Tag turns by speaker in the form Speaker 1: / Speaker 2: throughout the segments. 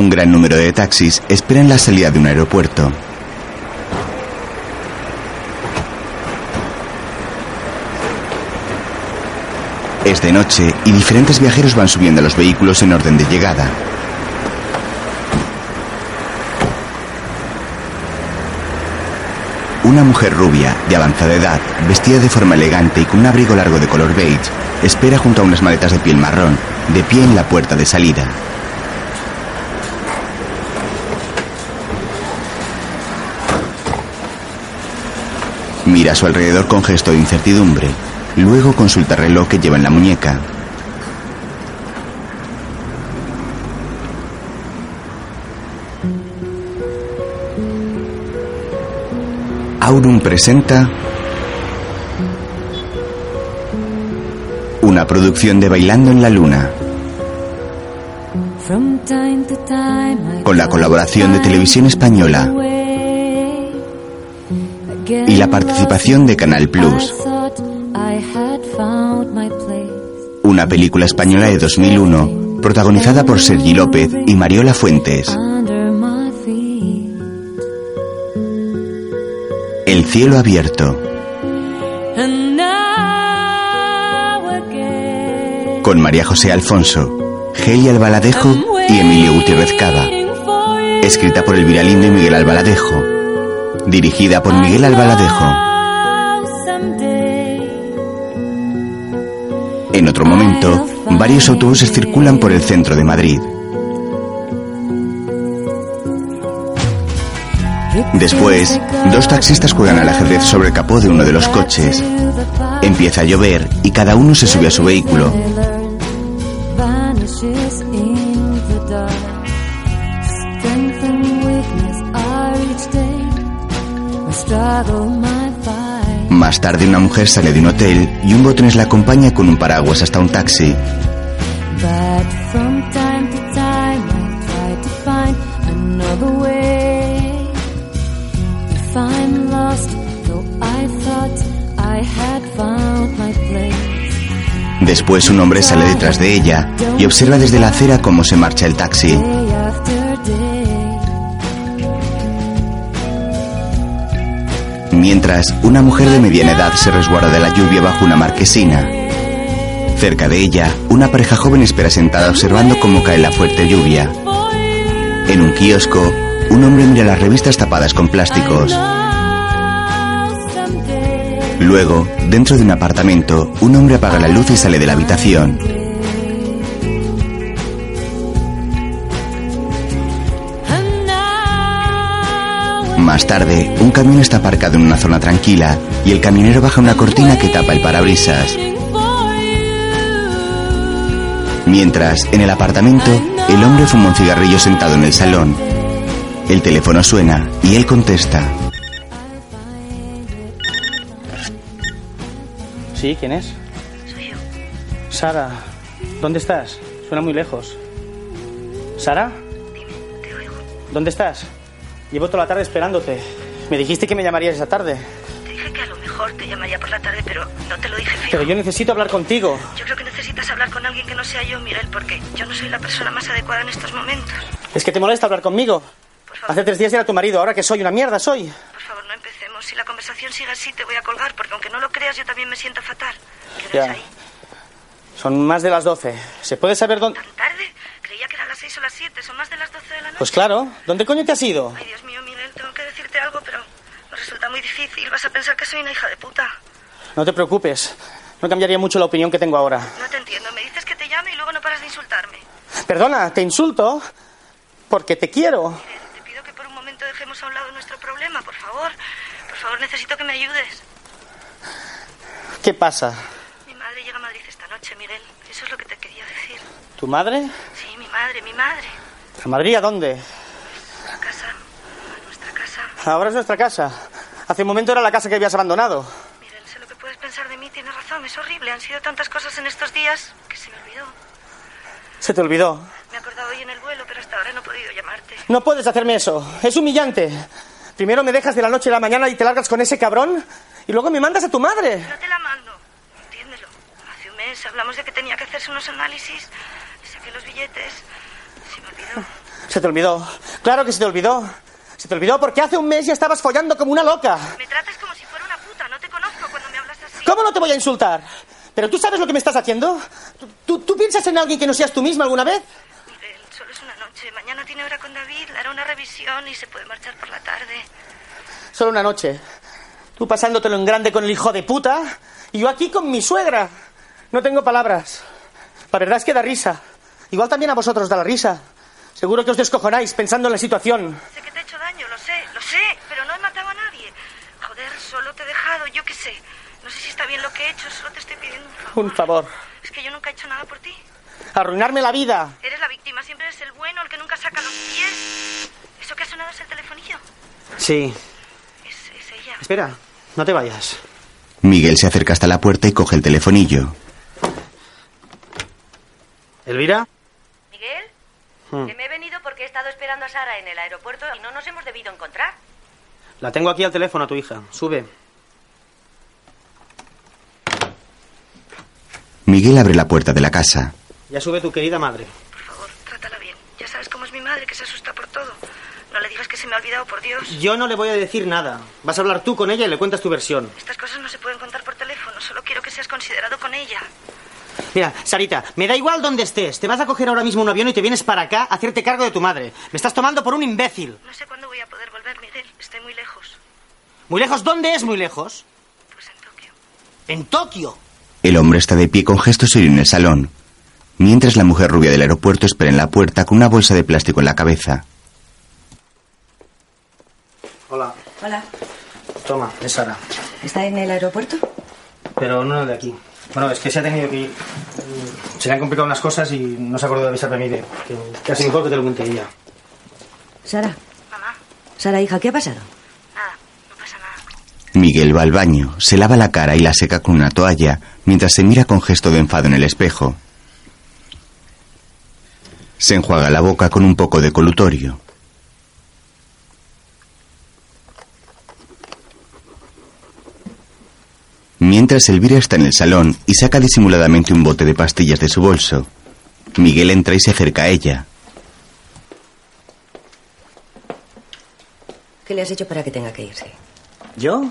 Speaker 1: Un gran número de taxis esperan la salida de un aeropuerto. Es de noche y diferentes viajeros van subiendo a los vehículos en orden de llegada. Una mujer rubia, de avanzada edad, vestida de forma elegante y con un abrigo largo de color beige, espera junto a unas maletas de piel marrón, de pie en la puerta de salida. Mira a su alrededor con gesto de incertidumbre. Luego consulta el reloj que lleva en la muñeca. Aurum presenta una producción de Bailando en la Luna con la colaboración de Televisión Española y la participación de Canal Plus. Una película española de 2001 protagonizada por Sergi López y Mariola Fuentes. El cielo abierto con María José Alfonso, Geli Albaladejo y Emilio Gutiérrez Cava. Escrita por el viralindo y Miguel Albaladejo. Dirigida por Miguel Albaladejo. En otro momento, varios autobuses circulan por el centro de Madrid. Después, dos taxistas juegan al ajedrez sobre el capó de uno de los coches. Empieza a llover y cada uno se sube a su vehículo. Más tarde una mujer sale de un hotel y un botones la acompaña con un paraguas hasta un taxi. Después un hombre sale detrás de ella y observa desde la acera cómo se marcha el taxi. Mientras, una mujer de mediana edad se resguarda de la lluvia bajo una marquesina. Cerca de ella, una pareja joven espera sentada observando cómo cae la fuerte lluvia. En un kiosco, un hombre mira las revistas tapadas con plásticos. Luego, dentro de un apartamento, un hombre apaga la luz y sale de la habitación. Más tarde, un camión está aparcado en una zona tranquila y el camionero baja una cortina que tapa el parabrisas. Mientras, en el apartamento, el hombre fuma un cigarrillo sentado en el salón. El teléfono suena y él contesta.
Speaker 2: Sí, ¿quién es?
Speaker 3: Soy yo.
Speaker 2: Sara, ¿dónde estás? Suena muy lejos. ¿Sara? ¿Dónde estás? Llevo toda la tarde esperándote. Me dijiste que me llamarías esa tarde,
Speaker 3: Te dije que a lo mejor te llamaría por la tarde, pero no te lo dije fijo.
Speaker 2: pero yo necesito hablar contigo.
Speaker 3: Yo creo que necesitas hablar con alguien que no sea yo, Miguel, porque yo no soy la persona más adecuada en estos momentos.
Speaker 2: ¿Es que te molesta hablar conmigo? Hace tres días era tu marido, ahora que soy una mierda soy.
Speaker 3: Por favor, no empecemos. Si la conversación sigue así, te voy a colgar, porque aunque no lo creas, yo también me siento fatal. ¿Quedas
Speaker 2: Ya.
Speaker 3: ahí?
Speaker 2: Son más de las doce. ¿Se puede saber dónde?
Speaker 3: ¿Tarde? Creía que eran las seis o las siete. Son más de las doce de la noche.
Speaker 2: Pues claro, ¿dónde coño te has ido?
Speaker 3: Ay, Dios mío, Miguel, tengo que decirte algo, pero me resulta muy difícil. Vas a pensar que soy una hija de puta.
Speaker 2: No te preocupes, no cambiaría mucho la opinión que tengo ahora.
Speaker 3: No te entiendo. Me dices que te llame y luego no paras de insultarme.
Speaker 2: Perdona, te insulto porque te quiero.
Speaker 3: Te pido que por un momento dejemos a un lado nuestro problema, por favor. Por favor, necesito que me ayudes.
Speaker 2: ¿Qué pasa?
Speaker 3: Mi madre llega a Madrid esta noche, Miguel. Eso es lo que te quería decir.
Speaker 2: ¿Tu madre?
Speaker 3: Sí, mi madre, mi madre.
Speaker 2: ¿A Madrid a dónde?
Speaker 3: A casa. A nuestra casa.
Speaker 2: Ahora es nuestra casa. Hace un momento era la casa que habías abandonado.
Speaker 3: Miguel, sé lo que puedes pensar de mí. Tienes razón, es horrible. Han sido tantas cosas en estos días que se me olvidó.
Speaker 2: Se te olvidó.
Speaker 3: Me he acordado hoy en el vuelo, pero hasta ahora no he podido llamarte.
Speaker 2: No puedes hacerme eso. Es humillante. Primero me dejas de la noche a la mañana y te largas con ese cabrón y luego me mandas a tu madre.
Speaker 3: No te la mando. Entiéndelo. Hace un mes hablamos de que tenía que hacerse unos análisis. Saqué los billetes. Se me olvidó.
Speaker 4: Se te olvidó. Claro que se te olvidó. Se te olvidó porque hace un mes ya estabas follando como una loca.
Speaker 3: Me tratas como si fuera una puta. No te conozco cuando me hablas así.
Speaker 4: ¿Cómo no te voy a insultar? ¿Pero tú sabes lo que me estás haciendo? ¿Tú, tú, tú piensas en alguien que no seas tú misma alguna vez?
Speaker 3: Miguel, solo es una noche. Mañana tiene hora con David. Le hará una revisión y se puede marchar por la tarde.
Speaker 4: Solo una noche. Tú pasándotelo en grande con el hijo de puta y yo aquí con mi suegra. No tengo palabras. La verdad es que da risa. Igual también a vosotros da la risa. Seguro que os descojonáis pensando en la situación.
Speaker 3: Sé que te he hecho daño, lo sé, lo sé, pero no he matado a nadie. Joder, solo te he dejado, yo qué sé. No sé si está bien lo que he hecho, solo te estoy pidiendo un favor.
Speaker 4: Un favor.
Speaker 3: Es que yo nunca he hecho nada por ti.
Speaker 4: Arruinarme la
Speaker 2: Ah.
Speaker 4: vida.
Speaker 3: Eres la víctima, siempre eres el bueno, el que nunca saca los pies. ¿Eso que ha sonado es el telefonillo?
Speaker 4: Sí.
Speaker 3: Es, es ella.
Speaker 4: Espera, no te vayas.
Speaker 1: Miguel se acerca hasta la puerta y coge el telefonillo.
Speaker 4: ¿Elvira?
Speaker 5: Miguel,
Speaker 4: Hmm.
Speaker 5: que me he venido porque he estado esperando a Sara en el aeropuerto y no nos hemos debido encontrar.
Speaker 4: La tengo aquí al teléfono a tu hija. Sube.
Speaker 1: Miguel abre la puerta de la casa.
Speaker 4: Ya sube tu querida madre.
Speaker 3: Por favor, trátala bien. Ya sabes cómo es mi madre, que se asusta por todo. No le digas que se me ha olvidado, por Dios.
Speaker 4: Yo no le voy a decir nada. Vas a hablar tú con ella y le cuentas tu versión.
Speaker 3: Estas cosas no se pueden contar por teléfono, solo quiero que seas considerado con ella.
Speaker 4: Mira, Sarita, me da igual dónde estés. Te vas a coger ahora mismo un avión y te vienes para acá a hacerte cargo de tu madre. Me estás tomando por un imbécil.
Speaker 3: No sé cuándo voy a poder volver, Miguel. Estoy muy lejos.
Speaker 4: Muy lejos, ¿dónde es muy lejos?
Speaker 3: Pues en Tokio.
Speaker 4: En Tokio.
Speaker 1: El hombre está de pie con gesto serio en el salón, mientras la mujer rubia del aeropuerto espera en la puerta con una bolsa de plástico en la cabeza.
Speaker 4: Hola.
Speaker 5: Hola,
Speaker 4: Toma, es Sara.
Speaker 5: ¿está en el aeropuerto?
Speaker 4: Pero no de aquí. Bueno, es que se ha tenido que ir. Mm, Se le han complicado unas cosas y no se acordó de avisarme a mí de que casi mejor que te lo cuente ella.
Speaker 5: Sara,
Speaker 3: Mamá,
Speaker 5: Sara, hija, ¿qué ha pasado?
Speaker 3: nada, no pasa nada.
Speaker 1: Miguel va al baño, se lava la cara y la seca con una toalla, mientras se mira con gesto de enfado en el espejo. Se enjuaga la boca con un poco de colutorio. Mientras Elvira está en el salón y saca disimuladamente un bote de pastillas de su bolso, Miguel entra y se acerca a ella.
Speaker 5: ¿Qué le has hecho para que tenga que irse?
Speaker 4: ¿Yo?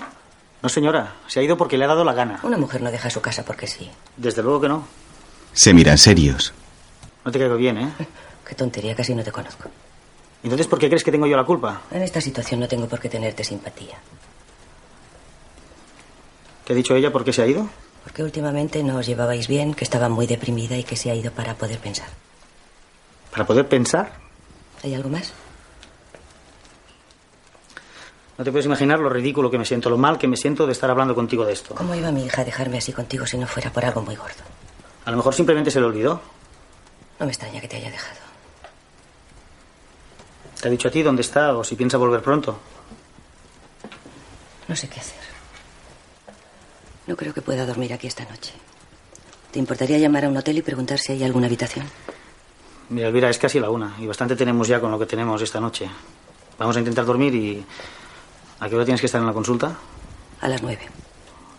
Speaker 4: No, señora. Se ha ido porque le ha dado la gana.
Speaker 5: Una mujer no deja su casa porque sí.
Speaker 4: Desde luego que no.
Speaker 1: Se miran serios.
Speaker 4: No te caigo bien, ¿eh?
Speaker 5: Qué tontería, casi no te conozco.
Speaker 4: Entonces, ¿por qué crees que tengo yo la culpa?
Speaker 5: En esta situación no tengo por qué tenerte simpatía.
Speaker 4: ¿Te ha dicho ella por qué se ha ido?
Speaker 5: Porque últimamente no os llevabais bien, que estaba muy deprimida y que se ha ido para poder pensar.
Speaker 4: ¿Para poder pensar?
Speaker 5: ¿Hay algo más?
Speaker 4: No te puedes imaginar lo ridículo que me siento, lo mal que me siento de estar hablando contigo de esto.
Speaker 5: ¿Cómo iba mi hija a dejarme así contigo si no fuera por algo muy gordo?
Speaker 4: A lo mejor simplemente se le olvidó.
Speaker 5: No me extraña que te haya dejado.
Speaker 4: ¿Te ha dicho a ti dónde está o si piensa volver pronto?
Speaker 5: No sé qué hacer. No creo que pueda dormir aquí esta noche. ¿Te importaría llamar a un hotel y preguntar si hay alguna habitación?
Speaker 4: Mira, Elvira, es casi la una y bastante tenemos ya con lo que tenemos esta noche. Vamos a intentar dormir y... ¿A qué hora tienes que estar en la consulta?
Speaker 5: A las nueve.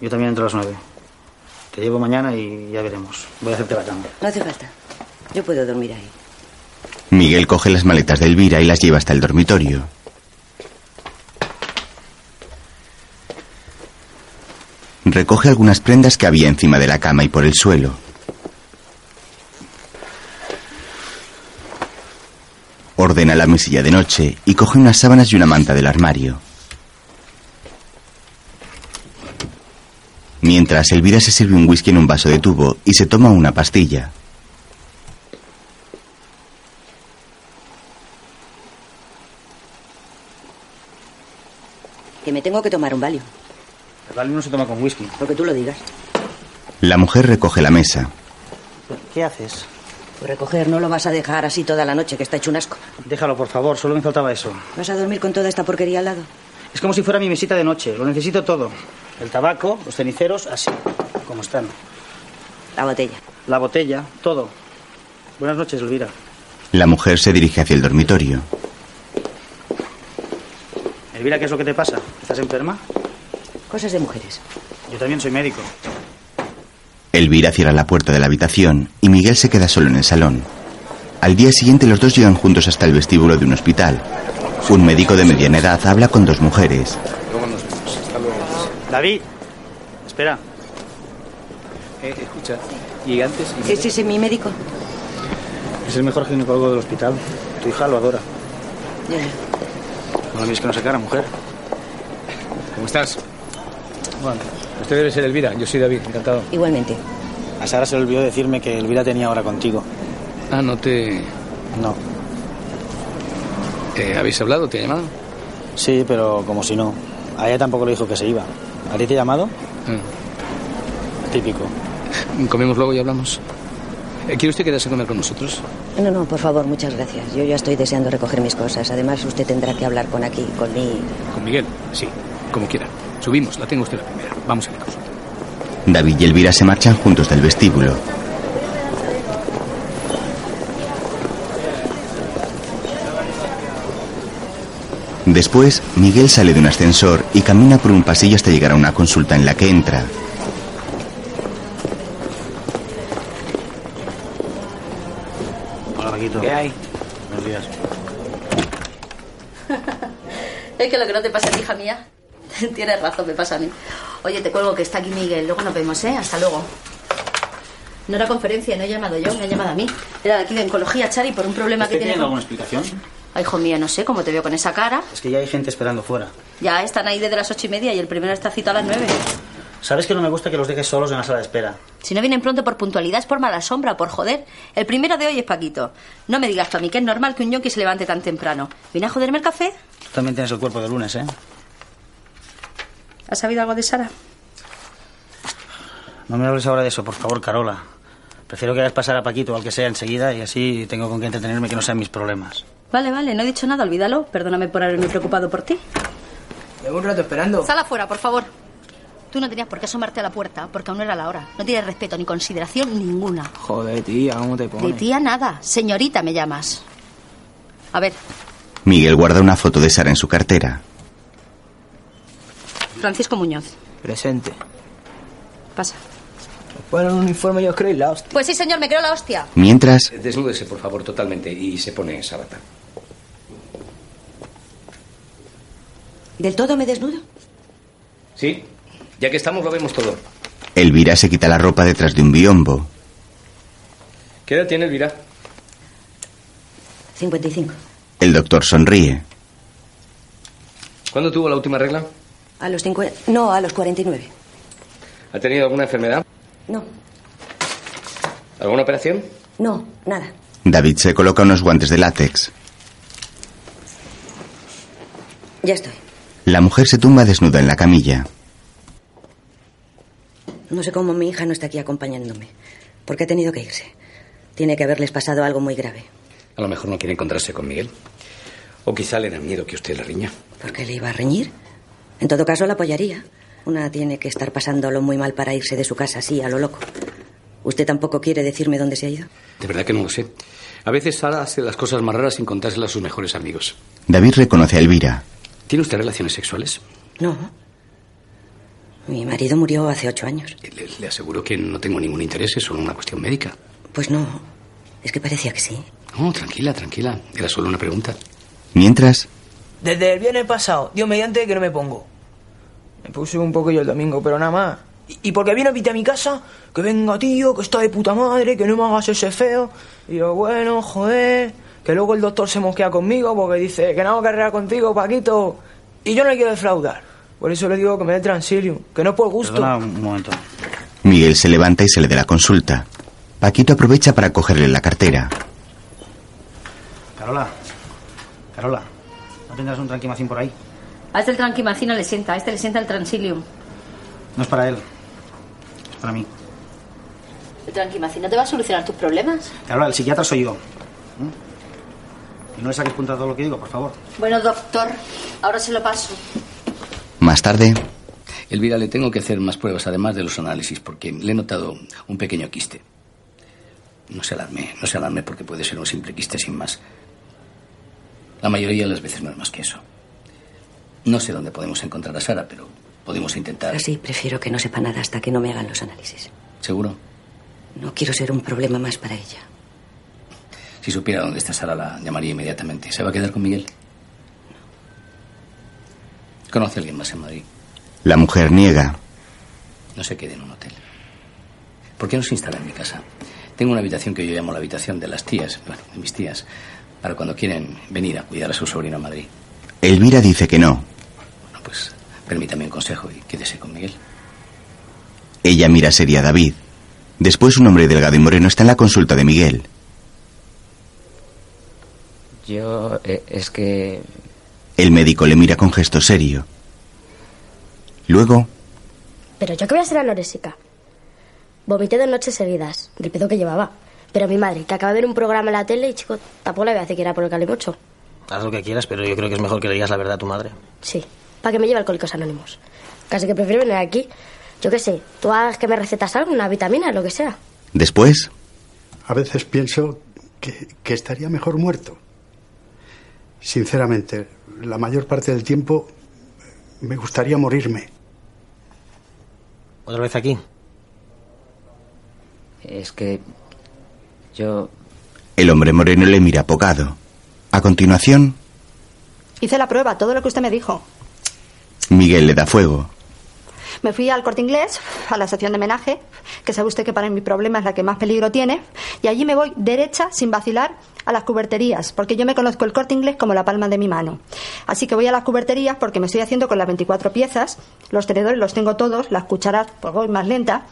Speaker 4: Yo también entro a las nueve. Te llevo mañana y ya veremos. Voy a hacerte la cama.
Speaker 5: No hace falta. Yo puedo dormir ahí.
Speaker 1: Miguel coge las maletas de Elvira y las lleva hasta el dormitorio. Recoge algunas prendas que había encima de la cama y por el suelo. Ordena la mesilla de noche y coge unas sábanas y una manta del armario. Mientras Elvira se sirve un whisky en un vaso de tubo y se toma una pastilla.
Speaker 5: Que me tengo que tomar un Valium,
Speaker 4: El Valium no se toma con whisky.
Speaker 5: lo que tú lo digas.
Speaker 1: La mujer recoge la mesa.
Speaker 4: ¿Qué haces?
Speaker 5: Por Pues recoger no lo vas a dejar así toda la noche, que está hecho un asco.
Speaker 4: Déjalo, por favor. Solo me faltaba eso.
Speaker 5: ¿Vas a dormir con toda esta porquería al lado?
Speaker 4: Es como si fuera mi mesita de noche. Lo necesito todo. El tabaco, los ceniceros, así, como están.
Speaker 5: La botella.
Speaker 4: La botella, todo. Buenas noches, Elvira.
Speaker 1: La mujer se dirige hacia el dormitorio.
Speaker 4: Elvira, ¿qué es lo que te pasa? ¿Estás enferma?
Speaker 5: Cosas de mujeres.
Speaker 4: Yo también soy médico.
Speaker 1: Elvira cierra la puerta de la habitación y Miguel se queda solo en el salón. Al día siguiente los dos llegan juntos hasta el vestíbulo de un hospital. Un médico de mediana edad habla con dos mujeres.
Speaker 6: David, espera.
Speaker 4: Eh, escucha, llegué antes y...
Speaker 5: ¿Es ese mi médico?
Speaker 4: Es el mejor ginecólogo del hospital. Tu hija lo adora.
Speaker 5: Ya, ya.
Speaker 4: No la ves que no se cara, mujer.
Speaker 7: ¿Cómo estás?
Speaker 4: Bueno, usted debe ser Elvira. Yo soy David, encantado.
Speaker 5: Igualmente.
Speaker 4: A Sara se le olvidó decirme que Elvira tenía hora contigo.
Speaker 7: Ah, no te...
Speaker 4: No.
Speaker 7: eh, ¿Habéis hablado? ¿Te ha llamado?
Speaker 4: Sí, pero como si no. A ella tampoco le dijo que se iba. ¿A ti te ha llamado?
Speaker 7: Ah, Mm.
Speaker 4: Típico.
Speaker 7: Comemos luego y hablamos. Eh, ¿Quiere usted quedarse a comer con nosotros?
Speaker 5: No, no, por favor, muchas gracias. Yo ya estoy deseando recoger mis cosas. Además, usted tendrá que hablar con aquí, con mí.
Speaker 7: Con Miguel, sí, como quiera. Subimos, la tengo usted la primera. Vamos a la causa.
Speaker 1: David y Elvira se marchan juntos del vestíbulo. Después, Miguel sale de un ascensor y camina por un pasillo hasta llegar a una consulta en la que entra.
Speaker 4: Hola, Paquito.
Speaker 8: ¿Qué hay?
Speaker 4: Buenos días.
Speaker 9: Es que lo que no te pasa a ti, hija mía. Tienes razón, me pasa a mí. Oye, te cuelgo que está aquí Miguel. Luego nos vemos, ¿eh? Hasta luego. No era conferencia, no he llamado yo, me han llamado a mí. Era de aquí de oncología, Chari, por un problema
Speaker 4: Este
Speaker 9: que tiene. con-
Speaker 4: explicación?
Speaker 9: Ay, hijo mío, no sé cómo te veo con esa cara.
Speaker 4: Es que ya hay gente esperando fuera.
Speaker 9: Ya están ahí desde las ocho y media y el primero está citado a las nueve.
Speaker 4: Sabes que no me gusta que los dejes solos en la sala de espera.
Speaker 9: Si no vienen pronto por puntualidad es por mala sombra, por joder. El primero de hoy es Paquito. No me digas tú a mí que es normal que un yonki se levante tan temprano. ¿Viene a joderme el café?
Speaker 4: Tú también tienes el cuerpo de lunes, ¿eh?
Speaker 9: ¿Has sabido algo de Sara?
Speaker 4: No me hables ahora de eso, por favor, Carola. Prefiero que hagas pasar a Paquito, al que sea, enseguida y así tengo con qué entretenerme que no sean mis problemas.
Speaker 9: Vale, vale, no he dicho nada, olvídalo. Perdóname por haberme preocupado por ti.
Speaker 8: Llevo un rato esperando.
Speaker 9: Sal afuera, por favor. Tú no tenías por qué asomarte a la puerta porque aún no era la hora. No tienes respeto ni consideración ninguna.
Speaker 8: Joder, tía, ¿cómo te
Speaker 9: De
Speaker 8: pones?
Speaker 9: tía nada. Señorita me llamas. A ver,
Speaker 1: Miguel guarda una foto de Sara en su cartera.
Speaker 9: Francisco Muñoz,
Speaker 8: Presente.
Speaker 9: pasa.
Speaker 8: Os ponen un uniforme y os creéis la hostia.
Speaker 9: Pues sí, señor, me creo la hostia.
Speaker 1: Mientras,
Speaker 10: Desnúdese, por favor, totalmente y se pone esa bata.
Speaker 5: ¿Del todo me desnudo?
Speaker 10: ¿Sí? Ya que estamos, lo vemos todo.
Speaker 1: Elvira se quita la ropa detrás de un biombo.
Speaker 10: ¿Qué edad tiene Elvira?
Speaker 5: 55.
Speaker 1: El doctor sonríe.
Speaker 10: ¿Cuándo tuvo la última regla?
Speaker 5: A los 50. No, a los 49.
Speaker 10: ¿Ha tenido alguna enfermedad?
Speaker 5: No,
Speaker 10: ¿Alguna operación?
Speaker 5: no, nada.
Speaker 1: David se coloca unos guantes de látex.
Speaker 5: Ya estoy.
Speaker 1: La mujer se tumba desnuda en la camilla.
Speaker 5: No sé cómo mi hija no está aquí acompañándome. Porque ha tenido que irse. Tiene que haberles pasado algo muy grave.
Speaker 10: A lo mejor no quiere encontrarse con Miguel. O quizá le da miedo que usted la riña.
Speaker 5: ¿Por qué le iba a reñir? En todo caso, la apoyaría. Una tiene que estar pasándolo muy mal para irse de su casa así, a lo loco. ¿Usted tampoco quiere decirme dónde se ha ido?
Speaker 10: De verdad que no lo sé. A veces Sara hace las cosas más raras sin contárselas a sus mejores amigos.
Speaker 1: David reconoce a Elvira.
Speaker 10: ¿Tiene usted relaciones sexuales?
Speaker 5: No. Mi marido murió hace ocho años.
Speaker 10: Le, le aseguro que no tengo ningún interés, es solo una cuestión médica.
Speaker 5: Pues no. Es que parecía que sí.
Speaker 10: No, tranquila, tranquila. Era solo una pregunta.
Speaker 1: Mientras,
Speaker 8: Desde el viernes pasado, Dios mediante que no me pongo. Me puse un poco yo el domingo, pero nada más. Y, y porque viene Piti a mi casa, que venga tío, que está de puta madre, que no me hagas ese feo. Y yo, bueno, joder, que luego el doctor se mosquea conmigo porque dice que no hago carrera contigo, Paquito. Y yo no le quiero defraudar. Por eso le digo que me dé transilium, que no es por gusto.
Speaker 4: Perdona un momento.
Speaker 1: Miguel se levanta y sale de la consulta. Paquito aprovecha para cogerle la cartera.
Speaker 4: Carola. Carola. ¿No tendrás un tranquimacín por ahí?
Speaker 9: A este el tranquimacino le sienta, a este le sienta el transilium.
Speaker 4: No es para él. Es para mí.
Speaker 9: El tranquimacino te va a solucionar tus problemas.
Speaker 4: Carola, el psiquiatra soy yo. Y no le saques punta a todo lo que digo, por favor.
Speaker 9: Bueno, doctor, ahora se lo paso.
Speaker 1: Más tarde,
Speaker 10: Elvira, le tengo que hacer más pruebas, además de los análisis, porque le he notado un pequeño quiste. No se alarme, no se alarme, porque puede ser un simple quiste sin más. La mayoría de las veces no es más que eso. No sé dónde podemos encontrar a Sara, pero podemos intentar.
Speaker 5: Así prefiero que no sepa nada hasta que no me hagan los análisis.
Speaker 10: ¿Seguro?
Speaker 5: No quiero ser un problema más para ella.
Speaker 10: Si supiera dónde está Sara, la llamaría inmediatamente. ¿Se va a quedar con Miguel? ¿Conoce a alguien más en Madrid?
Speaker 1: La mujer niega.
Speaker 10: No se quede en un hotel. ¿Por qué no se instala en mi casa? Tengo una habitación que yo llamo la habitación de las tías, bueno, de mis tías, para cuando quieren venir a cuidar a su sobrino a Madrid.
Speaker 1: Elvira dice que no.
Speaker 10: Bueno, pues permítame un consejo y quédese con Miguel.
Speaker 1: Ella mira seria a David. Después un hombre delgado y moreno está en la consulta de Miguel.
Speaker 5: Yo eh, es que
Speaker 1: El médico le mira con gesto serio. Luego,
Speaker 11: Pero yo que voy a ser anorésica. Vomité dos noches seguidas, del pedo que llevaba. Pero mi madre, que acaba de ver un programa en la tele y chico, tapó la vez que era por el calimocho.
Speaker 4: Haz lo que quieras, pero yo creo que es mejor que le digas la verdad a tu madre.
Speaker 11: Sí, para que me lleve Alcohólicos Anónimos. Casi que prefiero venir aquí. Yo qué sé, tú hagas que me recetas algo, una vitamina, lo que sea.
Speaker 1: después,
Speaker 12: A veces pienso que, que estaría mejor muerto. Sinceramente, la mayor parte del tiempo me gustaría morirme.
Speaker 4: ¿Otra vez aquí?
Speaker 5: es que yo
Speaker 1: el hombre moreno le mira apocado. A continuación,
Speaker 13: Hice la prueba, todo lo que usted me dijo.
Speaker 1: Miguel le da fuego.
Speaker 13: Me fui al corte inglés, a la estación de homenaje, que sabe usted que para mi problema es la que más peligro tiene, y allí me voy derecha, sin vacilar, a las cuberterías, porque yo me conozco el corte inglés como la palma de mi mano. Así que voy a las cuberterías porque me estoy haciendo con las 24 piezas, los tenedores los tengo todos, las cucharas pues voy más lenta,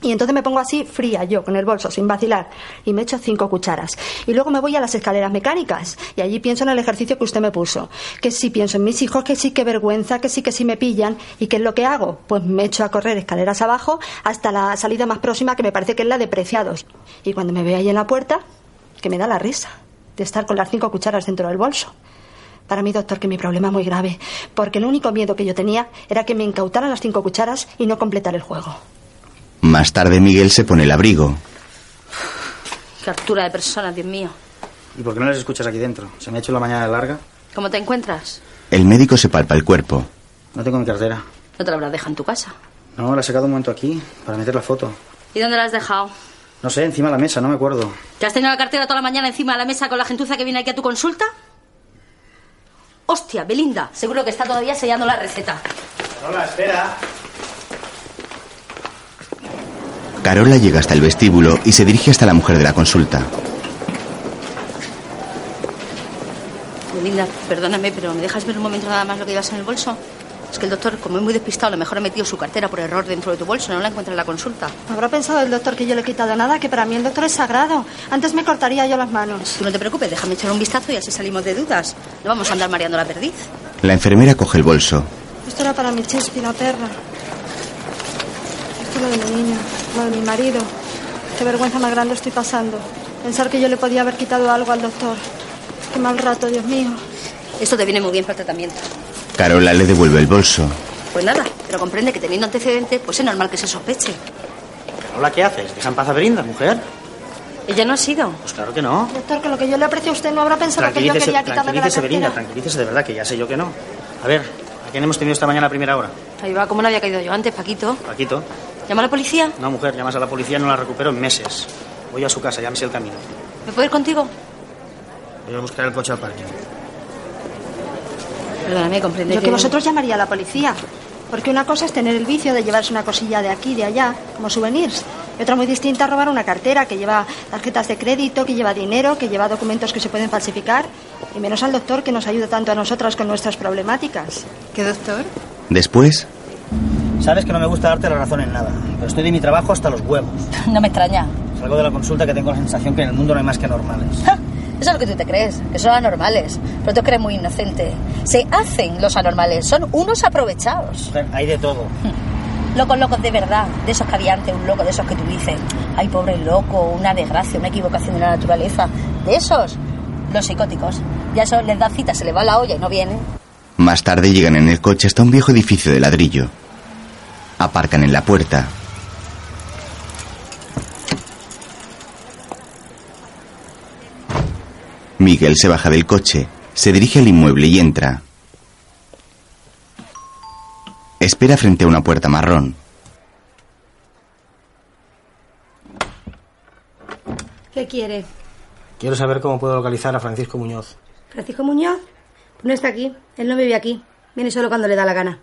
Speaker 13: Y entonces me pongo así, fría, yo, con el bolso, sin vacilar, y me echo cinco cucharas. Y luego me voy a las escaleras mecánicas, y allí pienso en el ejercicio que usted me puso. Que sí pienso en mis hijos, que sí, que vergüenza, que sí, que sí me pillan. ¿Y qué es lo que hago? Pues me echo a correr escaleras abajo hasta la salida más próxima, que me parece que es la de Preciados. Y cuando me veo ahí en la puerta, que me da la risa de estar con las cinco cucharas dentro del bolso. Para mí, doctor, que mi problema es muy grave, porque el único miedo que yo tenía era que me incautaran las cinco cucharas y no completar el juego.
Speaker 1: Más tarde Miguel se pone el abrigo.
Speaker 9: Qué altura de persona, Dios mío.
Speaker 4: ¿Y por qué no les escuchas aquí dentro? Se me ha hecho la mañana larga.
Speaker 9: ¿Cómo te encuentras?
Speaker 1: El médico se palpa el cuerpo.
Speaker 4: No tengo mi cartera.
Speaker 9: No te la habrás dejado en tu casa.
Speaker 4: No, la he sacado un momento aquí para meter la foto.
Speaker 9: ¿Y dónde la has dejado?
Speaker 4: No sé, encima de la mesa, no me acuerdo.
Speaker 9: ¿Que has tenido la cartera toda la mañana encima de la mesa con la gentuza que viene aquí a tu consulta? Hostia, Belinda, seguro que está todavía sellando la receta.
Speaker 4: Hola, espera.
Speaker 1: Carola llega hasta el vestíbulo y se dirige hasta la mujer de la consulta.
Speaker 9: Belinda, perdóname, pero ¿me dejas ver un momento nada más lo que llevas en el bolso? Es que el doctor, como es muy despistado, a lo mejor ha metido su cartera por error dentro de tu bolso, no la encuentra en la consulta.
Speaker 13: Habrá pensado el doctor que yo le he quitado nada, que para mí el doctor es sagrado. Antes me cortaría yo las manos.
Speaker 9: Tú no te preocupes, déjame echar un vistazo y así salimos de dudas. No vamos a andar mareando la perdiz.
Speaker 1: La enfermera coge el bolso.
Speaker 13: Esto era para mi Chespi, la perra. Esto lo de mi niño, lo de mi marido. Qué vergüenza más grande estoy pasando. Pensar que yo le podía haber quitado algo al doctor. Qué mal rato, Dios mío.
Speaker 9: Esto te viene muy bien para el tratamiento.
Speaker 1: Carola le devuelve el bolso.
Speaker 9: Pues nada, pero comprende que teniendo antecedentes, pues es normal que se sospeche.
Speaker 4: Hola, ¿qué haces? Deja en paz a Brinda, mujer.
Speaker 9: Ella no ha sido.
Speaker 4: Pues claro que no.
Speaker 13: Doctor, que lo que yo le aprecio a usted no habrá pensado que yo
Speaker 4: Tranquilícese,
Speaker 13: quería quitarle de la
Speaker 4: tranquilícese, Brinda,
Speaker 13: cartera.
Speaker 4: tranquilícese de verdad, que ya sé yo que no. A ver, ¿a quién hemos tenido esta mañana a primera hora?
Speaker 9: Ahí va, ¿cómo no había caído yo antes, Paquito?
Speaker 4: Paquito.
Speaker 9: ¿Llama a la policía?
Speaker 4: No, mujer, llamas a la policía, no la recupero en meses. Voy a su casa, ya me sé el camino.
Speaker 9: ¿Me puedo ir contigo?
Speaker 4: Voy a buscar el coche al parque.
Speaker 9: Perdóname, comprende
Speaker 13: Yo que vosotros llamaría a la policía. Porque una cosa es tener el vicio de llevarse una cosilla de aquí y de allá, como souvenirs. Y otra muy distinta es robar una cartera que lleva tarjetas de crédito, que lleva dinero, que lleva documentos que se pueden falsificar. Y menos al doctor que nos ayuda tanto a nosotras con nuestras problemáticas.
Speaker 9: ¿Qué doctor?
Speaker 1: Después,
Speaker 4: Sabes que no me gusta darte la razón en nada, pero estoy de mi trabajo hasta los huevos.
Speaker 9: No me extraña.
Speaker 4: Salgo de la consulta que tengo la sensación que en el mundo no hay más que normales.
Speaker 9: Eso es lo que tú te crees, que son anormales. Pero tú crees muy inocente. Se hacen los anormales, son unos aprovechados.
Speaker 4: Mujer, hay de todo.
Speaker 9: Locos, locos de verdad, de esos que había antes, un loco de esos que tú dices, ay pobre loco, una desgracia, una equivocación de la naturaleza. De esos, los psicóticos. Ya eso les da cita, se les va la olla y no vienen.
Speaker 1: más tarde llegan en el coche hasta un viejo edificio de ladrillo. Aparcan en la puerta. Miguel se baja del coche, se dirige al inmueble y entra. Espera frente a una puerta marrón.
Speaker 13: ¿Qué quiere?
Speaker 4: Quiero saber cómo puedo localizar a Francisco Muñoz.
Speaker 14: Francisco Muñoz no está aquí. Él no vive aquí. Viene solo cuando le da la gana.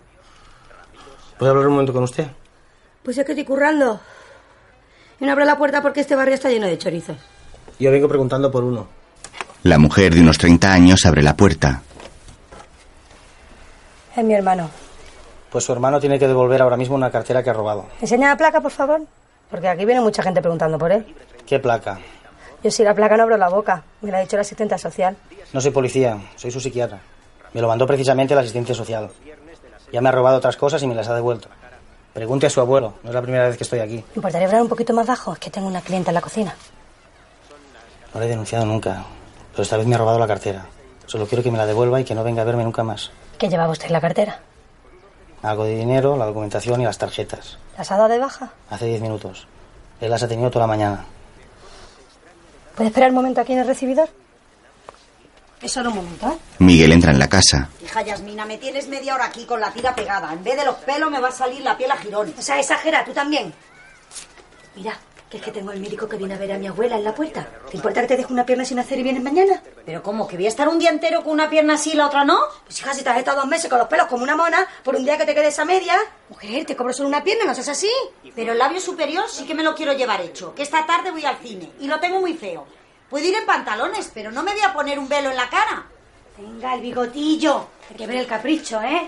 Speaker 4: ¿Puedo hablar un momento con usted?
Speaker 14: Pues es que estoy currando. Y no abro la puerta porque este barrio está lleno de chorizos.
Speaker 4: Yo vengo preguntando por uno.
Speaker 1: La mujer de unos 30 años abre la puerta.
Speaker 14: Es mi hermano.
Speaker 4: Pues su hermano tiene que devolver ahora mismo una cartera que ha robado.
Speaker 14: Enseña la placa, por favor. Porque aquí viene mucha gente preguntando por él.
Speaker 4: ¿Qué placa?
Speaker 14: Yo si la placa no abro la boca. Me la ha dicho la asistenta social.
Speaker 4: No soy policía, soy su psiquiatra. Me lo mandó precisamente el asistente social. Ya me ha robado otras cosas y me las ha devuelto. Pregunte a su abuelo, no es la primera vez que estoy aquí.
Speaker 14: ¿Me importaría hablar un poquito más bajo? Es que tengo una clienta en la cocina.
Speaker 4: No le he denunciado nunca, pero esta vez me ha robado la cartera. Solo quiero que me la devuelva y que no venga a verme nunca más.
Speaker 14: ¿Qué llevaba usted en la cartera?
Speaker 4: Algo de dinero, la documentación y las tarjetas.
Speaker 14: ¿Las ha dado de baja?
Speaker 4: Hace diez minutos. Él las ha tenido toda la mañana.
Speaker 14: ¿Puede esperar un momento aquí en el recibidor? Es solo un momento, ¿eh?
Speaker 1: Miguel entra en la casa.
Speaker 15: Hija Yasmina, me tienes media hora aquí con la tira pegada. En vez de los pelos me va a salir la piel a jirón.
Speaker 14: O sea, exagera, tú también. Mira, que es que tengo el médico que viene a ver a mi abuela en la puerta. ¿Te importa que te deje una pierna sin hacer y vienes mañana?
Speaker 15: Pero ¿cómo? ¿Que voy a estar un día entero con una pierna así y la otra no?
Speaker 14: Pues hija, si te has estado dos meses con los pelos como una mona, por un día que te quedes a media. Mujer, te cobro solo una pierna, no seas así.
Speaker 15: Pero el labio superior sí que me lo quiero llevar hecho. Que esta tarde voy al cine y lo tengo muy feo. Puedo ir en pantalones, pero no me voy a poner un velo en la cara.
Speaker 14: Venga, el bigotillo. Hay que ver el capricho, ¿eh?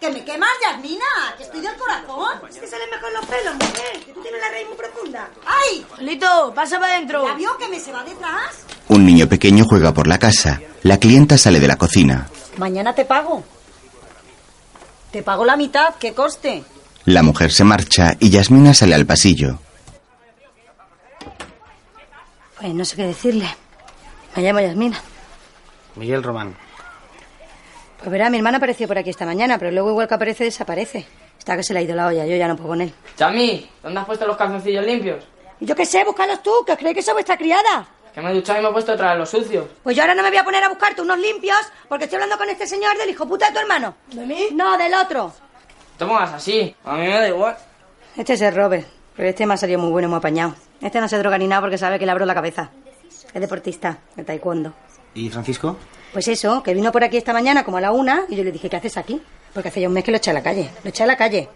Speaker 15: ¡Que me quemas, Yasmina! ¡Que estoy del corazón!
Speaker 14: Es que salen mejor los pelos, mujer. Que tú tienes la raíz muy profunda.
Speaker 15: ¡Ay!
Speaker 8: Lito, pasa para adentro.
Speaker 15: ¿La vio que me se va detrás?
Speaker 1: Un niño pequeño juega por la casa. La clienta sale de la cocina.
Speaker 15: Mañana te pago. Te pago la mitad, que coste.
Speaker 1: La mujer se marcha y Yasmina sale al pasillo.
Speaker 14: Pues no sé qué decirle. Me llamo Yasmina.
Speaker 4: Miguel Román.
Speaker 14: Pues verá, mi hermana apareció por aquí esta mañana, pero luego igual que aparece, desaparece. Está que se le ha ido la olla, yo ya no puedo con él.
Speaker 16: Chami, ¿dónde has puesto los calzoncillos limpios?
Speaker 14: Y yo qué sé, buscarlos tú, que os creéis que soy vuestra criada.
Speaker 16: Que me he duchado y me he puesto otra vez los sucios.
Speaker 14: Pues yo ahora no me voy a poner a buscarte unos limpios, porque estoy hablando con este señor del hijo puta de tu hermano.
Speaker 8: ¿De mí?
Speaker 14: No, del otro.
Speaker 16: Tomas así, a mí me da igual.
Speaker 14: Este es el Robert, pero este me ha salido muy bueno y muy apañado. Este no se droga ni nada porque sabe que le abro la cabeza. Es deportista, de taekwondo.
Speaker 4: ¿Y Francisco?
Speaker 14: Pues eso, que vino por aquí esta mañana como a la una y yo le dije, ¿qué haces aquí? Porque hace ya un mes que lo eché a la calle, lo eché a la calle.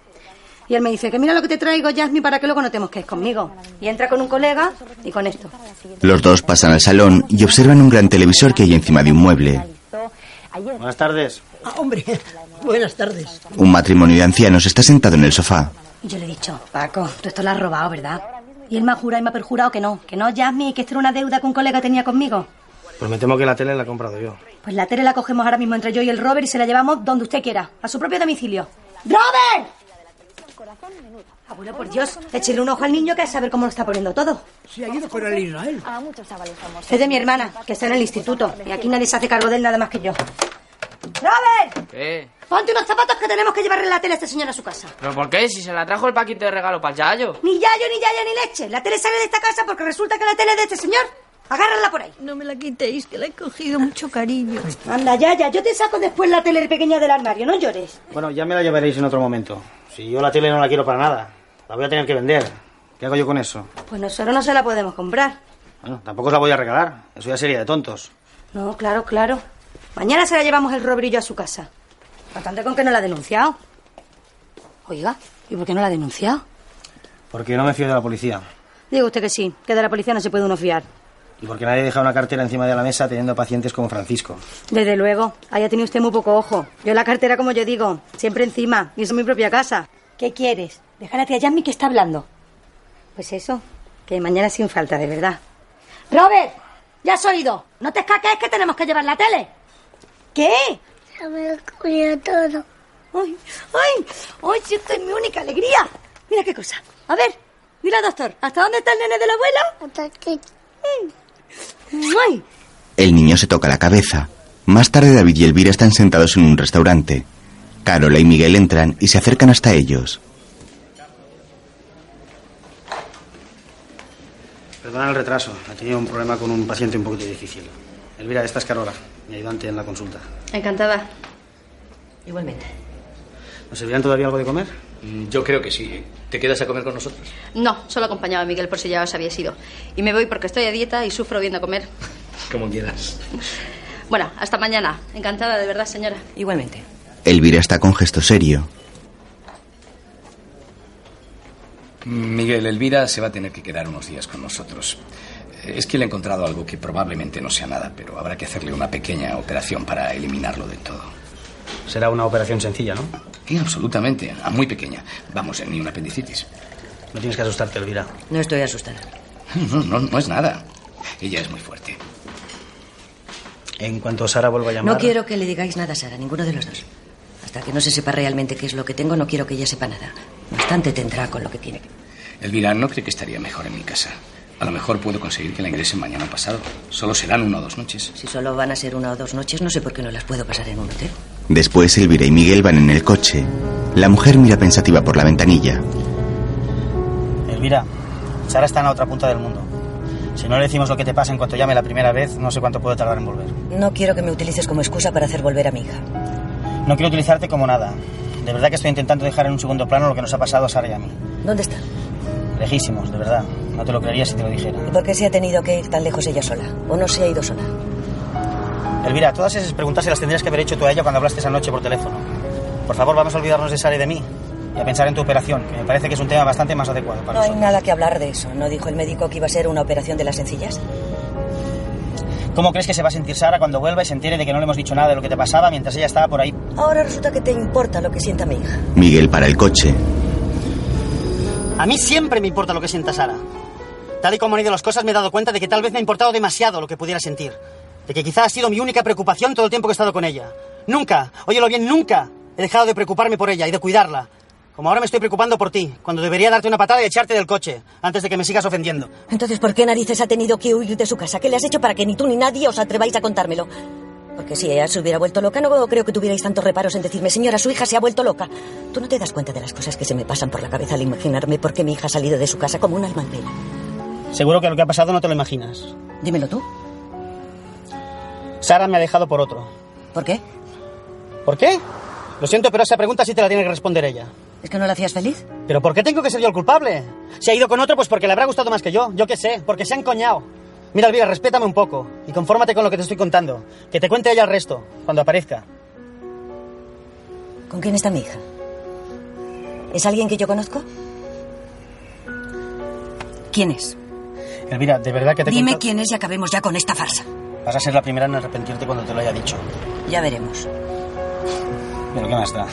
Speaker 14: Y él me dice, que mira lo que te traigo, Jasmine, para que luego no te mosques conmigo. Y entra con un colega y con esto.
Speaker 1: Los dos pasan al salón y observan un gran televisor que hay encima de un mueble.
Speaker 4: Buenas tardes.
Speaker 17: Ah, hombre, buenas tardes.
Speaker 1: Un matrimonio de ancianos está sentado en el sofá.
Speaker 14: Y yo le he dicho, Paco, tú esto lo has robado, ¿verdad? Y él me ha jurado y me ha perjurado que no, que no, Jasmine, que esto era una deuda que un colega tenía conmigo.
Speaker 4: Pues me temo que la tele la he comprado yo.
Speaker 14: Pues la tele la cogemos ahora mismo entre yo y el Robert y se la llevamos donde usted quiera, a su propio domicilio. ¡Robert! Abuelo,
Speaker 11: pues,
Speaker 14: por Dios, échele un ojo al niño que a saber cómo lo está poniendo todo.
Speaker 17: Se ha ido con el
Speaker 11: ¿eh?
Speaker 17: Israel.
Speaker 14: Es de mi hermana, que está en el instituto. Y aquí nadie se hace cargo de él nada más que yo. ¡Robert!
Speaker 16: ¿Qué?
Speaker 14: Ponte unos zapatos que tenemos que llevarle la tele a este señor a su casa.
Speaker 16: ¿Pero por qué? Si se la trajo el paquete de regalo para el Yayo.
Speaker 14: Ni Yayo, ni Yaya, ni leche. La tele sale de esta casa porque resulta que la tele es de este señor. Agárrala por ahí.
Speaker 17: No me la quitéis, que la he cogido mucho cariño.
Speaker 14: Anda, Yaya, yo te saco después la tele pequeña del armario, no llores.
Speaker 4: Bueno, ya me la llevaréis en otro momento. Si yo la tele no la quiero para nada, la voy a tener que vender. ¿Qué hago yo con eso?
Speaker 14: Pues nosotros no se la podemos comprar.
Speaker 4: Bueno, tampoco os la voy a regalar. Eso ya sería de tontos.
Speaker 14: No, claro, claro. Mañana se la llevamos el robrillo a su casa. Bastante con que no la ha denunciado. Oiga, ¿y por qué no la ha denunciado?
Speaker 4: Porque no me fío de la policía.
Speaker 14: Digo usted que sí, que de la policía no se puede uno fiar.
Speaker 4: Y porque nadie deja una cartera encima de la mesa teniendo pacientes como Francisco.
Speaker 14: Desde luego, ahí ha tenido usted muy poco ojo. Yo la cartera, como yo digo, siempre encima, y eso en mi propia casa. ¿Qué quieres? Dejar a tía Yasmi que está hablando. Pues eso, que mañana sin falta, de verdad. Robert, ya has oído. No te escaques que tenemos que llevar la tele. ¿Qué?
Speaker 11: Se me ocurrió todo.
Speaker 14: ¡Ay, ay! ¡Ay, si esto es mi única alegría! Mira qué cosa. A ver, dile al doctor, ¿hasta dónde está el nene del abuelo?
Speaker 11: Hasta aquí.
Speaker 14: ¡Ay!
Speaker 1: El niño se toca la cabeza. Más tarde David y Elvira están sentados en un restaurante. Carola y Miguel entran y se acercan hasta ellos.
Speaker 4: Perdona el retraso. He tenido un problema con un paciente un poquito difícil. Elvira, esta es Carola, mi ayudante en la consulta.
Speaker 18: Encantada. Igualmente.
Speaker 4: ¿Nos servirán todavía algo de comer?
Speaker 19: Mm, Yo creo que sí. ¿eh? ¿Te quedas a comer con nosotros?
Speaker 18: No, solo acompañaba a Miguel por si ya os habéis ido. Y me voy porque estoy a dieta y sufro viendo comer.
Speaker 19: Como quieras.
Speaker 18: Bueno, hasta mañana. Encantada, de verdad, señora. Igualmente.
Speaker 1: Elvira está con gesto serio.
Speaker 19: Miguel, Elvira se va a tener que quedar unos días con nosotros. Eh, Es que le he encontrado algo que probablemente no sea nada, pero habrá que hacerle una pequeña operación para eliminarlo del todo.
Speaker 4: Será una operación sencilla, ¿no?
Speaker 19: Sí, absolutamente, a muy pequeña. Vamos, eh, ni una apendicitis.
Speaker 4: No tienes que asustarte, Elvira.
Speaker 5: No estoy asustada.
Speaker 19: No, no, no es nada. Ella es muy fuerte.
Speaker 4: En cuanto Sara vuelva a llamar...
Speaker 5: No quiero que le digáis nada a Sara, ninguno de los dos. Hasta que no se sepa realmente qué es lo que tengo, no quiero que ella sepa nada. Bastante tendrá con lo que tiene.
Speaker 19: Elvira, ¿no cree que estaría mejor en mi casa? A lo mejor puedo conseguir que la ingresen mañana pasado. Solo serán una o dos noches.
Speaker 5: Si solo van a ser una o dos noches, no sé por qué no las puedo pasar en un hotel.
Speaker 1: Después Elvira y Miguel van en el coche. La mujer mira pensativa por la ventanilla.
Speaker 4: Elvira, Sara está en la otra punta del mundo. Si no le decimos lo que te pasa en cuanto llame la primera vez, no sé cuánto puede tardar en volver.
Speaker 5: No quiero que me utilices como excusa para hacer volver a mi hija.
Speaker 4: No quiero utilizarte como nada. De verdad que estoy intentando dejar en un segundo plano lo que nos ha pasado a Sara y a mí.
Speaker 5: ¿Dónde está?
Speaker 4: Lejísimos, de verdad. No te lo creería si te lo dijera.
Speaker 5: ¿Y por qué se ha tenido que ir tan lejos ella sola? ¿O no se ha ido sola?
Speaker 4: Elvira, todas esas preguntas se las tendrías que haber hecho tú a ella cuando hablaste esa noche por teléfono. Por favor, vamos a olvidarnos de Sara y de mí y a pensar en tu operación, que me parece que es un tema bastante más adecuado para
Speaker 5: No hay
Speaker 4: nosotros.
Speaker 5: nada que hablar de eso. ¿No dijo el médico que iba a ser una operación de las sencillas?
Speaker 4: ¿Cómo crees que se va a sentir Sara cuando vuelva y se entere de que no le hemos dicho nada de lo que te pasaba mientras ella estaba por ahí?
Speaker 5: Ahora resulta que te importa lo que sienta mi hija.
Speaker 1: Miguel para el coche.
Speaker 4: A mí siempre me importa lo que sienta Sara. Tal y como han ido las cosas, me he dado cuenta de que tal vez me ha importado demasiado lo que pudiera sentir. De que quizá ha sido mi única preocupación todo el tiempo que he estado con ella. Nunca, óyelo bien, nunca he dejado de preocuparme por ella y de cuidarla. Como ahora me estoy preocupando por ti, cuando debería darte una patada y echarte del coche, antes de que me sigas ofendiendo.
Speaker 5: Entonces, ¿por qué narices ha tenido que huir de su casa? ¿Qué le has hecho para que ni tú ni nadie os atreváis a contármelo? Porque si ella se hubiera vuelto loca, no creo que tuvierais tantos reparos en decirme, señora, su hija se ha vuelto loca. Tú no te das cuenta de las cosas que se me pasan por la cabeza al imaginarme por qué mi hija ha salido de su casa como una alma en pena.
Speaker 4: Seguro que lo que ha pasado no te lo imaginas.
Speaker 5: Dímelo tú.
Speaker 4: Sara me ha dejado por otro.
Speaker 5: ¿Por qué?
Speaker 4: ¿Por qué? Lo siento, pero esa pregunta sí te la tiene que responder ella.
Speaker 5: ¿Es que no la hacías feliz?
Speaker 4: ¿Pero por qué tengo que ser yo el culpable? Si ha ido con otro, pues porque le habrá gustado más que yo. Yo qué sé, porque se ha encoñado. Mira, Elvira, respétame un poco y confórmate con lo que te estoy contando. Que te cuente ella el resto, cuando aparezca.
Speaker 5: ¿Con quién está mi hija? ¿Es alguien que yo conozco? ¿Quién es?
Speaker 4: Elvira, de verdad que te
Speaker 5: Dime
Speaker 4: conto-
Speaker 5: quién es y acabemos ya con esta farsa.
Speaker 4: Vas a ser la primera en arrepentirte cuando te lo haya dicho.
Speaker 5: Ya veremos.
Speaker 4: Pero qué más da.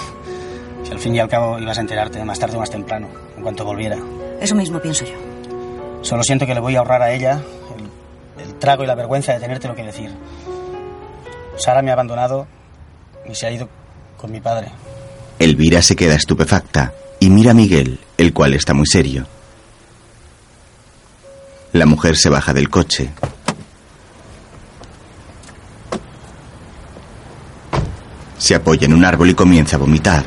Speaker 4: Si al fin y al cabo ibas a enterarte más tarde o más temprano, en cuanto volviera.
Speaker 5: Eso mismo pienso yo.
Speaker 4: Solo siento que le voy a ahorrar a ella el, el trago y la vergüenza de tenerte lo que decir. Sara me ha abandonado y se ha ido con mi padre.
Speaker 1: Elvira se queda estupefacta y mira a Miguel, el cual está muy serio. La mujer se baja del coche. Se apoya en un árbol y comienza a vomitar.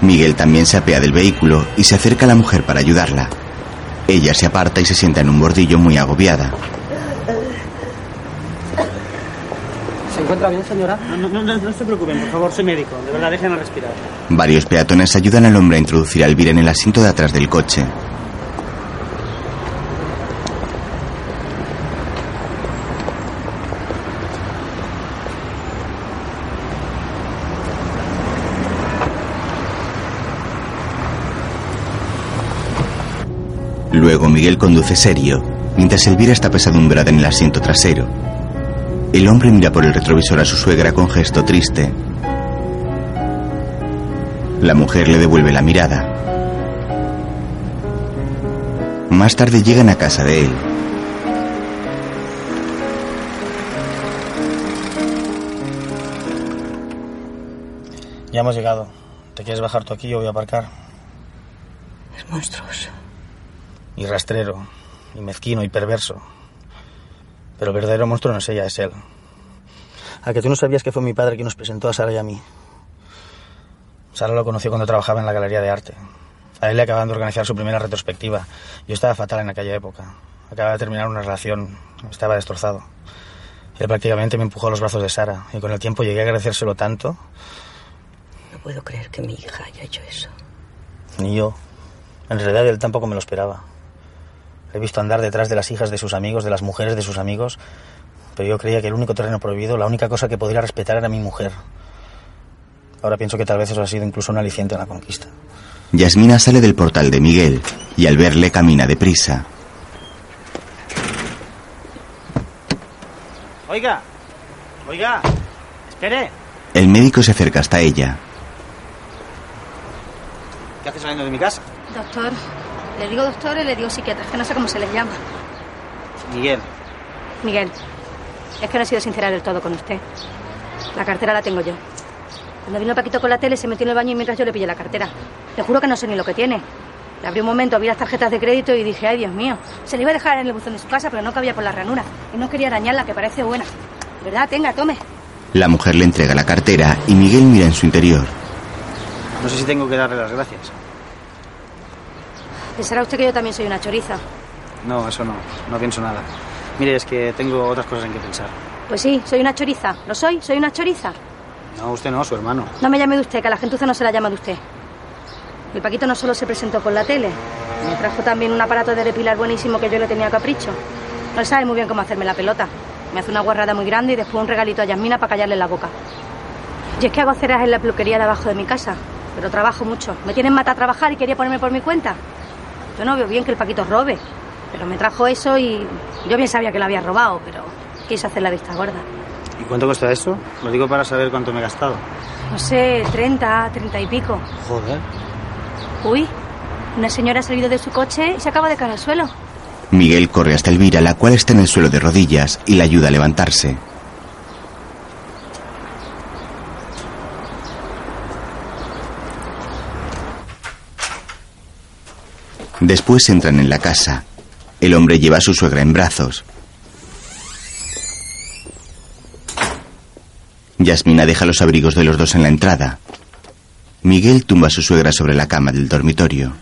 Speaker 1: Miguel también se apea del vehículo y se acerca a la mujer para ayudarla. Ella se aparta y se sienta en un bordillo muy agobiada.
Speaker 4: ¿Se encuentra bien, señora? No, no, no, no se preocupen, por favor, soy médico. De verdad, déjenme respirar.
Speaker 1: Varios peatones ayudan al hombre a introducir a Elvira en el asiento de atrás del coche. Luego Miguel conduce serio, mientras Elvira está pesadumbrada en el asiento trasero. El hombre mira por el retrovisor a su suegra con gesto triste. La mujer le devuelve la mirada. Más tarde llegan a casa de él.
Speaker 4: Ya hemos llegado. ¿Te quieres bajar tú aquí? Yo voy a aparcar.
Speaker 5: Es monstruoso.
Speaker 4: Y rastrero, y mezquino, y perverso. Pero el verdadero monstruo no es ella, es él. A que tú no sabías que fue mi padre quien nos presentó a Sara y a mí. Sara lo conoció cuando trabajaba en la galería de arte. A él le acababan de organizar su primera retrospectiva. Yo estaba fatal en aquella época. Acababa de terminar una relación. Estaba destrozado. Él prácticamente me empujó a los brazos de Sara. Y con el tiempo llegué a agradecérselo tanto.
Speaker 5: No puedo creer que mi hija haya hecho eso.
Speaker 4: Ni yo. En realidad él tampoco me lo esperaba. Le he visto andar detrás de las hijas de sus amigos, de las mujeres de sus amigos, pero yo creía que el único terreno prohibido, la única cosa que podría respetar era mi mujer. Ahora pienso que tal vez eso ha sido incluso un aliciente en la conquista.
Speaker 1: Yasmina sale del portal de Miguel y al verle camina deprisa.
Speaker 20: Oiga, oiga, espere.
Speaker 1: El médico se acerca hasta ella.
Speaker 20: ¿Qué hace saliendo de mi casa?
Speaker 14: Doctor, le digo doctor y le digo psiquiatra, es que no sé cómo se les llama.
Speaker 20: Miguel,
Speaker 14: Miguel, es que no he sido sincera del todo con usted. La cartera la tengo yo. Cuando vino Paquito con la tele, se metió en el baño y mientras yo le pillé la cartera. Le juro que no sé ni lo que tiene. Le abrí un momento, vi las tarjetas de crédito y dije, ay Dios mío. Se le iba a dejar en el buzón de su casa, pero no cabía por la ranura. Y no quería arañarla, que parece buena. De ¿Verdad? Tenga, tome.
Speaker 1: La mujer le entrega la cartera y Miguel mira en su interior.
Speaker 4: No sé si tengo que darle las gracias.
Speaker 14: Pensará usted que yo también soy una choriza.
Speaker 4: No, eso no. No pienso nada. Mire, es que tengo otras cosas en que pensar.
Speaker 14: Pues sí, soy una choriza. ¿Lo soy? ¿Soy una choriza?
Speaker 4: No, usted no, su hermano.
Speaker 14: No me llame de usted, que a la gentuza no se la llama de usted. El Paquito no solo se presentó con la tele, me trajo también un aparato de depilar buenísimo que yo le tenía a capricho. No sabe muy bien cómo hacerme la pelota. Me hace una guarrada muy grande y después un regalito a Yasmina para callarle la boca. Yo es que hago ceras en la peluquería de abajo de mi casa, pero trabajo mucho. Me tienen mata a trabajar y quería ponerme por mi cuenta. Yo no veo bien que el Paquito robe, pero me trajo eso y yo bien sabía que lo había robado, pero quise hacer la vista gorda.
Speaker 4: ¿Y cuánto cuesta esto? Lo digo para saber cuánto me he gastado.
Speaker 14: No sé, 30, 30 y pico.
Speaker 4: Joder.
Speaker 14: Uy, una señora ha salido de su coche y se acaba de caer al suelo.
Speaker 1: Miguel corre hasta Elvira, la cual está en el suelo de rodillas, y la ayuda a levantarse. Después entran en la casa. El hombre lleva a su suegra en brazos. Yasmina deja los abrigos de los dos en la entrada. Miguel tumba a su suegra sobre la cama del dormitorio.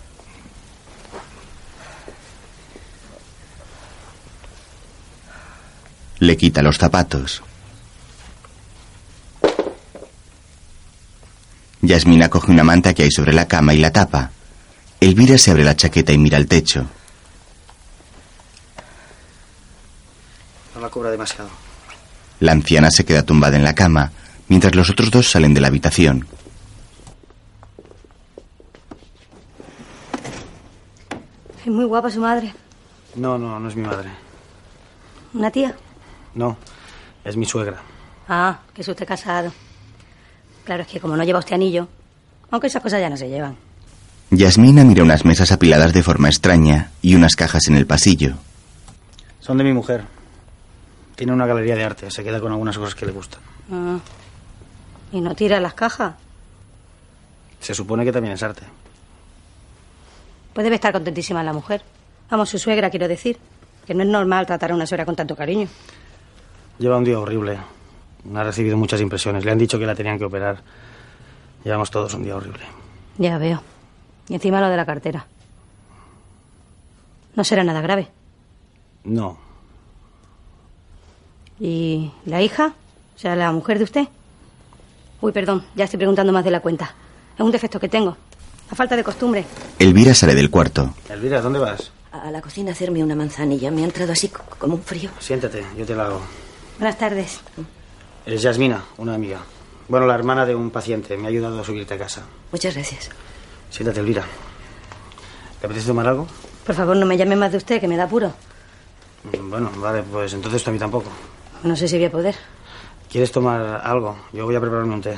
Speaker 1: Le quita los zapatos. Yasmina coge una manta que hay sobre la cama y la tapa. Elvira se abre la chaqueta y mira al techo.
Speaker 4: No la cobra demasiado.
Speaker 1: La anciana se queda tumbada en la cama, mientras los otros dos salen de la habitación.
Speaker 14: Es muy guapa su madre.
Speaker 4: No, no, no es mi madre.
Speaker 14: ¿Una tía?
Speaker 4: No, es mi suegra.
Speaker 14: Ah, que es usted casado. Claro, es que como no lleva usted anillo, aunque esas cosas ya no se llevan.
Speaker 1: Yasmina mira unas mesas apiladas de forma extraña y unas cajas en el pasillo.
Speaker 4: Son de mi mujer. Tiene una galería de arte, se queda con algunas cosas que le gustan.
Speaker 14: Ah. Y no tira las cajas.
Speaker 4: Se supone que también es arte.
Speaker 14: Pues debe estar contentísima la mujer. Vamos, su suegra, quiero decir. Que no es normal tratar a una suegra con tanto cariño.
Speaker 4: Lleva un día horrible. Ha recibido muchas impresiones. Le han dicho que la tenían que operar. Llevamos todos un día horrible.
Speaker 14: Ya veo. Y encima lo de la cartera. No será nada grave.
Speaker 4: No,
Speaker 14: ¿Y la hija? O sea, la mujer de usted. Uy, perdón, ya estoy preguntando más de la cuenta. Es un defecto que tengo. La falta de costumbre.
Speaker 1: Elvira sale del cuarto.
Speaker 4: Elvira, ¿dónde vas?
Speaker 5: A la cocina a hacerme una manzanilla. Me ha entrado así co- como un frío.
Speaker 4: Siéntate, yo te la hago.
Speaker 14: Buenas tardes.
Speaker 4: Eres Yasmina, una amiga. Bueno, la hermana de un paciente. Me ha ayudado a subirte a casa.
Speaker 5: Muchas gracias.
Speaker 4: Siéntate, Elvira. ¿Te apetece tomar algo?
Speaker 14: Por favor, no me llame más de usted, que me da apuro.
Speaker 4: Mm, Bueno, vale, pues entonces tú a mí tampoco.
Speaker 14: No sé si voy a poder.
Speaker 4: ¿Quieres tomar algo? Yo voy a prepararme un té.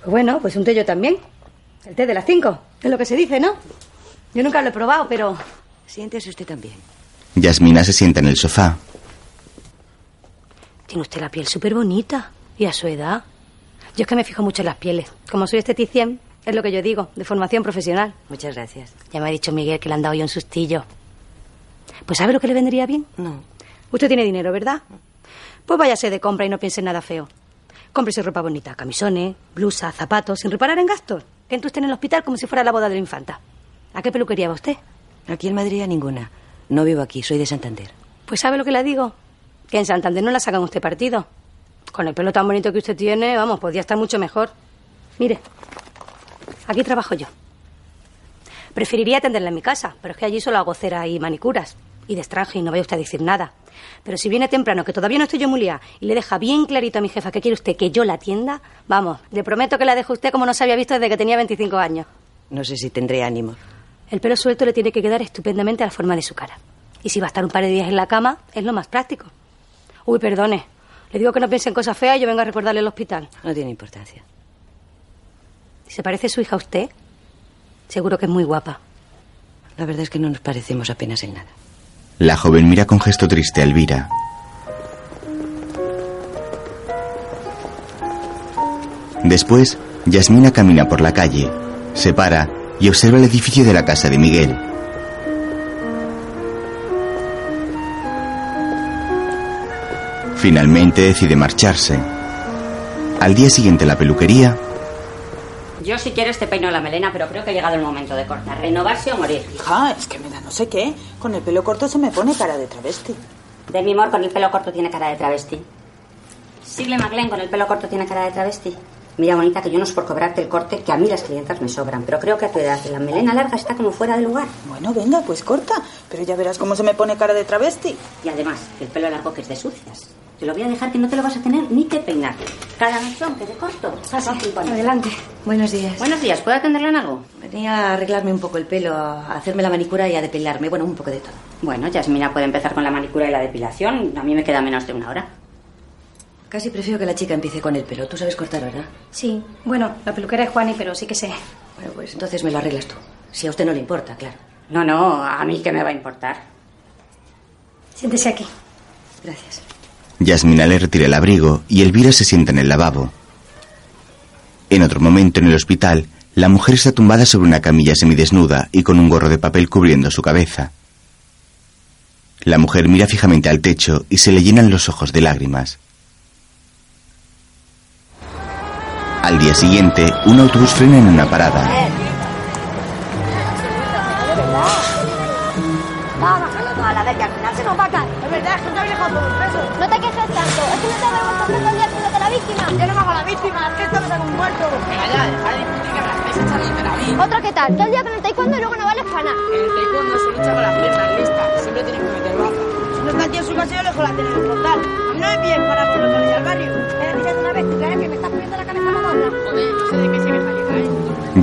Speaker 14: Pues bueno, pues un té yo también. El té de las cinco. Es lo que se dice, ¿no? Yo nunca lo he probado, pero...
Speaker 5: Siéntese usted también.
Speaker 1: Yasmina se sienta en el sofá.
Speaker 14: Tiene usted la piel súper bonita. Y a su edad. Yo es que me fijo mucho en las pieles. Como soy esteticien, es lo que yo digo, de formación profesional.
Speaker 5: Muchas gracias.
Speaker 14: Ya me ha dicho Miguel que le han dado yo un sustillo. Pues ¿sabe lo que le vendría bien?
Speaker 5: No.
Speaker 14: Usted tiene dinero, ¿verdad? Pues váyase de compra y no piense en nada feo. Cómprese ropa bonita, camisones, blusa, zapatos, sin reparar en gastos. Que entre usted en el hospital como si fuera la boda de la infanta. ¿A qué peluquería va usted?
Speaker 5: Aquí en Madrid a ninguna. No vivo aquí, soy de Santander.
Speaker 14: Pues ¿sabe lo que le digo? Que en Santander no la sacan a usted partido. Con el pelo tan bonito que usted tiene, vamos, podría estar mucho mejor. Mire, aquí trabajo yo. Preferiría atenderla en mi casa, pero es que allí solo hago cera y manicuras. Y de extranje, y no vaya usted a decir nada. Pero si viene temprano, que todavía no estoy yo muy liada, y le deja bien clarito a mi jefa que quiere usted que yo la atienda, vamos, le prometo que la dejo a usted como no se había visto desde que tenía 25 años.
Speaker 21: No sé si tendré ánimo.
Speaker 14: El pelo suelto le tiene que quedar estupendamente a la forma de su cara. Y si va a estar un par de días en la cama, es lo más práctico. Uy, perdone. Le digo que no piense en cosas feas y yo vengo a recordarle el hospital.
Speaker 21: No tiene importancia.
Speaker 14: ¿Se parece su hija a usted? Seguro que es muy guapa.
Speaker 21: La verdad es que no nos parecemos apenas en nada.
Speaker 1: La joven mira con gesto triste a Elvira. Después, Yasmina camina por la calle, se para y observa el edificio de la casa de Miguel. Finalmente decide marcharse. Al día siguiente en la peluquería,
Speaker 22: Yo si quieres te peino la melena, pero creo que ha llegado el momento de cortar. Renovarse o morir.
Speaker 21: Hija, es que me da no sé qué. Con el pelo corto se me pone cara de travesti.
Speaker 22: De mi amor con el pelo corto tiene cara de travesti. Sigle Maglen con el pelo corto tiene cara de travesti. Mira, bonita, que yo no es por cobrarte el corte, que a mí las clientas me sobran, pero creo que a tu edad la melena larga está como fuera de lugar.
Speaker 21: Bueno, venga, pues corta. Pero ya verás cómo se me pone cara de travesti.
Speaker 22: Y además, el pelo largo que es de sucias. Te lo voy a dejar que no te lo vas a tener ni que peinar. Cada mechón que de corto. pasa cinco años.
Speaker 21: Adelante. Ah, Buenos días.
Speaker 22: Buenos días, ¿puedo atenderla en algo?
Speaker 21: Venía a arreglarme un poco el pelo, a hacerme la manicura y a depilarme. Bueno, un poco de todo.
Speaker 22: Bueno, Yasmina puede empezar con la manicura y la depilación. A mí me queda menos de una hora.
Speaker 21: Casi prefiero que la chica empiece con el pelo. Tú sabes cortar, ¿verdad?
Speaker 23: Sí, bueno, la peluquera es Juani, pero sí que sé.
Speaker 21: Bueno, pues entonces me lo arreglas tú. Si a usted no le importa, claro.
Speaker 22: No, no, a mí que me va a importar.
Speaker 23: Siéntese aquí.
Speaker 21: Gracias.
Speaker 1: Yasmina le retira el abrigo y Elvira se sienta en el lavabo. En otro momento, en el hospital, la mujer está tumbada sobre una camilla semidesnuda y con un gorro de papel cubriendo su cabeza. La mujer mira fijamente al techo y se le llenan los ojos de lágrimas. Al día siguiente, un autobús frena en una parada.
Speaker 11: Vamos, a la vez que al final se nos va a caer. Es verdad, es que está bien lejos por un peso. No te quejes tanto, es que no te avergonzas todo el día haciéndote la víctima. Yo no me hago la víctima, es que esto me saca un muerto. Venga ya, deja de discutir que me la estáis echando de la vida. Otro que tal, todo el día con el taekwondo y luego no vales para nada. El taekwondo se lucha con las piernas listas, siempre tienes que meter baza. Si no está el tío en su casa, yo le dejo la tele frontal. A mí no me piden para por lo que al barrio. Eh, mira una vez, claro que me estás poniendo la cabeza madonna. Joder, no sé de qué se me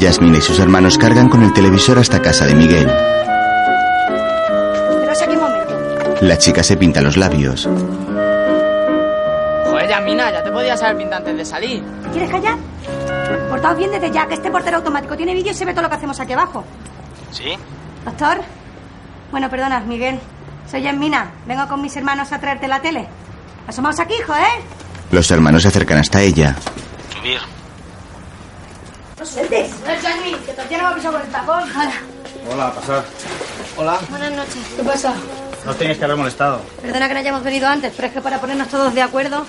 Speaker 1: Yasmina y sus hermanos cargan con el televisor hasta casa de Miguel.
Speaker 11: Pero sé aquí un momento.
Speaker 1: La chica se pinta los labios.
Speaker 16: Joder, Yamina, ya te podías haber pintado antes de salir.
Speaker 14: ¿Quieres callar? Portaos bien desde ya, que este portero automático tiene vídeo y se ve todo lo que hacemos aquí abajo.
Speaker 16: ¿Sí?
Speaker 14: Doctor. Bueno, perdona, Miguel. Soy Yasmina. Vengo con mis hermanos a traerte la tele. Asomaos aquí, hijo, ¿eh?
Speaker 1: Los hermanos se acercan hasta ella.
Speaker 11: No sueltes. No, Jasmine, que Tatiana me ha pisado con el tacón.
Speaker 4: Hola, pasar. Hola.
Speaker 14: Buenas noches. ¿Qué pasa?
Speaker 4: No tenéis que haber molestado.
Speaker 14: Perdona que no hayamos venido antes, pero es que para ponernos todos de acuerdo,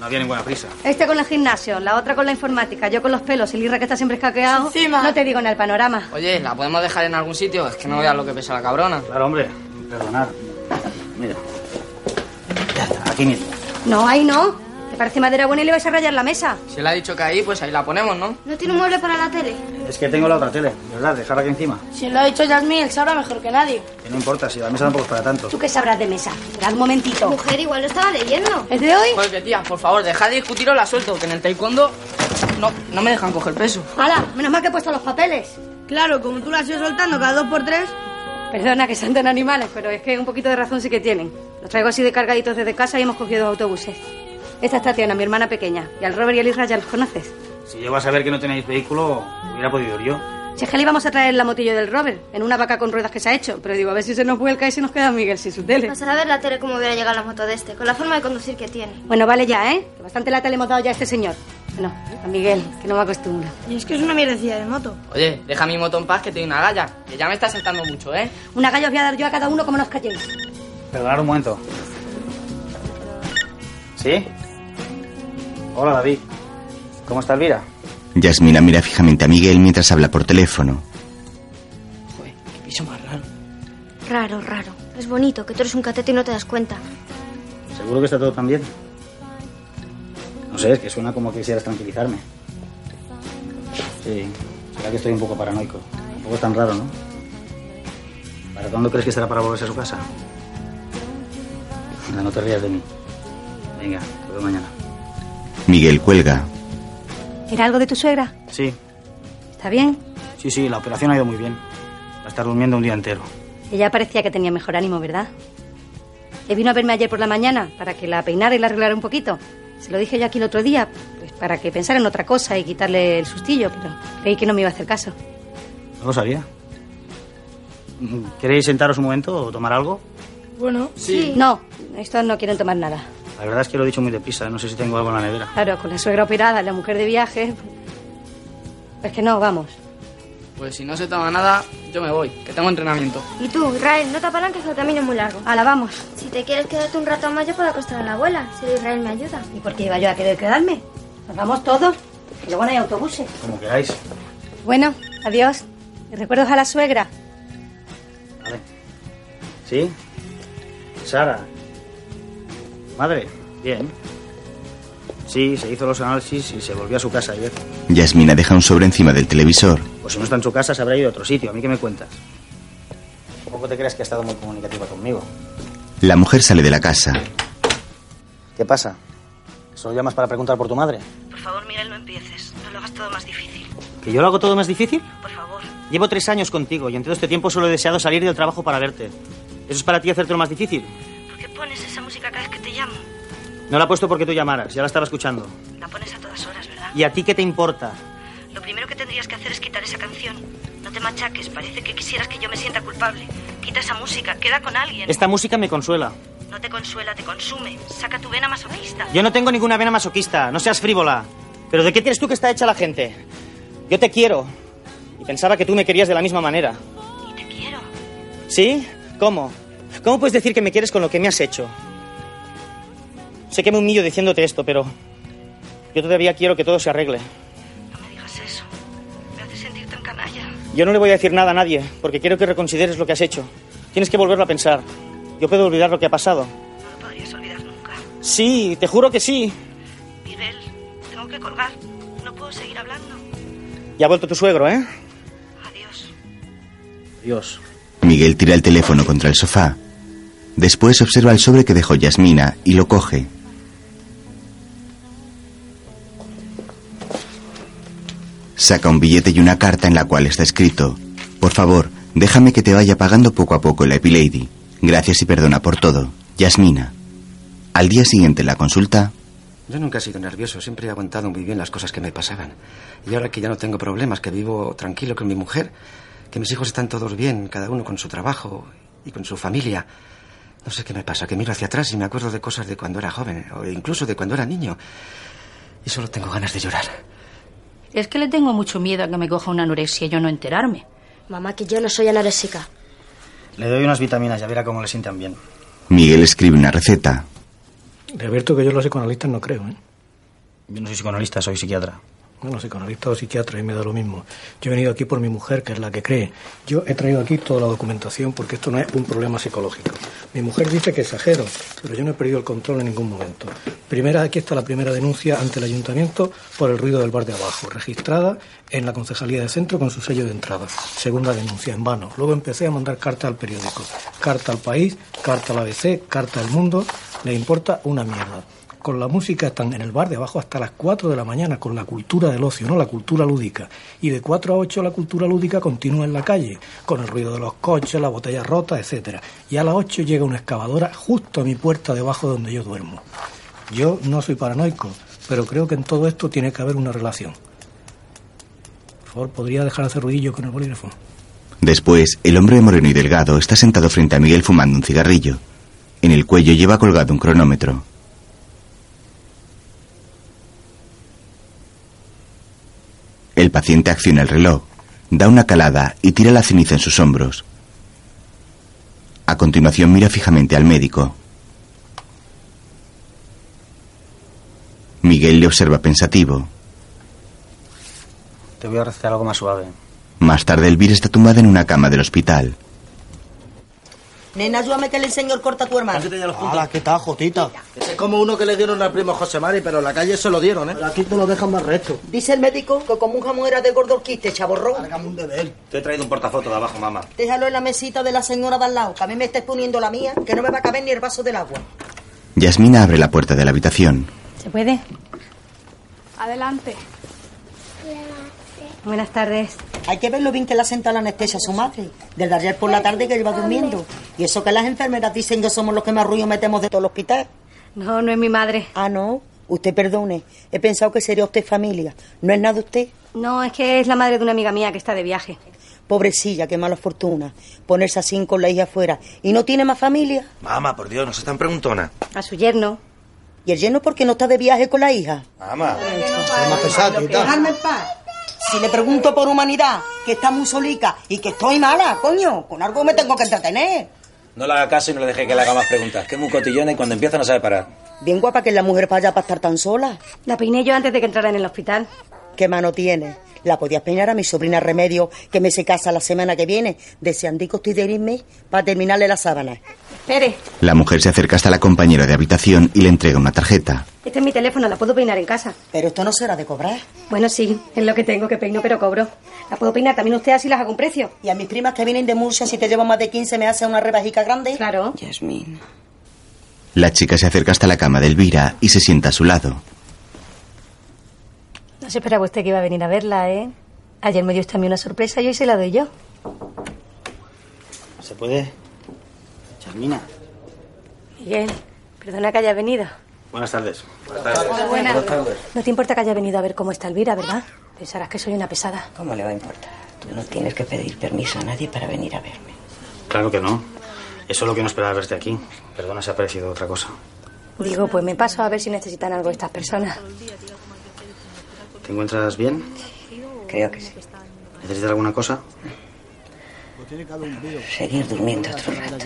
Speaker 4: No había ninguna prisa.
Speaker 14: este con el gimnasio, la otra con la informática, yo con los pelos, el Irra que está siempre escaqueado, no te digo en el panorama.
Speaker 16: Oye, ¿la podemos dejar en algún sitio? Es que no veas lo que pesa la cabrona.
Speaker 4: Claro, hombre. Perdonad. Mira. Ya está, aquí mismo.
Speaker 14: No, ahí no. ¿Te parece madera buena y le vais a rayar la mesa?
Speaker 16: Si le ha dicho que ahí, pues ahí la ponemos, ¿no?
Speaker 14: ¿No tiene un mueble para la tele?
Speaker 4: Es que tengo la otra tele, ¿verdad? Dejar aquí encima.
Speaker 14: Si lo ha dicho Yasmín, él sabrá mejor que nadie.
Speaker 4: Que no importa, si la mesa tampoco es para tanto.
Speaker 14: ¿Tú qué sabrás de mesa? Esperad un momentito. Mujer, igual lo estaba leyendo. ¿Es de hoy?
Speaker 16: Pues que tía, por favor, deja de discutir o la suelto, que en el taekwondo no, no me dejan coger peso.
Speaker 14: ¡Hala! Menos mal que he puesto los papeles. Claro, como tú las has ido soltando cada dos por tres. Perdona que sean tan animales, pero es que un poquito de razón sí que tienen. Los traigo así de cargaditos desde casa y hemos cogido dos autobuses. Esta es Tatiana, mi hermana pequeña. Y al Robert y al Isra ya los conoces.
Speaker 4: Si llego a saber que no tenéis vehículo, hubiera podido ir yo.
Speaker 14: Si es que le íbamos a traer la motillo del Robert, en una vaca con ruedas que se ha hecho. Pero digo, a ver si se nos vuelca y se nos queda Miguel sin su tele.
Speaker 3: Pasar a ver la tele cómo hubiera llegado la moto de este, con la forma de conducir que tiene.
Speaker 14: Bueno, vale ya, ¿eh? Que bastante lata le hemos dado ya a este señor. Bueno, a Miguel, que no me acostumbro.
Speaker 3: Y es que es una mierdecilla de moto.
Speaker 16: Oye, deja mi moto en paz que te doy una galla, que ya me está sentando mucho, ¿eh?
Speaker 14: Una galla os voy a dar yo a cada uno como nos calléis.
Speaker 4: Perdonad un momento. ¿Sí? Hola, David. ¿Cómo está Elvira?
Speaker 1: Yasmina mira fijamente a Miguel mientras habla por teléfono.
Speaker 16: Qué piso más raro.
Speaker 3: Raro, raro. Es bonito, que tú eres un catete y no te das cuenta.
Speaker 4: ¿Seguro que está todo tan bien? No sé, es que suena como que quisieras tranquilizarme. Sí, será que estoy un poco paranoico. Tampoco es tan raro, ¿no? ¿Para cuándo crees que será para volverse a su casa? Anda, no te rías de mí. Venga, te veo mañana.
Speaker 1: Miguel cuelga.
Speaker 14: ¿Era algo de tu suegra?
Speaker 4: Sí,
Speaker 14: ¿Está bien?
Speaker 4: sí, sí, la operación ha ido muy bien. Va a estar durmiendo un día entero.
Speaker 14: Ella parecía que tenía mejor ánimo, ¿verdad? Que vino a verme ayer por la mañana para que la peinara y la arreglara un poquito. Se lo dije yo aquí el otro día, pues para que pensara en otra cosa y quitarle el sustillo, pero creí que no me iba a hacer caso.
Speaker 4: No lo sabía. ¿Queréis sentaros un momento o tomar algo?
Speaker 14: Bueno, sí. No, estos no quieren tomar nada.
Speaker 4: La verdad es que lo he dicho muy deprisa. No sé si tengo algo en la nevera.
Speaker 14: Claro, con la suegra operada, la mujer de viaje. Es que no, vamos.
Speaker 16: Pues si no se toma nada, yo me voy, que tengo entrenamiento.
Speaker 3: Y tú, Israel, no te apalanques, el camino es muy largo.
Speaker 14: Ala, vamos.
Speaker 3: Si te quieres quedarte un rato más, yo puedo acostar a la abuela, si Israel me ayuda.
Speaker 14: ¿Y por qué iba yo a querer quedarme? Nos vamos todos. Y luego no hay autobuses.
Speaker 4: Como queráis.
Speaker 14: Bueno, adiós. ¿Y ¿Recuerdos a la suegra?
Speaker 4: ¿Sí? Sara. Madre, bien. Sí, se hizo los análisis y se volvió a su casa ayer.
Speaker 1: Yasmina deja un sobre encima del televisor.
Speaker 4: Pues si no está en su casa, se habrá ido a otro sitio. ¿A mí qué me cuentas? Tampoco te creas que ha estado muy comunicativa conmigo.
Speaker 1: La mujer sale de la casa.
Speaker 4: ¿Qué pasa? ¿Solo llamas para preguntar por tu madre?
Speaker 14: Por favor, Miguel, no empieces. No lo hagas todo más difícil.
Speaker 4: ¿Que yo lo hago todo más difícil?
Speaker 14: Por favor.
Speaker 4: Llevo tres años contigo y en todo este tiempo solo he deseado salir del trabajo para verte. ¿Eso es para ti hacértelo más difícil?
Speaker 14: ¿Por qué pones esa música cada vez que te llamo?
Speaker 4: No la he puesto porque tú llamaras, ya la estaba escuchando.
Speaker 14: La pones a todas horas, ¿verdad?
Speaker 4: ¿Y a ti qué te importa?
Speaker 14: Lo primero que tendrías que hacer es quitar esa canción. No te machaques, parece que quisieras que yo me sienta culpable. Quita esa música, queda con alguien.
Speaker 4: Esta música me consuela.
Speaker 14: No te consuela, te consume. Saca tu vena masoquista.
Speaker 4: Yo no tengo ninguna vena masoquista, no seas frívola. Pero ¿de qué tienes tú que está hecha la gente? Yo te quiero. Y pensaba que tú me querías de la misma manera.
Speaker 14: Y te quiero.
Speaker 4: ¿Sí? ¿Cómo? ¿Cómo puedes decir que me quieres con lo que me has hecho? Sé que me humillo diciéndote esto, pero yo todavía quiero que todo se arregle.
Speaker 14: No digas eso. Me hace sentir tan canalla.
Speaker 4: Yo no le voy a decir nada a nadie, porque quiero que reconsideres lo que has hecho. Tienes que volverlo a pensar. Yo puedo olvidar lo que ha pasado.
Speaker 14: No lo podrías olvidar nunca.
Speaker 4: Sí, te juro que sí.
Speaker 14: Miguel, tengo que colgar. No puedo seguir hablando.
Speaker 4: Ya ha vuelto tu suegro, ¿eh?
Speaker 14: Adiós.
Speaker 4: Dios.
Speaker 1: Miguel tira el teléfono contra el sofá. Después observa el sobre que dejó Yasmina y lo coge. Saca un billete y una carta en la cual está escrito: Por favor, déjame que te vaya pagando poco a poco la Epilady. Gracias y perdona por todo. Yasmina. Al día siguiente en la consulta,
Speaker 24: Yo nunca he sido nervioso, siempre he aguantado muy bien las cosas que me pasaban. Y ahora que ya no tengo problemas, que vivo tranquilo con mi mujer, que mis hijos están todos bien, cada uno con su trabajo y con su familia. No sé qué me pasa, que miro hacia atrás y me acuerdo de cosas de cuando era joven, o incluso de cuando era niño. Y solo tengo ganas de llorar.
Speaker 9: Es que le tengo mucho miedo a que me coja una anorexia y yo no enterarme.
Speaker 3: Mamá, que yo no soy anoréxica.
Speaker 4: Le doy unas vitaminas, ya verá cómo le sientan bien.
Speaker 1: Miguel escribe una receta.
Speaker 4: Alberto, que yo los psicoanalistas no creo, ¿eh? Yo no soy psicoanalista, soy psiquiatra.
Speaker 25: Bueno, psicoanalista o psiquiatra, y me da lo mismo. Yo he venido aquí por mi mujer, que es la que cree. Yo he traído aquí toda la documentación porque esto no es un problema psicológico. Mi mujer dice que exagero, pero yo no he perdido el control en ningún momento. Primera, aquí está la primera denuncia ante el ayuntamiento por el ruido del bar de abajo, registrada en la concejalía de centro con su sello de entrada. Segunda denuncia, en vano. Luego empecé a mandar carta al periódico, carta al país, carta al ABC, carta al mundo. Le importa una mierda con la música están en el bar de abajo hasta las 4 de la mañana, con la cultura del ocio, ¿no? La cultura lúdica. Y de 4 a 8 la cultura lúdica continúa en la calle, con el ruido de los coches, las botellas rotas, etcétera. Y a las 8 llega una excavadora justo a mi puerta debajo donde yo duermo. Yo no soy paranoico, pero creo que en todo esto tiene que haber una relación. Por favor, ¿podría dejar de hacer ruidillo con el bolígrafo?
Speaker 1: Después, el hombre moreno y delgado está sentado frente a Miguel fumando un cigarrillo. En el cuello lleva colgado un cronómetro. El paciente acciona el reloj, da una calada y tira la ceniza en sus hombros. A continuación mira fijamente al médico. Miguel le observa pensativo.
Speaker 4: Te voy a recetar algo más suave.
Speaker 1: Más tarde Elvira está tumbada en una cama del hospital.
Speaker 26: Nena, ayúdame que le enseño el corte a tu hermano.
Speaker 4: ¡Hala, qué tajo, tita! Ese es como uno que le dieron al primo José Mari, pero en la calle se lo dieron, ¿eh? Pero aquí te lo dejan más recto.
Speaker 26: Dice el médico que como un jamón era de gordo quiste, chaborrón.
Speaker 10: Te he traído un portafoto de abajo, mamá.
Speaker 26: Déjalo en la mesita de la señora de al lado, que a mí me estés poniendo la mía, que no me va a caber ni el vaso del agua.
Speaker 1: Yasmina abre la puerta de la habitación.
Speaker 14: ¿Se puede?
Speaker 23: Adelante.
Speaker 26: Buenas tardes. Hay que ver lo bien que la ha sentado la anestesia a su madre. Desde ayer por la tarde que lleva durmiendo. Y eso que las enfermeras dicen que somos los que más ruido metemos de todo el hospital.
Speaker 14: No, no es mi madre.
Speaker 26: Ah, no. Usted perdone. He pensado que sería usted familia. ¿No es nada usted?
Speaker 14: No, es que es la madre de una amiga mía que está de viaje.
Speaker 26: Pobrecilla, qué mala fortuna. Ponerse así con la hija afuera. ¿Y no tiene más familia?
Speaker 10: Mamá, por Dios, nos están preguntona.
Speaker 14: A su yerno.
Speaker 26: ¿Y el yerno por qué no está de viaje con la hija?
Speaker 10: Mamá.
Speaker 26: más Dejarme en paz. Si le pregunto por humanidad, que está muy solica y que estoy mala, coño, con algo me tengo que entretener.
Speaker 10: No le haga caso y no le deje que le haga más preguntas. Que es muy cotillona y cuando empieza no sabe parar.
Speaker 26: Bien guapa que es la mujer para allá para estar tan sola.
Speaker 14: La peiné yo antes de que entrara en el hospital.
Speaker 26: ¿Qué mano tiene? La podías peinar a mi sobrina Remedio, que me se casa la semana que viene, deseando estoy de irme para terminarle la sábana.
Speaker 14: Espere,
Speaker 1: La mujer se acerca hasta la compañera de habitación y le entrega una tarjeta.
Speaker 14: este es mi teléfono, la puedo peinar en casa.
Speaker 26: Pero esto no será de cobrar.
Speaker 14: Bueno, sí, es lo que tengo que peino, pero cobro. La puedo peinar también usted así las hago un precio.
Speaker 26: Y a mis primas que vienen de Murcia, si te llevo más de 15, me hace una rebajica grande.
Speaker 14: Claro.
Speaker 26: Yasmín.
Speaker 1: La chica se acerca hasta la cama de Elvira y se sienta a su lado.
Speaker 14: No se esperaba usted que iba a venir a verla, ¿eh? Ayer me dio usted a mí una sorpresa y hoy se la doy yo.
Speaker 4: ¿Se puede? Yasmina.
Speaker 14: Miguel, perdona que haya venido.
Speaker 10: Buenas tardes. Buenas
Speaker 14: Hola, buenas. Buenas tardes. No te importa que haya venido a ver cómo está Elvira, ¿verdad? Pensarás que soy una pesada.
Speaker 26: ¿Cómo le va a importar? Tú no tienes que pedir permiso a nadie para venir a verme.
Speaker 4: Claro que no. Eso es lo que no esperaba verte aquí. Perdona si ha parecido otra cosa.
Speaker 14: Digo, pues me paso a ver si necesitan algo estas personas.
Speaker 4: ¿Te encuentras bien?
Speaker 26: Creo que sí.
Speaker 4: ¿Necesitas alguna cosa?
Speaker 26: Seguir durmiendo otro rato.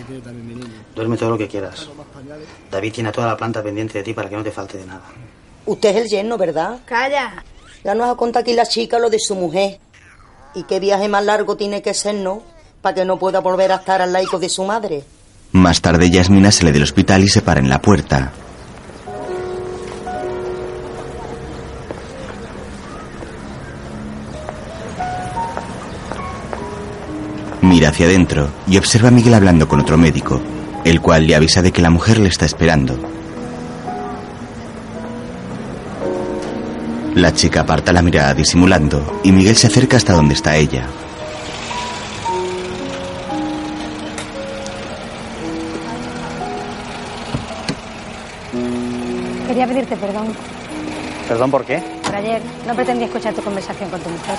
Speaker 4: Duerme todo lo que quieras. David tiene a toda la planta pendiente de ti para que no te falte de nada.
Speaker 26: Usted es el yerno, ¿verdad? Calla. Ya nos ha contado aquí la chica lo de su mujer. ¿Y qué viaje más largo tiene que ser, no? Para que no pueda volver a estar al laico de su madre.
Speaker 1: Más tarde, Yasmina sale del hospital y se para en la puerta. Mira hacia adentro y observa a Miguel hablando con otro médico, el cual le avisa de que la mujer le está esperando. La chica aparta la mirada disimulando y Miguel se acerca hasta donde está ella.
Speaker 14: Quería pedirte perdón
Speaker 4: ¿Perdón por qué?
Speaker 14: por ayer. No pretendía escuchar tu conversación con tu mujer.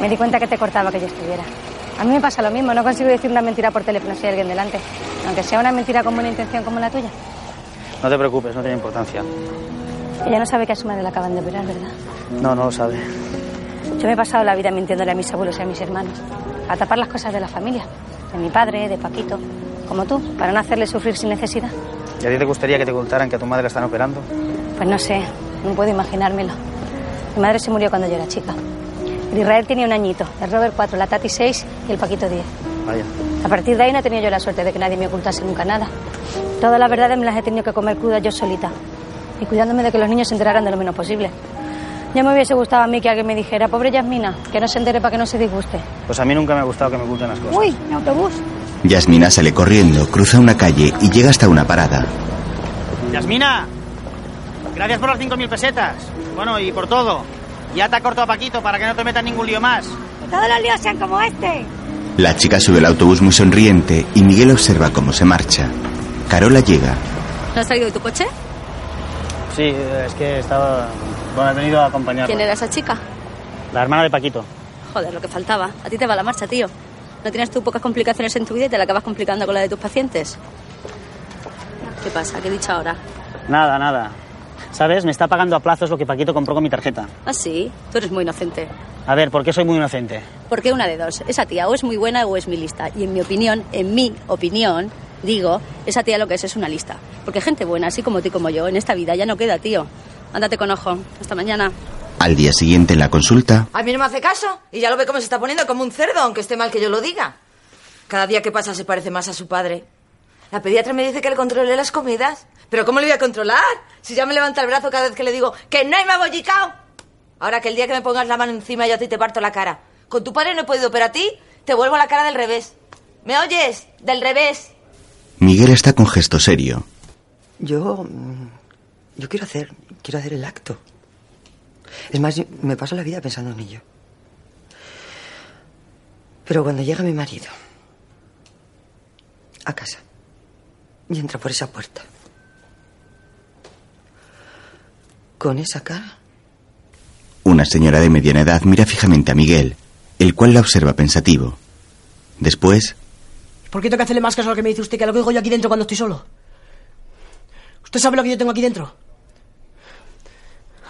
Speaker 14: Me di cuenta que te cortaba que yo estuviera. A mí me pasa lo mismo, no consigo decir una mentira por teléfono si hay alguien delante. Aunque sea una mentira con buena intención como la tuya.
Speaker 4: No te preocupes, no tiene importancia.
Speaker 14: Ella no sabe que a su madre la acaban de operar, ¿verdad?
Speaker 4: No, no lo sabe.
Speaker 14: Yo me he pasado la vida mintiéndole a mis abuelos y a mis hermanos, a tapar las cosas de la familia, de mi padre, de Paquito, como tú, para no hacerle sufrir sin necesidad.
Speaker 4: ¿Y a ti te gustaría que te contaran que a tu madre la están operando?
Speaker 14: Pues no sé, no puedo imaginármelo. Mi madre se murió cuando yo era chica. El Israel tenía un añito, el Robert cuatro, la Tati seis y el Paquito diez.
Speaker 4: Vaya.
Speaker 14: A partir de ahí no he tenido yo la suerte de que nadie me ocultase nunca nada. Todas las verdades me las he tenido que comer crudas yo solita y cuidándome de que los niños se enteraran de lo menos posible. Ya me hubiese gustado a mí que alguien me dijera, pobre Yasmina, que no se entere para que no se disguste.
Speaker 4: Pues a mí nunca me ha gustado que me oculten las cosas.
Speaker 14: Uy, mi autobús.
Speaker 1: Yasmina sale corriendo, cruza una calle y llega hasta una parada.
Speaker 2: Yasmina, gracias por las 5.000 pesetas. Bueno, y por todo. Ya te ha cortado Paquito para que no te metas ningún lío más.
Speaker 11: Todos los líos sean como este.
Speaker 1: La chica sube al autobús muy sonriente y Miguel observa cómo se marcha. Carola llega.
Speaker 27: ¿No has traído tu coche?
Speaker 4: Sí, es que estaba... Bueno, he venido a acompañarla.
Speaker 27: ¿Quién era esa chica?
Speaker 4: La hermana de Paquito.
Speaker 27: Joder, lo que faltaba. A ti te va la marcha, tío. ¿No tienes tú pocas complicaciones en tu vida y te la acabas complicando con la de tus pacientes? ¿Qué pasa? ¿Qué he dicho ahora?
Speaker 28: Nada, nada. ¿Sabes? Me está pagando a plazos lo que Paquito compró con mi tarjeta.
Speaker 27: Ah, sí. Tú eres muy inocente.
Speaker 28: A ver, ¿por qué soy muy inocente?
Speaker 27: Porque una de dos. Esa tía o es muy buena o es mi lista. Y en mi opinión, en mi opinión, digo, esa tía lo que es es una lista. Porque gente buena, así como tú y como yo, en esta vida ya no queda, tío. Ándate con ojo. Hasta mañana.
Speaker 1: Al día siguiente en la consulta,
Speaker 27: A mí no me hace caso.
Speaker 26: Y ya lo ve cómo se está poniendo como un cerdo, aunque esté mal que yo lo diga. Cada día que pasa se parece más a su padre.
Speaker 29: La pediatra me dice que le controle las comidas. ¿Pero cómo le voy a controlar? Si ya me levanta el brazo cada vez que le digo que no me bollicao. Ahora que el día que me pongas la mano encima yo a ti te parto la cara. Con tu padre no he podido, pero a ti te vuelvo la cara del revés. ¿Me oyes? Del revés.
Speaker 1: Miguel está con gesto serio.
Speaker 30: Yo. mm, Yo quiero hacer. Quiero hacer el acto. Es más, yo- me paso la vida pensando en ello. Pero cuando llega mi marido. A casa. Y entra por esa puerta. Con esa cara.
Speaker 1: Una señora de mediana edad mira fijamente a Miguel, el cual la observa pensativo. Después,
Speaker 24: ¿Por qué tengo que hacerle más caso a lo que me dice usted que a lo que digo yo aquí dentro cuando estoy solo? ¿Usted sabe lo que yo tengo aquí dentro?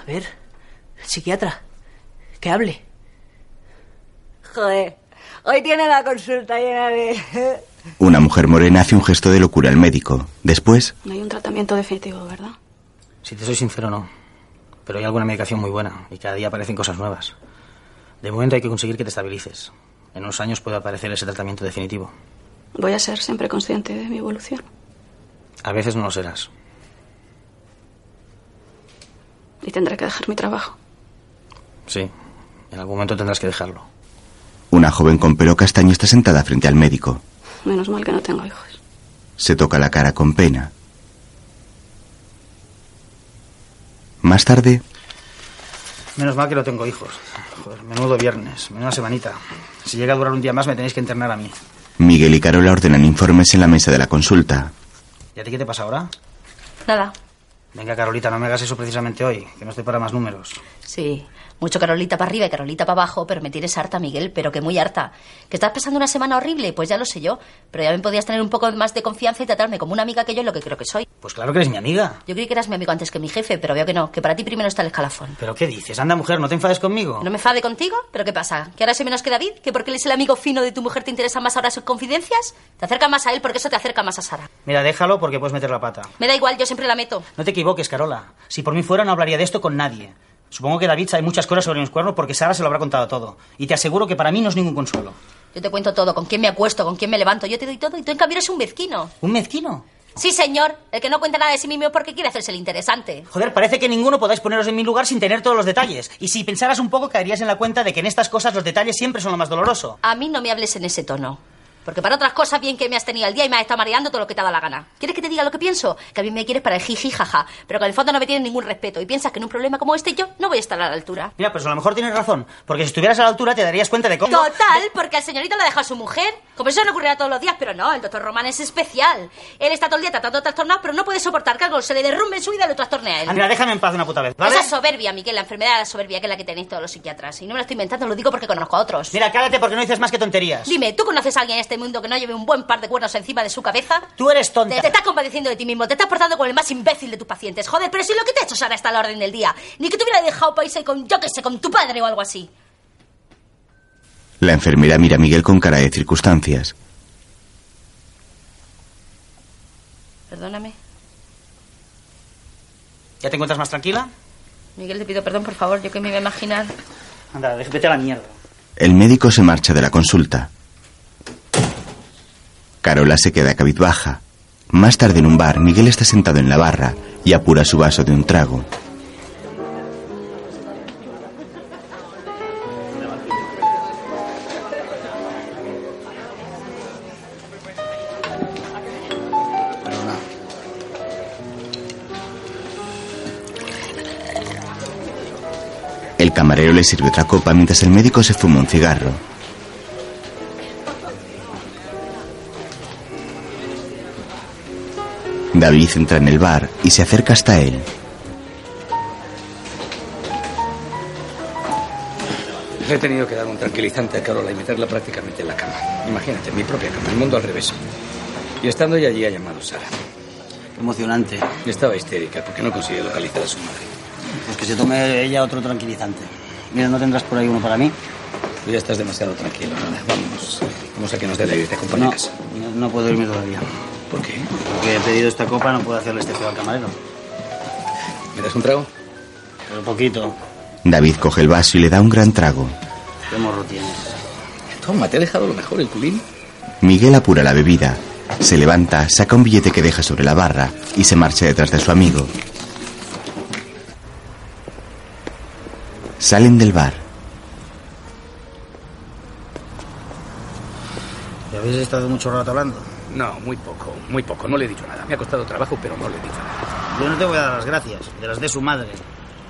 Speaker 24: A ver, psiquiatra, que hable.
Speaker 13: Joder, hoy tiene la consulta llena de...
Speaker 1: una mujer morena hace un gesto de locura al médico. Después,
Speaker 13: No hay un tratamiento definitivo, ¿verdad?
Speaker 4: Si te soy sincero, no. Pero hay alguna medicación muy buena y cada día aparecen cosas nuevas. De momento hay que conseguir que te estabilices. En unos años puede aparecer ese tratamiento definitivo.
Speaker 13: Voy a ser siempre consciente de mi evolución.
Speaker 4: A veces no lo serás.
Speaker 13: Y tendré que dejar mi trabajo.
Speaker 4: Sí. En algún momento tendrás que dejarlo.
Speaker 1: una joven con pelo castaño está sentada frente al médico.
Speaker 13: Menos mal que no tengo hijos.
Speaker 1: Se toca la cara con pena. Más tarde,
Speaker 4: Menos mal que no tengo hijos. Joder, menudo viernes, menuda semanita. Si llega a durar un día más me tenéis que internar a mí.
Speaker 1: Miguel y Carola ordenan informes en la mesa de la consulta.
Speaker 4: ¿Y a ti qué te pasa ahora?
Speaker 31: Nada.
Speaker 4: Venga, Carolita, no me hagas eso precisamente hoy, que no estoy para más números.
Speaker 9: Sí, mucho Carolita para arriba y Carolita para abajo, pero me tienes harta, Miguel, pero que muy harta. ¿Que estás pasando una semana horrible? Pues ya lo sé yo, pero ya me podías tener un poco más de confianza y tratarme como una amiga que yo es lo que creo que soy.
Speaker 4: Pues claro que eres mi amiga.
Speaker 9: Yo creí que eras mi amigo antes que mi jefe, pero veo que no, que para ti primero está el escalafón.
Speaker 4: ¿Pero qué dices? Anda, mujer, no te enfades conmigo.
Speaker 9: ¿No me fade contigo? ¿Pero qué pasa? ¿Que ahora soy menos que David? ¿Que porque él es el amigo fino de tu mujer te interesan más ahora sus confidencias? Te acercas más a él porque eso te acerca más a Sara.
Speaker 4: Mira, déjalo porque puedes meter la pata.
Speaker 9: Me da igual, yo siempre la meto.
Speaker 4: No te equivoques, Carola. Si por mí fuera, no hablaría de esto con nadie. Supongo que David sabe muchas cosas sobre mis cuernos porque Sara se lo habrá contado todo. Y te aseguro que para mí no es ningún consuelo.
Speaker 9: Yo te cuento todo, con quién me acuesto, con quién me levanto, yo te doy todo y tú en cambio eres un mezquino.
Speaker 4: ¿Un mezquino?
Speaker 9: Sí, señor, el que no cuenta nada de sí mismo porque quiere hacerse el interesante.
Speaker 4: Joder, parece que ninguno podáis poneros en mi lugar sin tener todos los detalles. Y si pensaras un poco, caerías en la cuenta de que en estas cosas los detalles siempre son lo más doloroso.
Speaker 9: A mí no me hables en ese tono. Porque para otras cosas, bien que me has tenido el día y me has estado mareando todo lo que te ha dado la gana. ¿Quieres que te diga lo que pienso? Que a mí me quieres para el jiji jaja, pero que en el fondo no me tienes ningún respeto y piensas que en un problema como este yo no voy a estar a la altura.
Speaker 4: Mira, pues a lo mejor tienes razón, porque si estuvieras a la altura te darías cuenta de cómo...
Speaker 9: Total, porque al señorito le ha dejado a su mujer. Como eso no ocurrirá todos los días, pero no, el doctor Román es especial. Él está todo el día tratando trastornados, pero no puede soportar que algo se le derrumbe en su vida y lo trastorne a él.
Speaker 4: Ah, Mira, déjame en paz de una puta vez, ¿vale?
Speaker 9: Esa soberbia, Miguel, la enfermedad de la soberbia que es la que tenéis todos los psiquiatras. Y no me lo estoy inventando, lo digo porque conozco a otros.
Speaker 4: Mira, cállate porque no dices más que tonterías.
Speaker 9: Dime, ¿tú conoces a alguien en este mundo que no lleve un buen par de cuernos encima de su cabeza?
Speaker 4: Tú eres tonta.
Speaker 9: Te, te estás compadeciendo de ti mismo, te estás portando con el más imbécil de tus pacientes. Joder, pero si lo que te he hecho Sara está a la orden del día. Ni que te hubiera dejado para irse con, yo que sé, con tu padre o algo así.
Speaker 1: La enfermera mira a Miguel con cara de circunstancias.
Speaker 9: Perdóname.
Speaker 4: ¿Ya te encuentras más tranquila?
Speaker 9: Miguel, te pido perdón, por favor, yo que me iba a imaginar.
Speaker 4: Anda, dej- vete a la mierda.
Speaker 1: El médico se marcha de la consulta. Carola se queda cabizbaja. Más tarde en un bar, Miguel está sentado en la barra y apura su vaso de un trago. El camarero le sirve otra copa mientras el médico se fuma un cigarro. David entra en el bar y se acerca hasta él.
Speaker 10: Le he tenido que dar un tranquilizante a Carola y meterla prácticamente en la cama. Imagínate, en mi propia cama, el mundo al revés. Y estando ya allí ha llamado Sara.
Speaker 4: Emocionante.
Speaker 10: Estaba histérica porque no consigue localizar a su madre.
Speaker 4: Pues que se tome ella otro tranquilizante. Mira, ¿no tendrás por ahí uno para mí?
Speaker 10: Tú ya estás demasiado tranquilo, nada. Vamos. Vamos a que nos dé la idea, te acompaño
Speaker 4: No,
Speaker 10: a casa.
Speaker 4: no, no puedo irme todavía.
Speaker 10: ¿Por qué?
Speaker 4: Porque he pedido esta copa, no puedo hacerle este feo al camarero.
Speaker 10: ¿Me das un trago?
Speaker 4: Pero poquito.
Speaker 1: David coge el vaso y le da un gran trago.
Speaker 4: ¿Qué morro tienes?
Speaker 10: Toma, te ha dejado lo mejor el culín.
Speaker 1: Miguel apura la bebida. Se levanta, saca un billete que deja sobre la barra y se marcha detrás de su amigo. Salen del bar.
Speaker 4: ¿Y habéis estado mucho rato hablando?
Speaker 10: No, muy poco, muy poco. No le he dicho nada. Me ha costado trabajo, pero no le he dicho nada.
Speaker 4: Yo no te voy a dar las gracias, te las de su madre.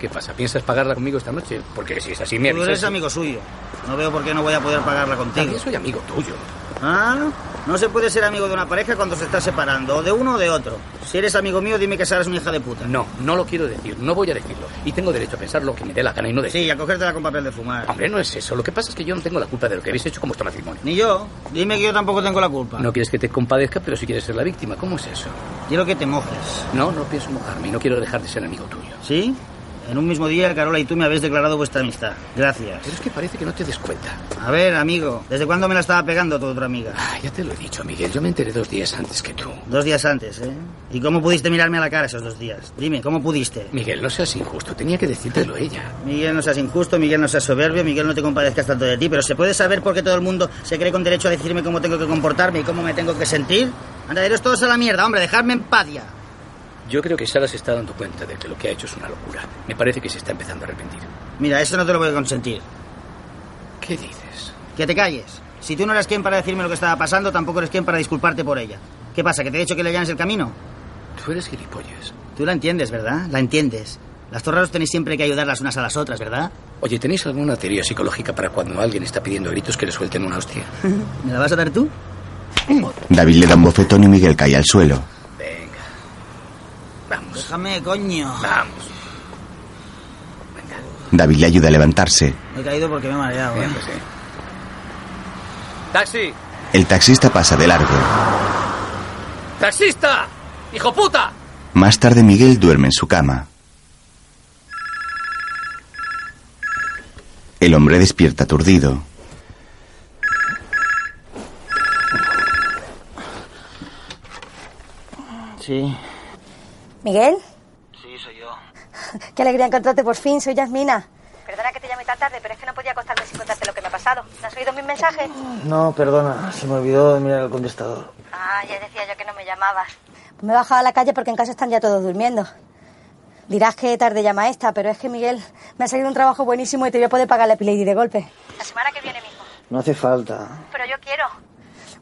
Speaker 10: ¿Qué pasa? ¿Piensas pagarla conmigo esta noche? Porque si es así, me
Speaker 4: Tú
Speaker 10: avisas.
Speaker 4: eres amigo suyo. No veo por qué no voy a poder pagarla contigo.
Speaker 10: También soy amigo tuyo.
Speaker 4: Ah, no se puede ser amigo de una pareja cuando se está separando, o de uno o de otro. Si eres amigo mío, dime que Sara es mi hija de puta.
Speaker 10: No, no lo quiero decir, no voy a decirlo. Y tengo derecho a pensar lo que me dé la gana y no decir.
Speaker 4: Sí, a cogértela con papel de fumar.
Speaker 10: Hombre, no es eso. Lo que pasa es que yo no tengo la culpa de lo que habéis hecho con vuestro matrimonio.
Speaker 4: Ni yo. Dime que yo tampoco tengo la culpa.
Speaker 10: No quieres que te compadezca, pero si quieres ser la víctima, ¿cómo es eso?
Speaker 4: Quiero que te mojes.
Speaker 10: No, no pienso mojarme y no quiero dejar de ser amigo tuyo.
Speaker 4: ¿Sí? En un mismo día, Carola y tú me habéis declarado vuestra amistad. Gracias.
Speaker 10: Pero es que parece que no te des cuenta.
Speaker 4: A ver, amigo, ¿desde cuándo me la estaba pegando tu otra amiga?
Speaker 10: Ah, ya te lo he dicho, Miguel. Yo me enteré dos días antes que tú.
Speaker 4: Dos días antes, ¿eh? ¿Y cómo pudiste mirarme a la cara esos dos días? Dime, ¿cómo pudiste?
Speaker 10: Miguel, no seas injusto. Tenía que decírtelo ella.
Speaker 4: Miguel, no seas injusto, Miguel, no seas soberbio, Miguel, no te compadezcas tanto de ti, pero ¿se puede saber por qué todo el mundo se cree con derecho a decirme cómo tengo que comportarme y cómo me tengo que sentir? Andaderos todos a la mierda, hombre, dejadme en paz ya.
Speaker 10: Yo creo que Sara se está dando cuenta de que lo que ha hecho es una locura. Me parece que se está empezando a arrepentir.
Speaker 4: Mira, eso no te lo voy a consentir.
Speaker 10: ¿Qué dices?
Speaker 4: Que te calles. Si tú no eres quien para decirme lo que estaba pasando, tampoco eres quien para disculparte por ella. ¿Qué pasa? ¿Que te he dicho que le allanes el camino?
Speaker 10: Tú eres gilipollas.
Speaker 4: Tú la entiendes, ¿verdad? La entiendes. Las torraros tenéis siempre que ayudar las unas a las otras, ¿verdad?
Speaker 10: Oye, ¿tenéis alguna teoría psicológica para cuando alguien está pidiendo a gritos que le suelten una hostia?
Speaker 4: ¿Me la vas a dar tú?
Speaker 1: David le da un bofetón y Miguel cae al suelo.
Speaker 4: Vamos. Déjame, coño.
Speaker 10: Vamos.
Speaker 1: David le ayuda a levantarse.
Speaker 4: Me he caído porque me he mareado, ¿eh?
Speaker 10: ¡Taxi!
Speaker 1: El taxista pasa de largo.
Speaker 10: ¡Taxista! ¡Hijo puta!
Speaker 1: Más tarde Miguel duerme en su cama. El hombre despierta aturdido.
Speaker 4: Sí.
Speaker 14: ¿Miguel?
Speaker 4: Sí, soy yo.
Speaker 14: Qué alegría encontrarte por fin, soy Yasmina.
Speaker 23: Perdona que te llame tan tarde, pero es que no podía acostarme sin contarte lo que me ha pasado. ¿No has oído mis mensajes?
Speaker 4: No, perdona, se me olvidó de mirar el contestador.
Speaker 23: Ah, ya decía yo que no me llamabas. me he bajado a la calle porque en casa están ya todos durmiendo. Dirás que tarde llama esta, pero es que Miguel me ha salido un trabajo buenísimo y te voy a poder pagar la Lady de golpe. La semana que viene mismo.
Speaker 4: No hace falta.
Speaker 23: Pero yo quiero.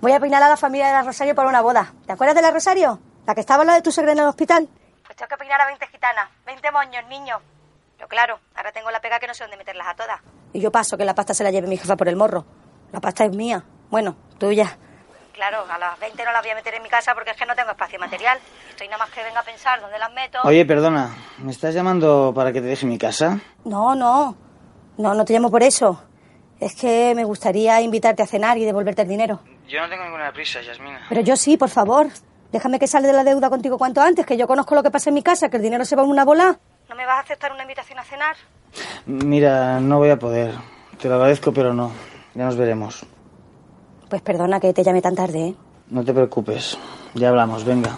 Speaker 23: Voy a peinar a la familia de la Rosario para una boda. ¿Te acuerdas de la Rosario? La que estaba al lado de tu suegra en el hospital. Pues tengo que peinar a 20 gitanas, 20 moños, niño. Pero claro, ahora tengo la pega que no sé dónde meterlas a todas. Y yo paso que la pasta se la lleve mi jefa por el morro. La pasta es mía. Bueno, tuya. Claro, a las 20 no las voy a meter en mi casa porque es que no tengo espacio material. Estoy nada más que venga a pensar dónde las meto.
Speaker 4: Oye, perdona, ¿me estás llamando para que te deje mi casa?
Speaker 14: No, no. No, no te llamo por eso. Es que me gustaría invitarte a cenar y devolverte el dinero.
Speaker 4: Yo no tengo ninguna prisa, Yasmina.
Speaker 14: Pero yo sí, por favor. Déjame que salga de la deuda contigo cuanto antes, que yo conozco lo que pasa en mi casa, que el dinero se va en una bola. ¿No me vas a aceptar una invitación a cenar?
Speaker 4: Mira, no voy a poder. Te lo agradezco, pero no. Ya nos veremos.
Speaker 14: Pues perdona que te llame tan tarde, ¿eh?
Speaker 4: No te preocupes. Ya hablamos, venga.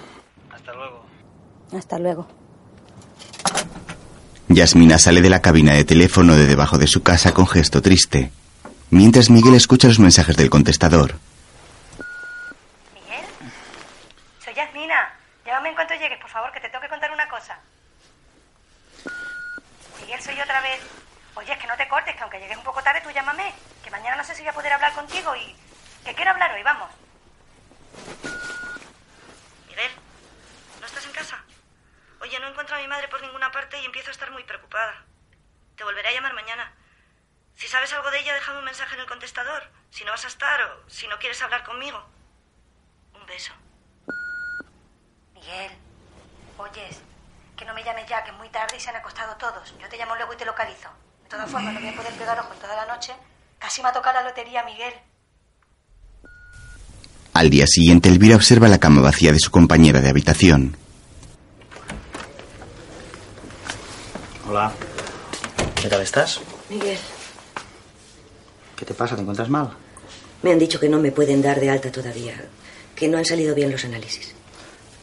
Speaker 14: Hasta luego.
Speaker 1: Yasmina sale de la cabina de teléfono de debajo de su casa con gesto triste, mientras Miguel escucha los mensajes del contestador.
Speaker 14: Soy Yasmina. Llámame en cuanto llegues, por favor, que te tengo que contar una cosa. Miguel, soy otra vez. Oye, es que no te cortes, que aunque llegues un poco tarde, tú llámame. Que mañana no sé si voy a poder hablar contigo y... Que quiero hablar hoy, vamos. Miguel, ¿no estás en casa? Oye, no encuentro a mi madre por ninguna parte y empiezo a estar muy preocupada. Te volveré a llamar mañana. Si sabes algo de ella, déjame un mensaje en el contestador. Si no vas a estar o si no quieres hablar conmigo. Un beso. Miguel, oyes, que no me llames ya, que es muy tarde y se han acostado todos. Yo te llamo luego y te localizo. De todas formas, no voy a poder pegar ojo en toda la noche. Casi me ha tocado la lotería, Miguel.
Speaker 1: Al día siguiente, Elvira observa la cama vacía de su compañera de habitación.
Speaker 4: Hola. ¿Qué tal estás?
Speaker 21: Miguel,
Speaker 4: ¿Qué te pasa? ¿Te encuentras mal?
Speaker 21: me han dicho que no me pueden dar de alta todavía, que no han salido bien los análisis.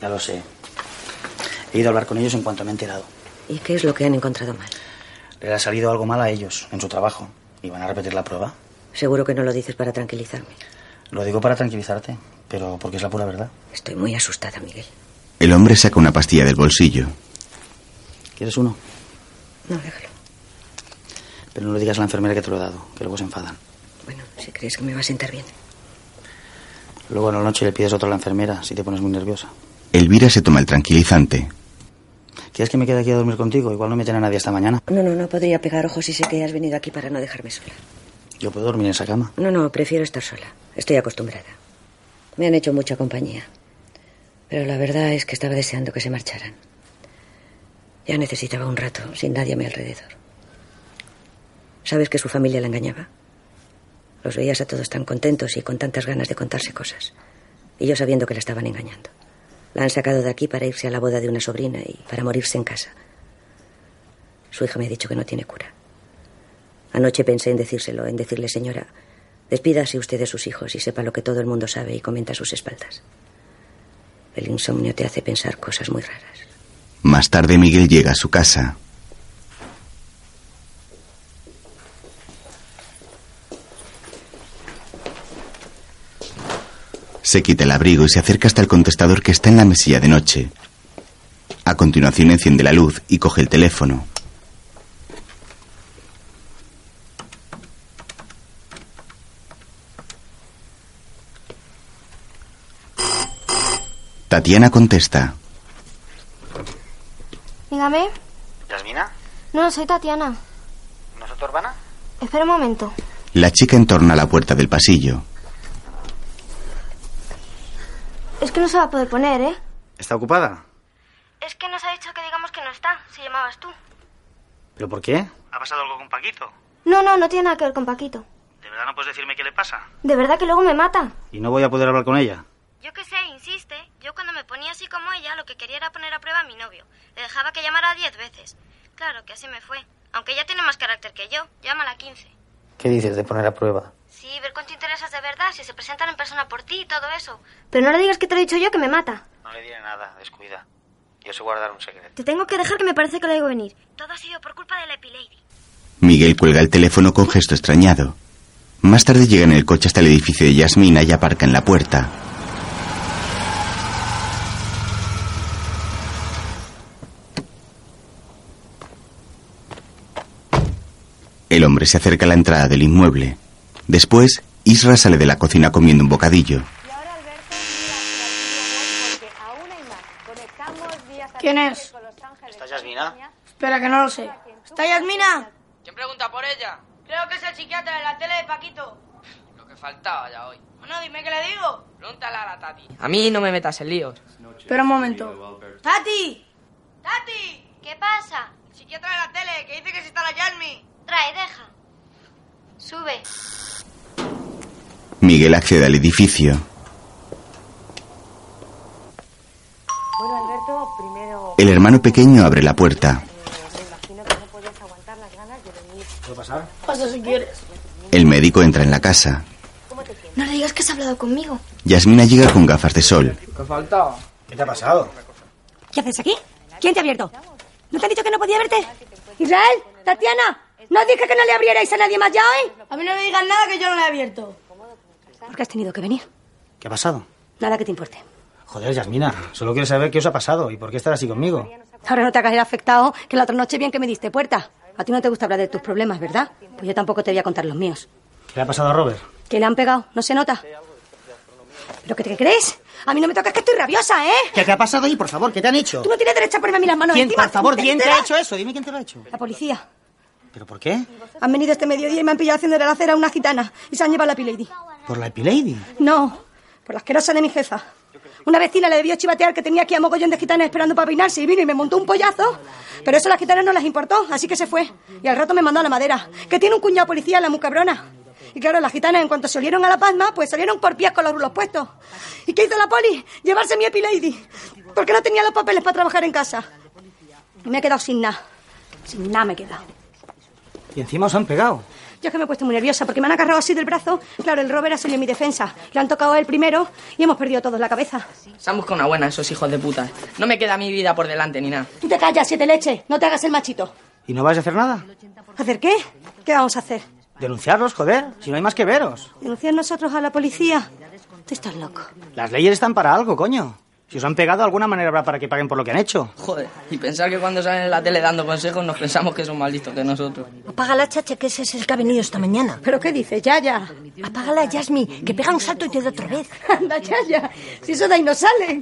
Speaker 4: Ya lo sé. He ido a hablar con ellos en cuanto me he enterado.
Speaker 21: ¿Y qué es lo que han encontrado mal?
Speaker 4: Le ha salido algo mal a ellos en su trabajo. ¿Y van a repetir la prueba?
Speaker 21: Seguro que no lo dices para tranquilizarme.
Speaker 4: Lo digo para tranquilizarte, pero porque es la pura verdad. Estoy muy asustada, Miguel.
Speaker 1: El hombre saca una pastilla del bolsillo.
Speaker 4: ¿Quieres uno?
Speaker 14: No, déjalo.
Speaker 4: Pero no le digas a la enfermera que te lo he dado, que luego se enfadan.
Speaker 14: Bueno, si crees que me va a sentar bien.
Speaker 4: Luego a la noche le pides otro a la enfermera si te pones muy nerviosa.
Speaker 1: Elvira se toma el tranquilizante.
Speaker 4: ¿Quieres que me quede aquí a dormir contigo? Igual no me tiene nadie hasta mañana.
Speaker 14: No, no, no podría pegar ojos si sé que has venido aquí para no dejarme sola.
Speaker 4: Yo puedo dormir en esa cama.
Speaker 14: No, no, prefiero estar sola. Estoy acostumbrada. Me han hecho mucha compañía. Pero la verdad es que estaba deseando que se marcharan. Ya necesitaba un rato sin nadie a mi alrededor. ¿Sabes que su familia la engañaba? Los veías a todos tan contentos y con tantas ganas de contarse cosas. Y yo sabiendo que la estaban engañando. La han sacado de aquí para irse a la boda de una sobrina y para morirse en casa. Su hija me ha dicho que no tiene cura. Anoche pensé en decírselo, en decirle, señora, despídase usted de sus hijos y sepa lo que todo el mundo sabe y comenta a sus espaldas. El insomnio te hace pensar cosas muy raras.
Speaker 1: Más tarde Miguel llega a su casa. Se quita el abrigo y se acerca hasta el contestador que está en la mesilla de noche. A continuación enciende la luz y coge el teléfono. Tatiana contesta.
Speaker 11: Dígame.
Speaker 4: ¿Yasmina?
Speaker 11: No, soy Tatiana.
Speaker 4: ¿No es tu hermana?
Speaker 11: Espera un momento.
Speaker 1: La chica entorna la puerta del pasillo.
Speaker 11: Es que no se va a poder poner, ¿eh?
Speaker 4: ¿Está ocupada?
Speaker 11: Es que nos ha dicho que digamos que no está, si llamabas tú.
Speaker 4: ¿Pero por qué? ¿Ha pasado algo con Paquito?
Speaker 11: No, no, no tiene nada que ver con Paquito.
Speaker 4: ¿De verdad no puedes decirme qué le pasa?
Speaker 11: De verdad que luego me mata.
Speaker 4: ¿Y no voy a poder hablar con ella?
Speaker 11: Yo qué sé, insiste. Yo cuando me ponía así como ella, lo que quería era poner a prueba a mi novio. Le dejaba que llamara diez veces. Claro que así me fue. Aunque ella tiene más carácter que yo. Llámala quince.
Speaker 4: ¿Qué dices de poner a prueba?
Speaker 11: Sí, ver cuánto interesas de verdad, si se presentan en persona por ti y todo eso. Pero no le digas que te lo he dicho yo, que me mata.
Speaker 4: No le diré nada, descuida. Yo sé guardar un secreto.
Speaker 11: Te tengo que dejar que me parece que lo digo venir. Todo ha sido por culpa de la Epilady.
Speaker 1: Miguel cuelga el teléfono con gesto extrañado. Más tarde llega en el coche hasta el edificio de Yasmina y aparca en la puerta. El hombre se acerca a la entrada del inmueble. Después, Isra sale de la cocina comiendo un bocadillo.
Speaker 5: ¿Quién es?
Speaker 4: ¿Está Yasmina?
Speaker 5: Espera, que no lo sé. ¿Está Yasmina?
Speaker 16: ¿Quién pregunta por ella?
Speaker 5: Creo que es el psiquiatra de la tele de Paquito.
Speaker 16: Lo que faltaba ya hoy.
Speaker 5: Bueno, dime qué le digo.
Speaker 16: Pregúntale a la Tati. A mí no me metas en líos.
Speaker 5: Espera un momento. ¡Tati! ¡Tati!
Speaker 11: ¿Qué pasa?
Speaker 5: El psiquiatra de la tele, que dice que se está la Yasmi.
Speaker 11: Trae, deja. Sube.
Speaker 1: Miguel accede al edificio.
Speaker 18: Bueno, Alberto, primero...
Speaker 1: El hermano pequeño abre la puerta.
Speaker 4: ¿Puedo pasar?
Speaker 5: Pasa si quieres.
Speaker 1: El médico entra en la casa.
Speaker 11: No le digas que has hablado conmigo.
Speaker 1: Yasmina llega con gafas de sol.
Speaker 16: Lo que faltaba.
Speaker 4: ¿Qué te ha pasado?
Speaker 14: ¿Qué haces aquí? ¿Quién te ha abierto? ¿No te han dicho que no podía verte? Israel, Tatiana, no dije que no le abrierais a nadie más ya, ¿eh?
Speaker 5: A mí no me digas nada que yo no la he abierto.
Speaker 14: ¿Por qué has tenido que venir?
Speaker 4: ¿Qué ha pasado?
Speaker 14: Nada que te importe.
Speaker 4: Joder, Yasmina, solo quiero saber qué os ha pasado y por qué estar así conmigo.
Speaker 14: Ahora no te hagas el afectado, que la otra noche bien que me diste puerta. A ti no te gusta hablar de tus problemas, ¿verdad? Pues yo tampoco te voy a contar los míos.
Speaker 4: ¿Qué le ha pasado a Robert?
Speaker 14: ¿Que le han pegado? ¿No se nota? ¿Pero qué te crees? A mí no me tocas que estoy rabiosa, ¿eh?
Speaker 4: ¿Qué, qué ha pasado ahí, por favor? ¿Qué te han hecho?
Speaker 14: Tú no tienes derecho a ponerme a mí las manos
Speaker 4: ¿Quién,
Speaker 14: encima.
Speaker 4: por favor,
Speaker 14: ¿Te
Speaker 4: quién te ha
Speaker 14: enteras?
Speaker 4: hecho eso? Dime quién te lo ha hecho.
Speaker 14: La policía.
Speaker 4: ¿Pero por qué?
Speaker 14: Han venido este mediodía y me han pillado haciendo la acera a una gitana y se han llevado la pilady.
Speaker 4: ¿Por la Epilady?
Speaker 14: No, por la asquerosa de mi jefa. Una vecina le debió chivatear que tenía aquí a mogollón de gitanas esperando para peinarse y vino y me montó un pollazo. Pero eso a las gitanas no las importó, así que se fue. Y al rato me mandó a la madera, que tiene un cuñado policía, la mucabrona. Y claro, las gitanas, en cuanto se olieron a la palma, pues salieron por pies con los rulos puestos. ¿Y qué hizo la poli? Llevarse mi epilady. Porque no tenía los papeles para trabajar en casa. Y me he quedado sin nada. Sin nada me he quedado.
Speaker 4: Y encima os han pegado.
Speaker 14: Yo es que me he puesto muy nerviosa porque me han agarrado así del brazo. Claro, el Robert ha salido en mi defensa. Le han tocado a él primero y hemos perdido todos la cabeza.
Speaker 16: Se han buscado una buena esos hijos de puta. No me queda mi vida por delante ni nada.
Speaker 14: Tú te callas, siete leche. No te hagas el machito.
Speaker 4: ¿Y no vais a hacer nada?
Speaker 14: ¿Hacer qué? ¿Qué vamos a hacer?
Speaker 4: Denunciarlos, joder, si no hay más que veros.
Speaker 14: ¿Denunciar nosotros a la policía?
Speaker 32: Tú estás loco.
Speaker 4: Las leyes están para algo, coño. Si os han pegado, de alguna manera habrá para que paguen por lo que han hecho.
Speaker 16: Joder, y pensar que cuando salen en la tele dando consejos nos pensamos que son más listos que nosotros.
Speaker 14: Apaga la chacha, que ese es el que ha venido esta mañana. ¿Pero qué dices, Yaya? Apágala, Yasmi, que pega un salto y te da otra vez.
Speaker 33: Anda, Yaya, si eso de ahí no sale.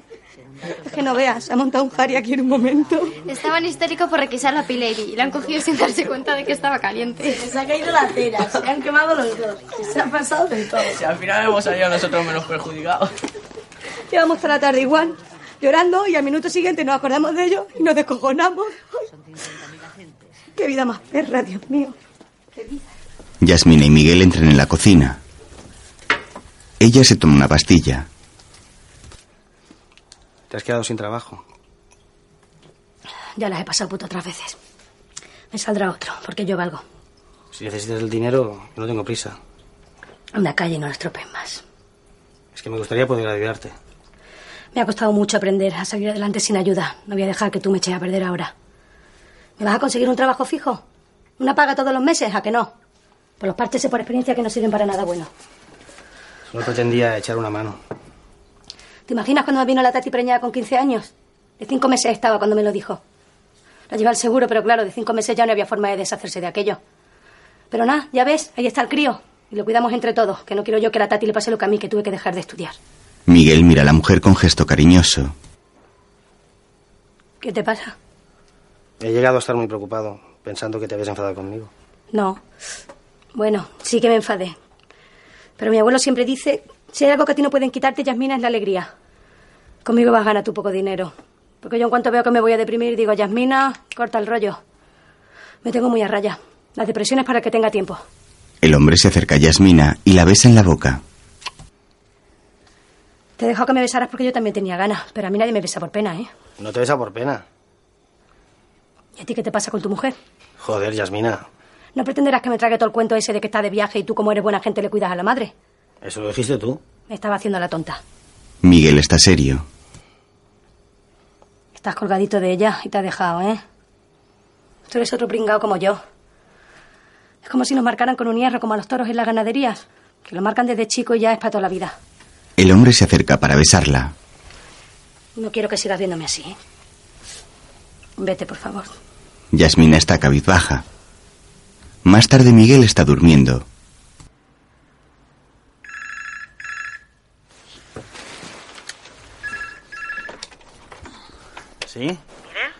Speaker 33: Es que no veas, ha montado un jari aquí en un momento.
Speaker 34: Estaban histéricos por requisar la Pilady y la han cogido sin darse cuenta de que estaba caliente.
Speaker 11: Se les ha caído la cera, se han quemado los dos, se han pasado de todo.
Speaker 16: Si al final hemos salido nosotros menos perjudicados.
Speaker 33: Llevamos toda la tarde igual, llorando y al minuto siguiente nos acordamos de ello y nos descojonamos. Ay, ¡Qué vida más perra, Dios mío!
Speaker 1: Yasmina y Miguel entran en la cocina. Ella se toma una pastilla.
Speaker 4: Te has quedado sin trabajo.
Speaker 14: Ya las he pasado puto otras veces. Me saldrá otro, porque yo valgo.
Speaker 4: Si necesitas el dinero, yo no tengo prisa.
Speaker 14: Anda, calle y no las tropees más.
Speaker 4: Es que me gustaría poder ayudarte.
Speaker 14: Me ha costado mucho aprender a salir adelante sin ayuda. No voy a dejar que tú me eches a perder ahora. ¿Me vas a conseguir un trabajo fijo? ¿Una paga todos los meses? ¿A que no? Por los parches y por experiencia que no sirven para nada bueno.
Speaker 4: Solo pretendía echar una mano.
Speaker 14: ¿Te imaginas cuando me vino la tati preñada con 15 años? De cinco meses estaba cuando me lo dijo. La llevé al seguro, pero claro, de cinco meses ya no había forma de deshacerse de aquello. Pero nada, ya ves, ahí está el crío. Y lo cuidamos entre todos, que no quiero yo que a la tati le pase lo que a mí, que tuve que dejar de estudiar.
Speaker 1: Miguel mira a la mujer con gesto cariñoso.
Speaker 14: ¿Qué te pasa?
Speaker 4: He llegado a estar muy preocupado, pensando que te habías enfadado conmigo.
Speaker 14: No. Bueno, sí que me enfadé. Pero mi abuelo siempre dice, si hay algo que a ti no pueden quitarte, Yasmina, es la alegría. Conmigo vas a ganar tu poco dinero. Porque yo en cuanto veo que me voy a deprimir, digo, Yasmina, corta el rollo. Me tengo muy a raya. Las depresiones para que tenga tiempo.
Speaker 1: El hombre se acerca a Yasmina y la besa en la boca.
Speaker 14: Te he dejado que me besaras porque yo también tenía ganas, pero a mí nadie me besa por pena, ¿eh?
Speaker 4: No te besa por pena.
Speaker 14: ¿Y a ti qué te pasa con tu mujer?
Speaker 4: Joder, Yasmina.
Speaker 14: No pretenderás que me trague todo el cuento ese de que está de viaje y tú, como eres buena gente, le cuidas a la madre.
Speaker 4: Eso lo dijiste tú.
Speaker 14: Me estaba haciendo la tonta.
Speaker 1: Miguel está serio.
Speaker 14: Estás colgadito de ella y te ha dejado, ¿eh? Tú eres otro pringao como yo. Es como si nos marcaran con un hierro como a los toros en las ganaderías, que lo marcan desde chico y ya es para toda la vida.
Speaker 1: El hombre se acerca para besarla.
Speaker 14: No quiero que sigas viéndome así. ¿eh? Vete, por favor.
Speaker 1: Yasmina está cabizbaja. Más tarde Miguel está durmiendo.
Speaker 4: ¿Sí?
Speaker 3: Miguel,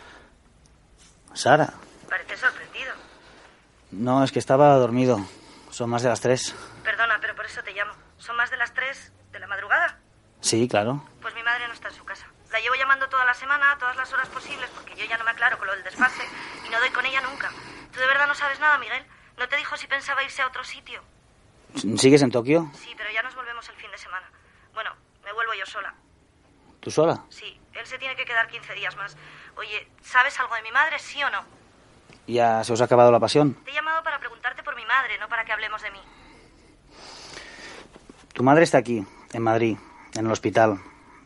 Speaker 4: Sara.
Speaker 3: parece sorprendido.
Speaker 4: No, es que estaba dormido. Son más de las tres.
Speaker 3: Perdona, pero por eso te llamo. ¿Son más de las 3 de la madrugada?
Speaker 4: Sí, claro.
Speaker 3: Pues mi madre no está en su casa. La llevo llamando toda la semana, todas las horas posibles, porque yo ya no me aclaro con lo del desfase y no doy con ella nunca. ¿Tú de verdad no sabes nada, Miguel? ¿No te dijo si pensaba irse a otro sitio?
Speaker 4: ¿Sigues en Tokio?
Speaker 3: Sí, pero ya nos volvemos el fin de semana. Bueno, me vuelvo yo sola.
Speaker 4: ¿Tú sola?
Speaker 3: Sí, él se tiene que quedar 15 días más. Oye, ¿sabes algo de mi madre, sí o no?
Speaker 4: ¿Ya se os ha acabado la pasión?
Speaker 3: Te he llamado para preguntarte por mi madre, no para que hablemos de mí.
Speaker 4: Tu madre está aquí, en Madrid, en el hospital.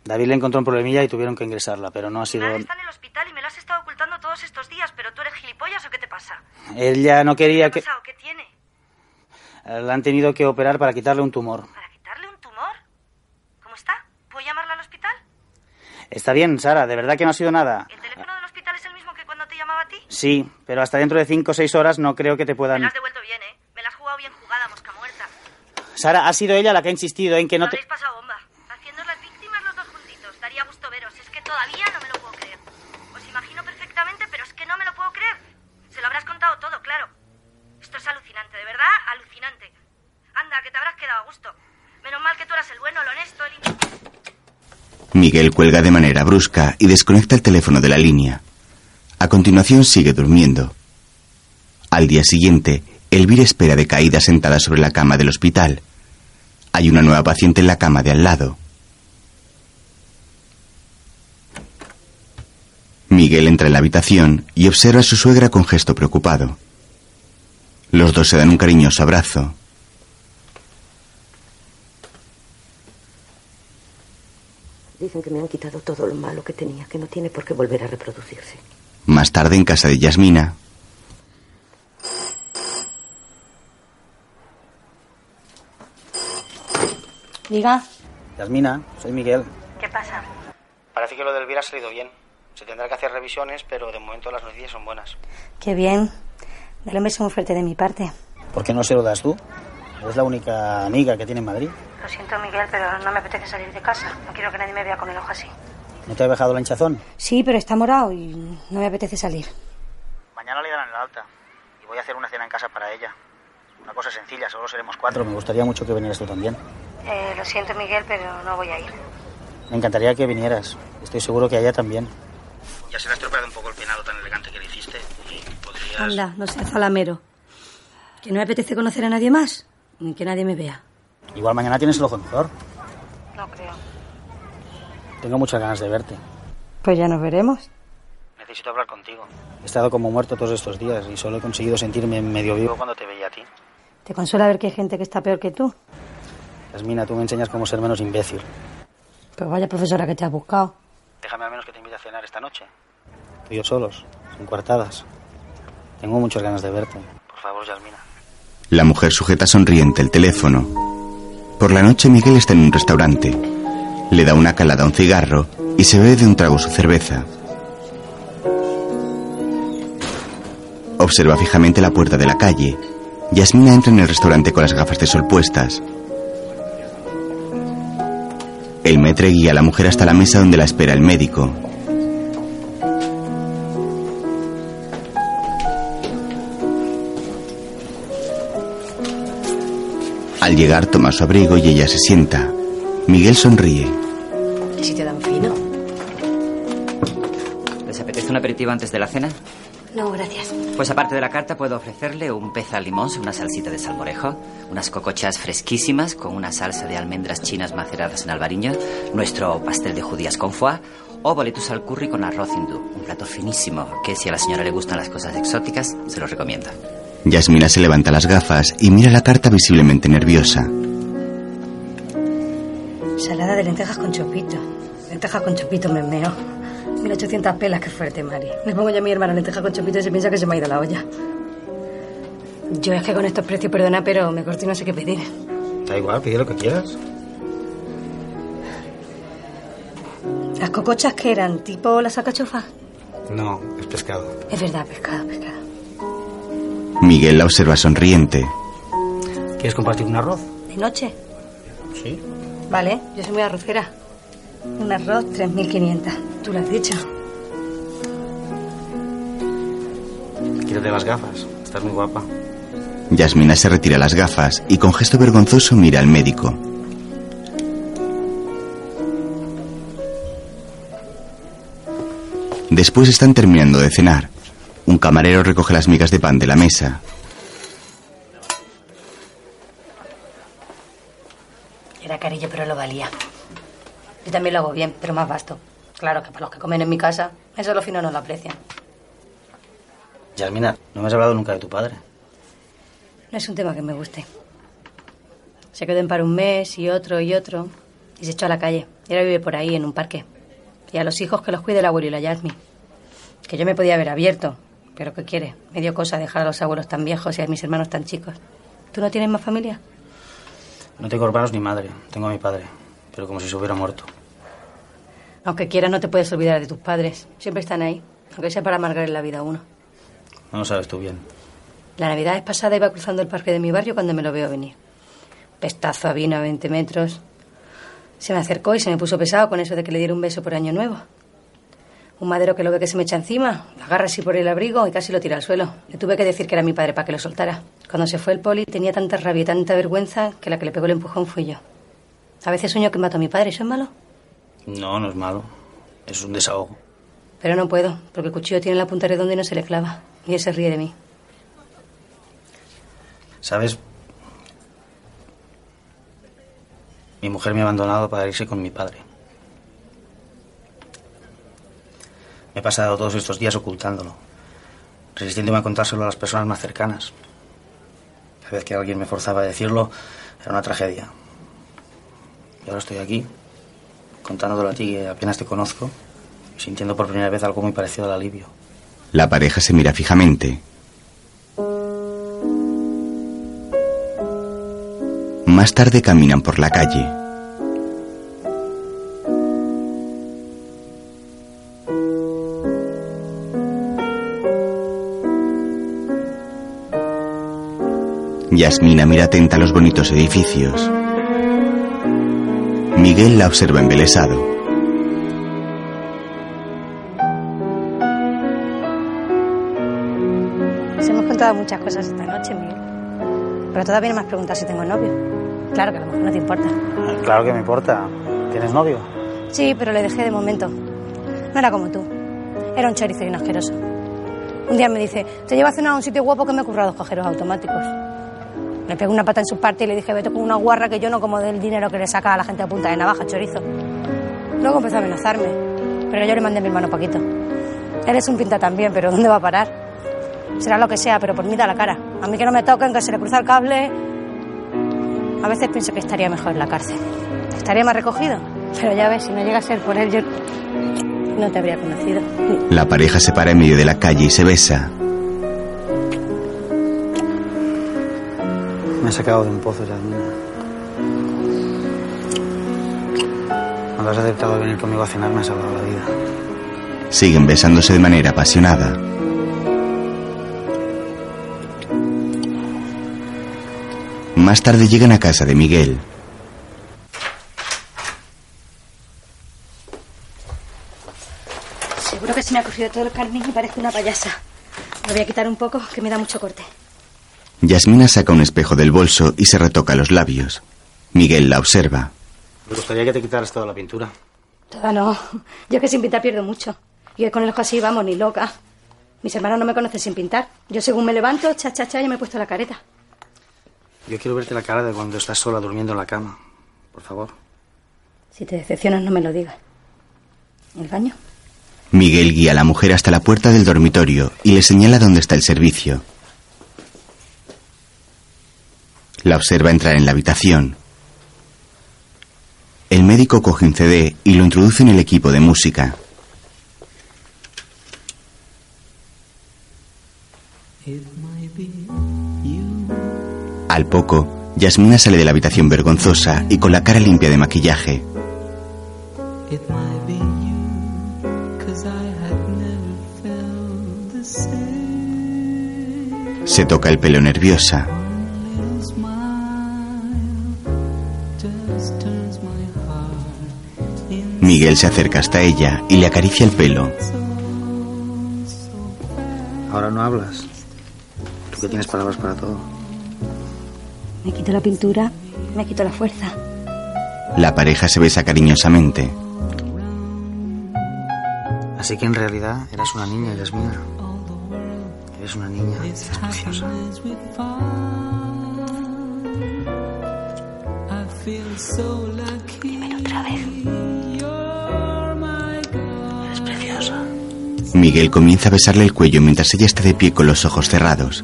Speaker 4: David le encontró un problemilla y tuvieron que ingresarla, pero no ha sido...
Speaker 3: Está en el hospital y me lo has estado ocultando todos estos días, pero tú eres gilipollas o qué te pasa?
Speaker 4: Ella no
Speaker 3: ¿Qué te
Speaker 4: quería
Speaker 3: ha
Speaker 4: que...
Speaker 3: pasado? ¿Qué tiene?
Speaker 4: Eh, La han tenido que operar para quitarle un tumor.
Speaker 3: ¿Darle un tumor? ¿Cómo está? ¿Puedo llamarla al hospital?
Speaker 4: Está bien, Sara, de verdad que no ha sido nada.
Speaker 3: ¿El teléfono del hospital es el mismo que cuando te llamaba a ti?
Speaker 4: Sí, pero hasta dentro de cinco o seis horas no creo que te
Speaker 3: Me
Speaker 4: puedan...
Speaker 3: la has devuelto bien, ¿eh? Me la has jugado bien jugada, mosca muerta.
Speaker 4: Sara, ha sido ella la que ha insistido en que no te...
Speaker 3: Habéis pasado bomba. Haciendo las víctimas los dos juntitos. Daría gusto veros. Es que todavía no me lo puedo creer. Os imagino perfectamente, pero es que no me lo puedo creer. Se lo habrás contado todo, claro. Esto es alucinante, de verdad, alucinante. Anda, que te habrás quedado a gusto. Menos mal que tú eras el bueno, el honesto, el... in-
Speaker 1: Miguel cuelga de manera brusca y desconecta el teléfono de la línea. A continuación sigue durmiendo. Al día siguiente, Elvira espera decaída sentada sobre la cama del hospital. Hay una nueva paciente en la cama de al lado. Miguel entra en la habitación y observa a su suegra con gesto preocupado. Los dos se dan un cariñoso abrazo.
Speaker 14: Dicen que me han quitado todo lo malo que tenía, que no tiene por qué volver a reproducirse.
Speaker 1: Más tarde, en casa de Yasmina,
Speaker 14: Diga,
Speaker 4: Yasmina, soy Miguel.
Speaker 2: ¿Qué pasa?
Speaker 4: Parece que lo de Elvira ha salido bien. Se tendrá que hacer revisiones, pero de momento las noticias son buenas.
Speaker 14: Qué bien. Dale un beso muy fuerte de mi parte.
Speaker 4: ¿Por qué no se lo das tú? Eres la única amiga que tiene en Madrid.
Speaker 14: Lo siento, Miguel, pero no me apetece salir de casa. No quiero que nadie me vea con el ojo así.
Speaker 4: ¿No te ha dejado la hinchazón?
Speaker 14: Sí, pero está morado y no me apetece salir.
Speaker 4: Mañana le darán la alta y voy a hacer una cena en casa para ella. Una cosa sencilla, solo seremos cuatro. Me gustaría mucho que vinieras tú también.
Speaker 14: Eh, lo siento, Miguel, pero no voy a ir.
Speaker 4: Me encantaría que vinieras. Estoy seguro que a ella también. Ya se le ha estropeado un poco el peinado tan elegante que le hiciste y podrías...
Speaker 14: Anda, no seas zalamero. ¿Que no me apetece conocer a nadie más? Ni que nadie me vea.
Speaker 4: Igual mañana tienes el ojo mejor.
Speaker 14: No creo.
Speaker 4: Tengo muchas ganas de verte.
Speaker 14: Pues ya nos veremos.
Speaker 4: Necesito hablar contigo. He estado como muerto todos estos días y solo he conseguido sentirme medio vivo cuando te veía a ti.
Speaker 14: ¿Te consuela ver que hay gente que está peor que tú?
Speaker 4: Yasmina, tú me enseñas cómo ser menos imbécil.
Speaker 14: Pues vaya profesora que te has buscado.
Speaker 4: Déjame al menos que te invite a cenar esta noche. Tú y yo solos, sin coartadas. Tengo muchas ganas de verte. Por favor, Yasmina.
Speaker 1: La mujer sujeta sonriente el teléfono. Por la noche Miguel está en un restaurante. Le da una calada a un cigarro y se bebe de un trago su cerveza. Observa fijamente la puerta de la calle. Yasmina entra en el restaurante con las gafas de sol puestas. El metre guía a la mujer hasta la mesa donde la espera el médico. Al llegar toma su abrigo y ella se sienta. Miguel sonríe.
Speaker 27: ¿Qué sitio tan fino? ¿Les apetece un aperitivo antes de la cena?
Speaker 14: No, gracias.
Speaker 27: Pues aparte de la carta puedo ofrecerle un pez al limón, una salsita de salmorejo, unas cocochas fresquísimas con una salsa de almendras chinas maceradas en albariño, nuestro pastel de judías con foie o boletus al curry con arroz hindú, un plato finísimo que si a la señora le gustan las cosas exóticas, se lo recomiendo.
Speaker 1: Yasmina se levanta las gafas y mira la carta visiblemente nerviosa.
Speaker 14: Salada de lentejas con chopito. Lentejas con chopito, me meo. 1800 pelas, qué fuerte, Mari. Le pongo yo a mi hermana lentejas con chopito y se piensa que se me ha ido la olla. Yo es que con estos precios, perdona, pero me corto y no sé qué pedir.
Speaker 4: Da igual, pide lo que quieras.
Speaker 14: ¿Las cocochas que eran? ¿Tipo las alcachofas?
Speaker 4: No, es pescado.
Speaker 14: Es verdad, pescado, pescado.
Speaker 1: Miguel la observa sonriente.
Speaker 4: ¿Quieres compartir un arroz?
Speaker 14: ¿De noche?
Speaker 4: Sí.
Speaker 14: Vale, yo soy muy arrocera. Un arroz, 3.500. Tú lo has dicho.
Speaker 4: Quítate las gafas. Estás muy guapa.
Speaker 1: Yasmina se retira las gafas y con gesto vergonzoso mira al médico. Después están terminando de cenar. Un camarero recoge las migas de pan de la mesa.
Speaker 14: Era carillo, pero lo valía. Yo también lo hago bien, pero más vasto. Claro que para los que comen en mi casa, eso los finos no lo aprecian.
Speaker 4: Yasmina, no me has hablado nunca de tu padre.
Speaker 14: No es un tema que me guste. Se quedó en para un mes y otro y otro y se echó a la calle. Y ahora vive por ahí, en un parque. Y a los hijos que los cuide el abuelo y la Yasmi. Que yo me podía haber abierto, pero ¿qué quiere? Me dio cosa dejar a los abuelos tan viejos y a mis hermanos tan chicos. ¿Tú no tienes más familia?
Speaker 4: No tengo hermanos ni madre. Tengo a mi padre. Pero como si se hubiera muerto.
Speaker 14: Aunque quieras, no te puedes olvidar de tus padres. Siempre están ahí, aunque sea para amargar la vida a uno.
Speaker 4: No lo sabes tú bien.
Speaker 14: La Navidad es pasada iba cruzando el parque de mi barrio cuando me lo veo venir. Pestazo a vino a 20 metros. Se me acercó y se me puso pesado con eso de que le diera un beso por año nuevo. Un madero que lo ve que se me echa encima, lo agarra así por el abrigo y casi lo tira al suelo. Le tuve que decir que era mi padre para que lo soltara. Cuando se fue el poli tenía tanta rabia y tanta vergüenza que la que le pegó el empujón fui yo. A veces sueño que mato a mi padre, ¿eso es malo?
Speaker 4: No, no es malo. Es un desahogo.
Speaker 14: Pero no puedo, porque el cuchillo tiene la punta redonda y no se le clava. Y él se ríe de mí.
Speaker 4: ¿Sabes? Mi mujer me ha abandonado para irse con mi padre. Me he pasado todos estos días ocultándolo, resistiéndome a contárselo a las personas más cercanas. Cada vez que alguien me forzaba a decirlo, era una tragedia. Y ahora estoy aquí, contándolo a ti que apenas te conozco, y sintiendo por primera vez algo muy parecido al alivio.
Speaker 1: La pareja se mira fijamente. Más tarde caminan por la calle. Yasmina mira atenta los bonitos edificios. Miguel la observa embelesado.
Speaker 14: Nos hemos contado muchas cosas esta noche, Miguel. Pero todavía no me has preguntado si tengo novio. Claro que a lo mejor no te importa.
Speaker 4: Claro que me importa. ¿Tienes novio?
Speaker 14: Sí, pero le dejé de momento. No era como tú. Era un chorizo asqueroso. Un día me dice, te llevo a cenar a un sitio guapo que me he currado cajeros automáticos. Le pegué una pata en su parte y le dije, vete con una guarra que yo no como del dinero que le saca a la gente a punta de navaja, chorizo. Luego empezó a amenazarme, pero yo le mandé a mi hermano Paquito. Eres un pinta también, pero ¿dónde va a parar? Será lo que sea, pero por mí da la cara. A mí que no me toquen, que se le cruza el cable. A veces pienso que estaría mejor en la cárcel. Estaría más recogido. Pero ya ves, si no llega a ser por él, yo no te habría conocido.
Speaker 1: La pareja se para en medio de la calle y se besa.
Speaker 4: Me has sacado de un pozo, Yasmina. Cuando has aceptado venir conmigo a cenar me has salvado la vida.
Speaker 1: Siguen besándose de manera apasionada. Más tarde llegan a casa de Miguel.
Speaker 14: Seguro que se me ha cogido todo el carmín y parece una payasa. Lo voy a quitar un poco, que me da mucho corte.
Speaker 1: Yasmina saca un espejo del bolso y se retoca los labios. Miguel la observa.
Speaker 4: Me gustaría que te quitaras toda la pintura.
Speaker 14: Toda no. Yo que sin pintar pierdo mucho. Y con el ojo así, vamos, ni loca. Mis hermanos no me conocen sin pintar. Yo según me levanto, cha, cha, cha, ya me he puesto la careta.
Speaker 4: Yo quiero verte la cara de cuando estás sola durmiendo en la cama. Por favor.
Speaker 14: Si te decepcionas, no me lo digas. ¿El baño?
Speaker 1: Miguel guía a la mujer hasta la puerta del dormitorio y le señala dónde está el servicio. La observa entrar en la habitación. El médico coge un CD y lo introduce en el equipo de música. Al poco, Yasmina sale de la habitación vergonzosa y con la cara limpia de maquillaje. Se toca el pelo nerviosa. Miguel se acerca hasta ella y le acaricia el pelo.
Speaker 4: Ahora no hablas. Tú que tienes palabras para todo.
Speaker 14: Me quito la pintura, me quito la fuerza.
Speaker 1: La pareja se besa cariñosamente.
Speaker 4: Así que en realidad eras una niña, Yasmina. Eres una niña, eres preciosa.
Speaker 14: Dímelo otra vez.
Speaker 4: Eres preciosa.
Speaker 1: Miguel comienza a besarle el cuello mientras ella está de pie con los ojos cerrados.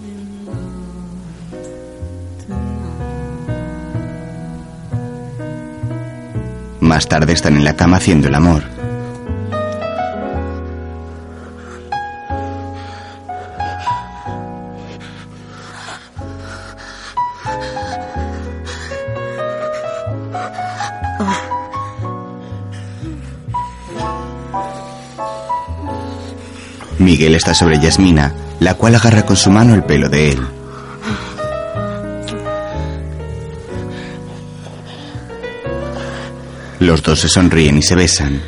Speaker 1: Más tarde están en la cama haciendo el amor. Miguel está sobre Yasmina, la cual agarra con su mano el pelo de él. Los dos se sonríen y se besan.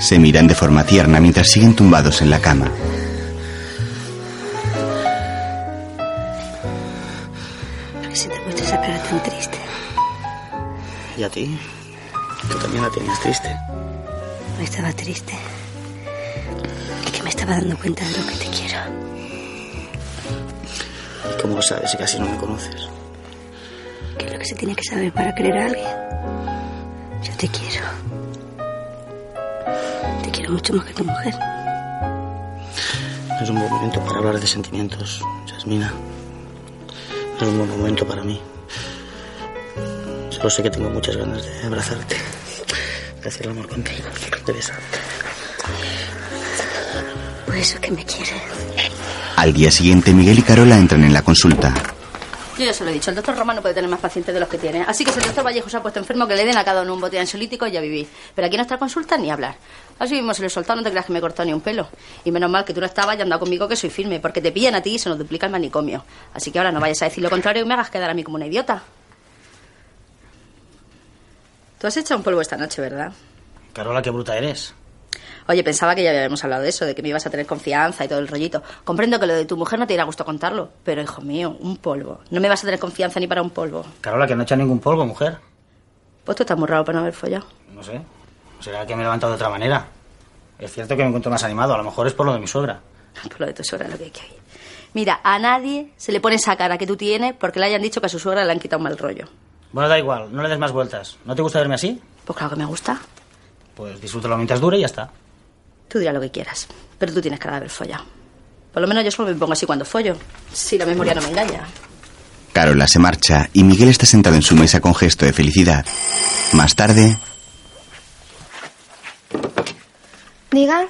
Speaker 1: Se miran de forma tierna mientras siguen tumbados en la cama.
Speaker 14: Porque si te he puesto esa cara tan triste.
Speaker 4: ¿Y a ti? Tú también la tienes triste.
Speaker 14: No estaba triste. Es que me estaba dando cuenta de lo que te quiero.
Speaker 4: ¿Y cómo lo sabes si casi no me conoces?
Speaker 14: Que es lo que se tiene que saber para querer a alguien. Yo te quiero. Te quiero mucho más que tu mujer.
Speaker 4: No es un buen momento para hablar de sentimientos, Yasmina. No es un buen momento para mí. Solo sé que tengo muchas ganas de abrazarte, de hacer el amor contigo, de besarte.
Speaker 14: Por eso que me quieres.
Speaker 1: Al día siguiente, Miguel y Carola entran en la consulta.
Speaker 9: Yo ya se lo he dicho, el doctor Román no puede tener más pacientes de los que tiene. Así que si el doctor Vallejo se ha puesto enfermo, que le den a cada uno un bote de ansiolítico y ya vivís. Pero aquí en nuestra consulta ni hablar. Así mismo se lo he soltado, no te creas que me cortó ni un pelo. Y menos mal que tú no estabas y andado conmigo que soy firme, porque te pillan a ti y se nos duplica el manicomio. Así que ahora no vayas a decir lo contrario y me hagas quedar a mí como una idiota. Tú has echado un polvo esta noche, ¿verdad?
Speaker 4: Carola, qué bruta eres.
Speaker 9: Oye, pensaba que ya habíamos hablado de eso, de que me ibas a tener confianza y todo el rollito. Comprendo que lo de tu mujer no te irá a gusto contarlo, pero hijo mío, un polvo. No me vas a tener confianza ni para un polvo.
Speaker 4: Carola, que no echa ningún polvo, mujer.
Speaker 9: Pues tú estás muy raro para no haber follado.
Speaker 4: No sé. Será que me he levantado de otra manera. Es cierto que me encuentro más animado. A lo mejor es por lo de mi suegra.
Speaker 9: Ah, Por lo de tu suegra, lo que hay que oír. Mira, a nadie se le pone esa cara que tú tienes porque le hayan dicho que a su suegra le han quitado un mal rollo.
Speaker 4: Bueno, da igual. No le des más vueltas. ¿No te gusta verme así?
Speaker 9: Pues claro que me gusta.
Speaker 4: Pues disfrútalo mientras dure y ya está.
Speaker 9: Tú dirás lo que quieras, pero tú tienes cara de haber follado. Por lo menos yo solo me pongo así cuando follo, si la memoria no me engaña.
Speaker 1: Carola se marcha y Miguel está sentado en su mesa con gesto de felicidad. Más tarde,
Speaker 11: Diga.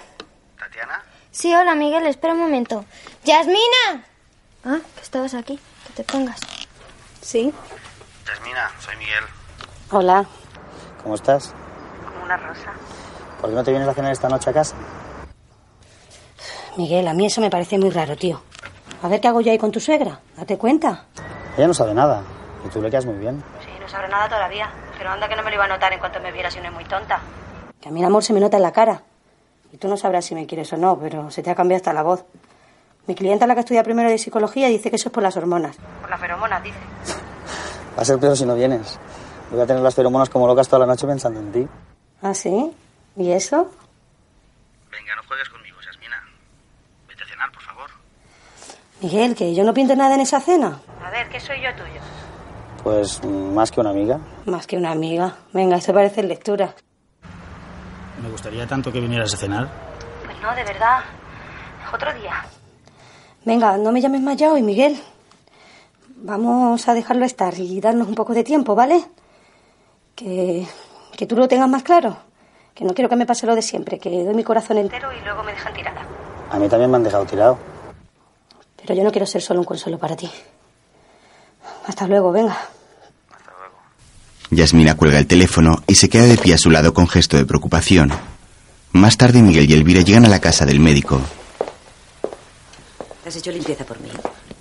Speaker 35: ¿Tatiana?
Speaker 11: Sí, hola Miguel, espera un momento. ¡Yasmina! Ah, que estabas aquí, que te pongas. Sí.
Speaker 35: Yasmina, soy Miguel.
Speaker 14: Hola.
Speaker 4: ¿Cómo estás?
Speaker 35: Como una rosa.
Speaker 4: ¿Por qué no te vienes a cenar esta noche a casa?
Speaker 14: Miguel, a mí eso me parece muy raro, tío. A ver qué hago yo ahí con tu suegra. Date cuenta.
Speaker 4: Ella no sabe nada. Y tú le quedas muy bien.
Speaker 3: Sí, no sabré nada todavía. Pero anda que no me lo iba a notar en cuanto me viera si no es muy tonta.
Speaker 14: Que a mí el amor se me nota en la cara. Y tú no sabrás si me quieres o no, pero se te ha cambiado hasta la voz. Mi clienta, la que estudia primero de psicología, dice que eso es por las hormonas.
Speaker 3: Por la feromona, dice.
Speaker 4: Va a ser peor si no vienes. Voy a tener las feromonas como locas toda la noche pensando en ti.
Speaker 14: ¿Ah, sí? ¿Y eso?
Speaker 35: Venga, no juegues conmigo, Yasmina. Vete a cenar, por favor.
Speaker 14: Miguel, que yo no pinto nada en esa cena.
Speaker 3: A ver, ¿qué soy yo tuyo?
Speaker 4: Pues mm, más que una amiga.
Speaker 14: Más que una amiga. Venga, eso parece lectura.
Speaker 4: Me gustaría tanto que vinieras a cenar.
Speaker 3: Pues no, de verdad. Otro día.
Speaker 14: Venga, no me llames más ya hoy, Miguel. Vamos a dejarlo estar y darnos un poco de tiempo, ¿vale? Que, que tú lo tengas más claro. Que no quiero que me pase lo de siempre, que doy mi corazón entero.
Speaker 3: Y luego me dejan tirada.
Speaker 4: A mí también me han dejado tirado.
Speaker 14: Pero yo no quiero ser solo un consuelo para ti. Hasta luego, venga.
Speaker 1: Yasmina cuelga el teléfono y se queda de pie a su lado con gesto de preocupación. Más tarde, Miguel y Elvira llegan a la casa del médico.
Speaker 5: ¿Has hecho limpieza por mí?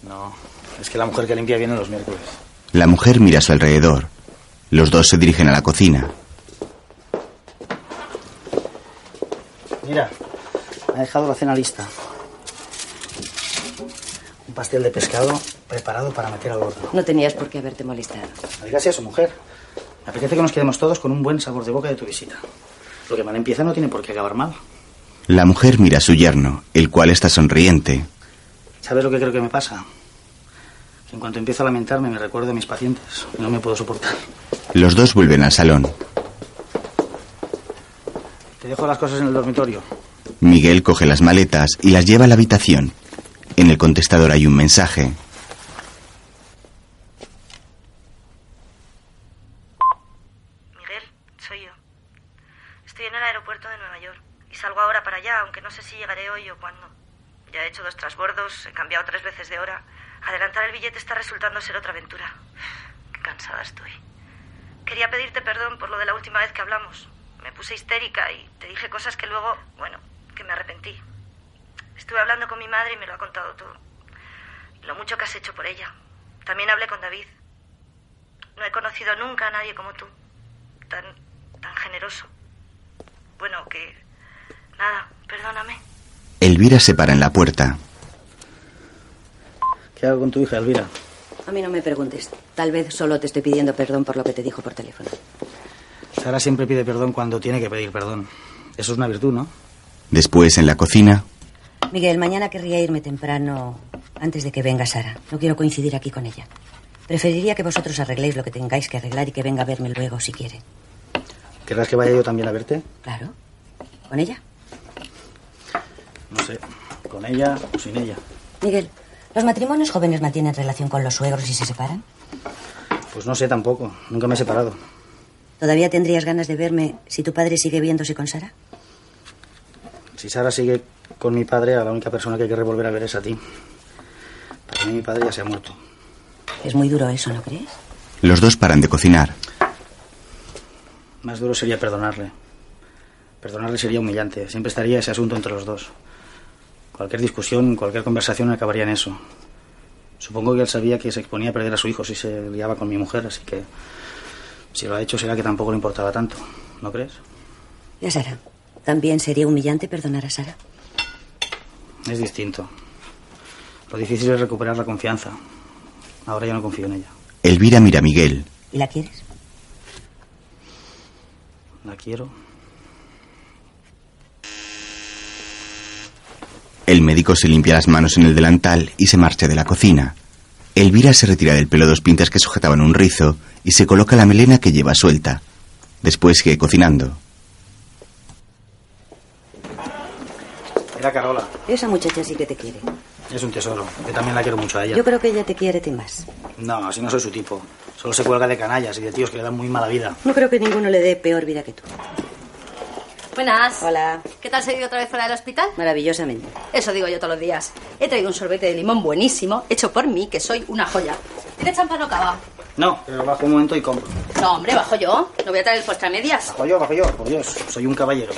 Speaker 4: No, es que la mujer que limpia viene los miércoles.
Speaker 1: La mujer mira a su alrededor. Los dos se dirigen a la cocina.
Speaker 4: Mira, me ha dejado la cena lista. Un pastel de pescado preparado para meter al horno.
Speaker 5: No tenías por qué haberte molestado.
Speaker 4: No digas eso, mujer. Me apetece que nos quedemos todos con un buen sabor de boca de tu visita. Lo que mal empieza no tiene por qué acabar mal.
Speaker 1: La mujer mira a su yerno, el cual está sonriente.
Speaker 4: ¿Sabes lo que creo que me pasa? Que en cuanto empiezo a lamentarme me recuerdo a mis pacientes. y No me puedo soportar.
Speaker 1: Los dos vuelven al salón.
Speaker 4: Te dejo las cosas en el dormitorio.
Speaker 1: Miguel coge las maletas y las lleva a la habitación. En el contestador hay un mensaje.
Speaker 3: Miguel, soy yo. Estoy en el aeropuerto de Nueva York y salgo ahora para allá, aunque no sé si llegaré hoy o cuándo. Ya he hecho dos trasbordos, he cambiado tres veces de hora. Adelantar el billete está resultando ser otra aventura. Qué cansada estoy. Quería pedirte perdón por lo de la última vez que hablamos. Me puse histérica y te dije cosas que luego, bueno, que me arrepentí. Estuve hablando con mi madre y me lo ha contado todo. Lo mucho que has hecho por ella. También hablé con David. No he conocido nunca a nadie como tú. Tan, tan generoso. Bueno, que... Nada, perdóname.
Speaker 1: Elvira se para en la puerta.
Speaker 4: ¿Qué hago con tu hija, Elvira?
Speaker 5: A mí no me preguntes. Tal vez solo te estoy pidiendo perdón por lo que te dijo por teléfono.
Speaker 4: Sara siempre pide perdón cuando tiene que pedir perdón. Eso es una virtud, ¿no?
Speaker 1: Después, en la cocina,
Speaker 5: Miguel, mañana querría irme temprano antes de que venga Sara. No quiero coincidir aquí con ella. Preferiría que vosotros arregléis lo que tengáis que arreglar y que venga a verme luego si quiere.
Speaker 4: ¿Querrás que vaya yo también a verte?
Speaker 5: Claro. ¿Con ella?
Speaker 4: No sé. ¿Con ella o sin ella?
Speaker 5: Miguel, ¿los matrimonios jóvenes mantienen relación con los suegros y se separan?
Speaker 4: Pues no sé tampoco. Nunca me he separado.
Speaker 5: ¿Todavía tendrías ganas de verme si tu padre sigue viéndose con Sara?
Speaker 4: Si Sara sigue con mi padre, a la única persona que hay que volver a ver es a ti. Para mí mi padre ya se ha muerto.
Speaker 21: Es muy duro eso, ¿no crees?
Speaker 1: Los dos paran de cocinar.
Speaker 4: Más duro sería perdonarle. Perdonarle sería humillante. Siempre estaría ese asunto entre los dos. Cualquier discusión, cualquier conversación acabaría en eso. Supongo que él sabía que se exponía a perder a su hijo si se liaba con mi mujer, así que si lo ha hecho será que tampoco le importaba tanto. ¿No crees?
Speaker 21: Y a Sara. También sería humillante perdonar a Sara.
Speaker 4: Es distinto. Lo difícil es recuperar la confianza. Ahora ya no confío en ella.
Speaker 1: Elvira mira a Miguel.
Speaker 21: ¿Y la quieres?
Speaker 4: La quiero.
Speaker 1: El médico se limpia las manos en el delantal y se marcha de la cocina. Elvira se retira del pelo dos pintas que sujetaban un rizo y se coloca la melena que lleva suelta. Después sigue cocinando.
Speaker 4: Era Carola.
Speaker 21: Esa muchacha sí que te quiere.
Speaker 4: Es un tesoro. Yo también la quiero mucho a ella.
Speaker 21: Yo creo que ella te quiere a ti más.
Speaker 4: No, si no soy su tipo. Solo se cuelga de canallas y de tíos que le dan muy mala vida.
Speaker 21: No creo que ninguno le dé peor vida que tú.
Speaker 9: Buenas.
Speaker 21: Hola.
Speaker 9: ¿Qué tal se ha ido otra vez fuera del hospital?
Speaker 21: Maravillosamente.
Speaker 9: Eso digo yo todos los días. He traído un sorbete de limón buenísimo, hecho por mí, que soy una joya. ¿Tienes champán o cava?
Speaker 4: No, pero bajo un momento y compro.
Speaker 9: No, hombre, bajo yo. No voy a traer el postre a medias.
Speaker 4: Bajo yo, bajo yo. Por Dios, soy un caballero.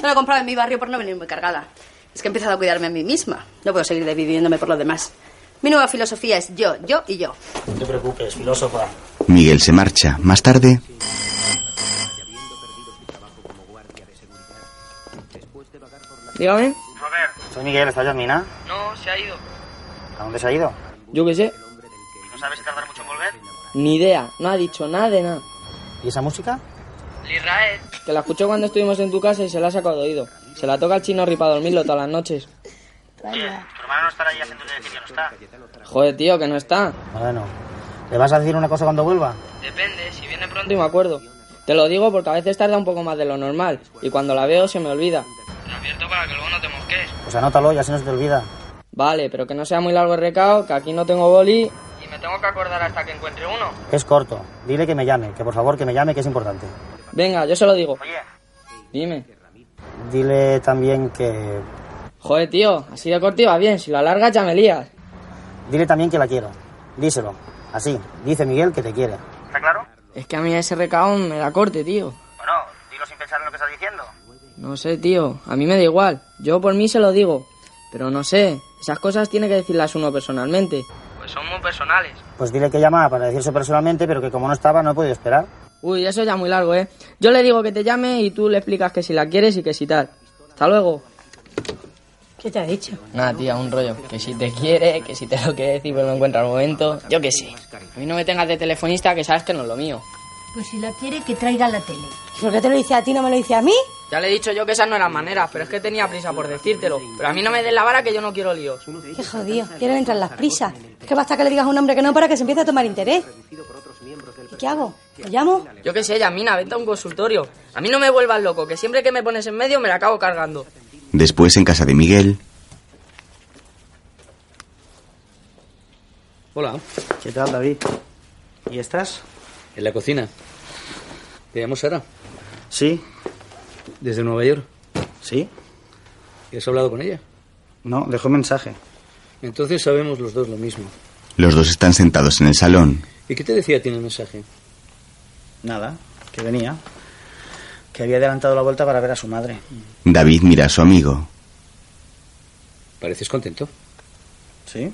Speaker 9: No lo he comprado en mi barrio por no venir muy cargada. Es que he empezado a cuidarme a mí misma. No puedo seguir dividiéndome por los demás. Mi nueva filosofía es yo, yo y yo.
Speaker 4: No te preocupes, filósofa.
Speaker 1: Miguel se marcha. Más tarde,
Speaker 16: Dígame.
Speaker 4: Robert. Soy Miguel, ¿estás Yasmina?
Speaker 16: No, se ha ido.
Speaker 4: ¿A dónde se ha ido?
Speaker 16: Yo qué sé.
Speaker 2: ¿No sabes si tardará mucho en volver?
Speaker 16: Ni idea. No ha dicho nada de nada.
Speaker 4: ¿Y esa música?
Speaker 2: Lirae.
Speaker 16: Que la escuchó cuando estuvimos en tu casa y se la ha sacado de oído. Se la toca al chino Ri para dormirlo todas las noches.
Speaker 2: Oye, tu hermano no estará ahí haciendo decir que no está.
Speaker 16: Joder, tío, que no está.
Speaker 4: Bueno. ¿Le vas a decir una cosa cuando vuelva?
Speaker 2: Depende, si viene pronto.
Speaker 16: No me acuerdo. Te lo digo porque a veces tarda un poco más de lo normal y cuando la veo se me olvida.
Speaker 2: Te advierto para que luego no te mosques.
Speaker 4: Pues anótalo, ya se nos te olvida.
Speaker 16: Vale, pero que no sea muy largo el recao, que aquí no tengo boli.
Speaker 2: Y me tengo que acordar hasta que encuentre uno.
Speaker 4: Es corto. Dile que me llame, que por favor que me llame, que es importante.
Speaker 16: Venga, yo se lo digo.
Speaker 2: Oye,
Speaker 16: Dime.
Speaker 4: Dile también que...
Speaker 16: Joder, tío, así de corto iba bien. Si lo alargas ya me lías.
Speaker 4: Dile también que la quiero. Díselo. Así. Dice Miguel que te quiere.
Speaker 2: ¿está claro?
Speaker 16: Es que a mí ese recao me da corte, tío.
Speaker 2: Bueno, dilo sin pensar en lo que estás diciendo.
Speaker 16: No sé, tío. A mí me da igual. Yo por mí se lo digo. Pero no sé. Esas cosas tiene que decirlas uno personalmente.
Speaker 2: Pues son muy personales.
Speaker 4: Pues dile que llamaba para decirse personalmente, pero que como no estaba no he podido esperar.
Speaker 16: Uy, eso ya muy largo, ¿eh? Yo le digo que te llame y tú le explicas que si la quieres y que si tal. Hasta luego.
Speaker 19: ¿Qué te ha dicho?
Speaker 16: Nada, tía, un rollo. Que si te quiere, que si te lo quiere decir, pero no encuentra el momento. Yo qué sé. A mí no me tengas de telefonista, que sabes que no es lo mío.
Speaker 5: Pues si la quiere, que traiga la tele.
Speaker 19: ¿Por qué te lo dice a ti, no me lo dice a mí?
Speaker 16: Ya le he dicho yo que esas no eran maneras, pero es que tenía prisa por decírtelo. Pero a mí no me des la vara que yo no quiero líos.
Speaker 19: Qué jodido, quieren entrar las prisas. Es que basta que le digas a un hombre que no para que se empiece a tomar interés. ¿Y qué hago? ¿Lo llamo?
Speaker 16: Yo qué sé, Yamina, vete a un consultorio. A mí no me vuelvas loco, que siempre que me pones en medio me la acabo cargando.
Speaker 1: después en casa de Miguel,
Speaker 10: Hola.
Speaker 4: ¿Qué tal, David? ¿Y estás?
Speaker 10: En la cocina. Te llamo Sara.
Speaker 4: Sí.
Speaker 10: Desde Nueva York.
Speaker 4: ¿Sí?
Speaker 10: ¿Y has hablado con ella?
Speaker 4: No, dejó mensaje.
Speaker 10: Entonces sabemos los dos lo mismo.
Speaker 1: los dos están sentados en el salón.
Speaker 10: ¿Y qué te decía a ti en el mensaje?
Speaker 4: Nada, que venía. Que había adelantado la vuelta para ver a su madre.
Speaker 1: David mira a su amigo.
Speaker 10: Pareces contento.
Speaker 4: ¿Sí?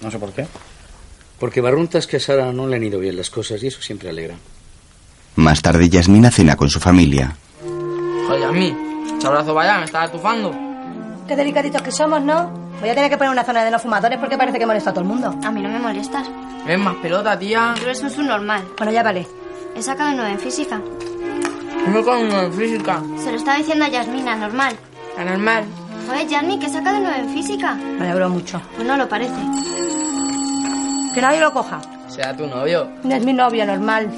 Speaker 4: No sé por qué.
Speaker 10: Porque barruntas que a Sara no le han ido bien las cosas y eso siempre alegra.
Speaker 1: Más tarde, Yasmina cena con su familia.
Speaker 16: Joder, a mí. Chabrazo vaya, me estás atufando.
Speaker 19: Qué delicaditos que somos, ¿no? Voy a tener que poner una zona de no fumadores porque parece que molesta a todo el mundo.
Speaker 22: A mí no me molestas.
Speaker 16: Es más pelota, tía.
Speaker 22: Pero eso es un normal.
Speaker 19: Bueno, ya vale.
Speaker 22: He sacado nueve en física.
Speaker 16: No con en física.
Speaker 22: Se lo estaba diciendo a Yasmina, normal.
Speaker 16: Anormal.
Speaker 22: Joder, Yarni, que he sacado nueve en física.
Speaker 19: Me alegro mucho.
Speaker 22: Pues no lo parece.
Speaker 19: Que nadie lo coja.
Speaker 16: Será tu novio.
Speaker 19: No es mi novio, normal.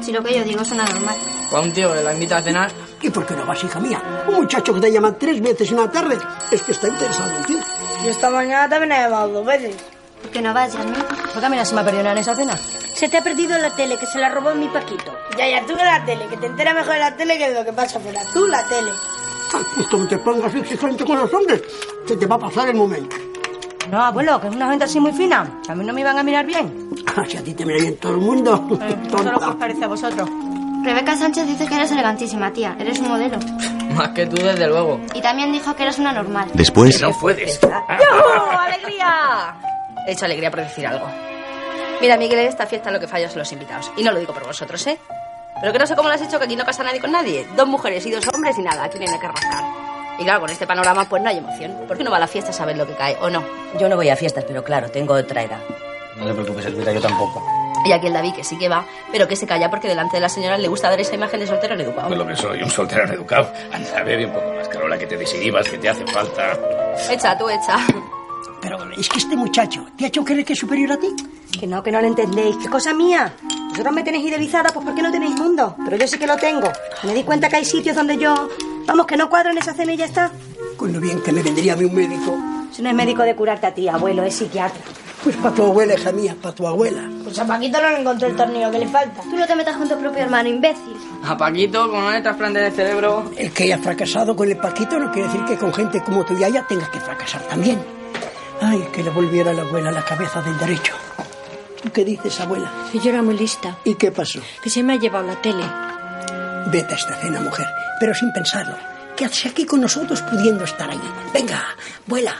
Speaker 22: Si lo que yo digo suena normal.
Speaker 16: O a un tío que la invita a cenar.
Speaker 24: ¿Y por qué no vas, hija mía? Un muchacho que te llama tres veces en la tarde es que está interesado en ti.
Speaker 8: Yo esta mañana también he llamado dos veces.
Speaker 22: ¿Por qué no vas, Yarni?
Speaker 19: Porque a mí no se me ha perdido nada en esa cena.
Speaker 8: Se te ha perdido la tele, que se la robó mi Paquito. Ya, ya, tú que la tele, que te entera mejor de la tele que de lo que pasa fuera. Tú la tele.
Speaker 24: Esto no te pongas exigente con los hombres, se te va a pasar el momento.
Speaker 14: No, abuelo, que es una gente así muy fina. A mí no me iban a mirar bien.
Speaker 24: Si a ti te mira bien todo el mundo.
Speaker 14: Todo lo que os parece a vosotros.
Speaker 22: Rebeca Sánchez dice que eres elegantísima, tía. Eres un modelo.
Speaker 16: Más que tú, desde luego.
Speaker 22: Y también dijo que eres una normal.
Speaker 1: Después- Que no
Speaker 16: puedes.
Speaker 9: ¡Yujú! ¡Alegría! He hecho alegría por decir algo. Mira, Miguel, en esta fiesta lo que falla son los invitados. Y no lo digo por vosotros, ¿eh? Pero que no sé cómo lo has hecho, que aquí no casa nadie con nadie. Dos mujeres y dos hombres y nada, aquí no hay nada que rascar. Y claro, con este panorama pues no hay emoción. ¿Por qué no va a la fiesta a saber lo que cae o no?
Speaker 13: Yo no voy a fiestas, pero claro, tengo otra edad.
Speaker 4: No te preocupes, Elvira, yo tampoco.
Speaker 9: Y aquí el David que sí que va, pero que se calla porque delante de la señora le gusta dar esa imagen de soltero en educado.
Speaker 10: Pues lo que soy, un soltero educado. Anda, bebe un poco más, Carola, que te desinhibas, que te hace falta.
Speaker 9: Echa, tú echa.
Speaker 24: Es que este muchacho te ha hecho creer que es superior a ti.
Speaker 14: Que no, que no lo entendéis. ¿Qué cosa mía? Vosotros me tenéis idealizada, pues ¿por qué no tenéis mundo? Pero yo sí que lo tengo. Me di cuenta que hay sitios donde yo... Vamos, que no cuadro en esa cena y ya está.
Speaker 24: Con lo bien que me vendría a mí un médico.
Speaker 14: Si no es médico de curarte a ti, abuelo, es psiquiatra.
Speaker 24: Pues para tu abuela, hija mía, para tu abuela.
Speaker 8: Pues a Paquito no le encontré el tornillo que le falta.
Speaker 22: Tú no te metas con tu propio hermano, imbécil.
Speaker 16: A Paquito, como no le trasplante de cerebro.
Speaker 24: El que haya fracasado con el Paquito no quiere decir que con gente como tú y ella tengas que fracasar también. Ay, que le volviera a la abuela la cabeza del derecho. ¿Tú qué dices, abuela?
Speaker 15: Que yo era muy lista.
Speaker 24: ¿Y qué pasó?
Speaker 15: Que se me ha llevado la tele.
Speaker 24: Vete a esta cena, mujer, pero sin pensarlo. ¿Qué haces aquí con nosotros pudiendo estar allí? Venga, vuela.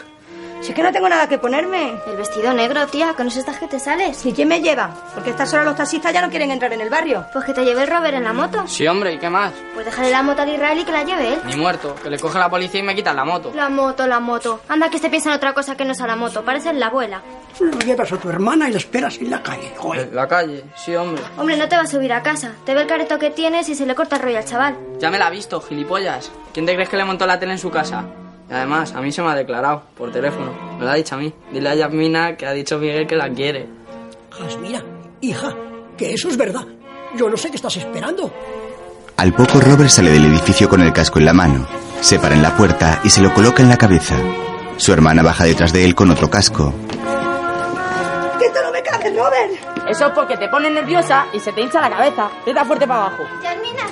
Speaker 14: Si es que no tengo nada que ponerme.
Speaker 22: El vestido negro, tía, con eso estás que te sales.
Speaker 14: ¿Y quién me lleva? Porque estas horas los taxistas ya no quieren entrar en el barrio.
Speaker 22: Pues que te lleve Robert en la moto.
Speaker 16: Sí, hombre, ¿y qué más?
Speaker 22: Pues déjale la moto al Israel y que la lleve él.
Speaker 16: Ni muerto, que le coge la policía y me quitan la moto.
Speaker 22: La moto, la moto. Anda, que este piensa en otra cosa que no sea la moto. Pareces la abuela.
Speaker 24: Lo llevas a tu hermana y la esperas en la calle.
Speaker 16: En la calle, sí, hombre.
Speaker 22: Hombre, no te va a subir a casa. Te ve el careto que tienes y se le corta el rollo al chaval.
Speaker 16: Ya me la ha visto, gilipollas. ¿Quién te crees que le montó la tele en su casa? Y además, a mí se me ha declarado, por teléfono. Me lo ha dicho a mí. Dile a Yasmina que ha dicho Miguel que la quiere.
Speaker 24: Jasmina, Pues hija, que eso es verdad. Yo no sé qué estás esperando.
Speaker 1: Al poco Robert sale del edificio con el casco en la mano, se para en la puerta y se lo coloca en la cabeza. Su hermana baja detrás de él con otro casco.
Speaker 14: ¡Quítalo, me cagues, Robert!
Speaker 25: Eso es porque te pones nerviosa y se te hincha la cabeza. Te da fuerte para abajo.
Speaker 22: Yasmina,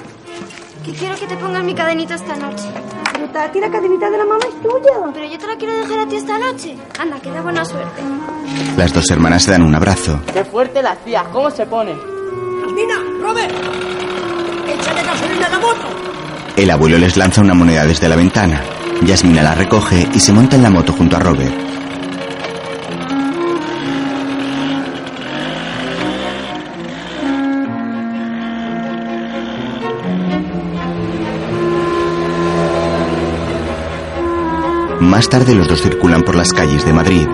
Speaker 22: que quiero que te pongas mi cadenita esta noche.
Speaker 14: Pero Tati, la cadenita de la mamá es tuya.
Speaker 22: Pero yo te la quiero dejar a ti esta noche. Anda, que da buena suerte.
Speaker 1: Las dos hermanas se dan un abrazo.
Speaker 25: Qué fuerte las tías, ¿cómo se pone?
Speaker 24: ¡Mina, Robert! ¡Échale gasolina a la moto!
Speaker 1: El abuelo les lanza una moneda desde la ventana. Yasmina la recoge y se monta en la moto junto a Robert. Más tarde los dos circulan por las calles de Madrid.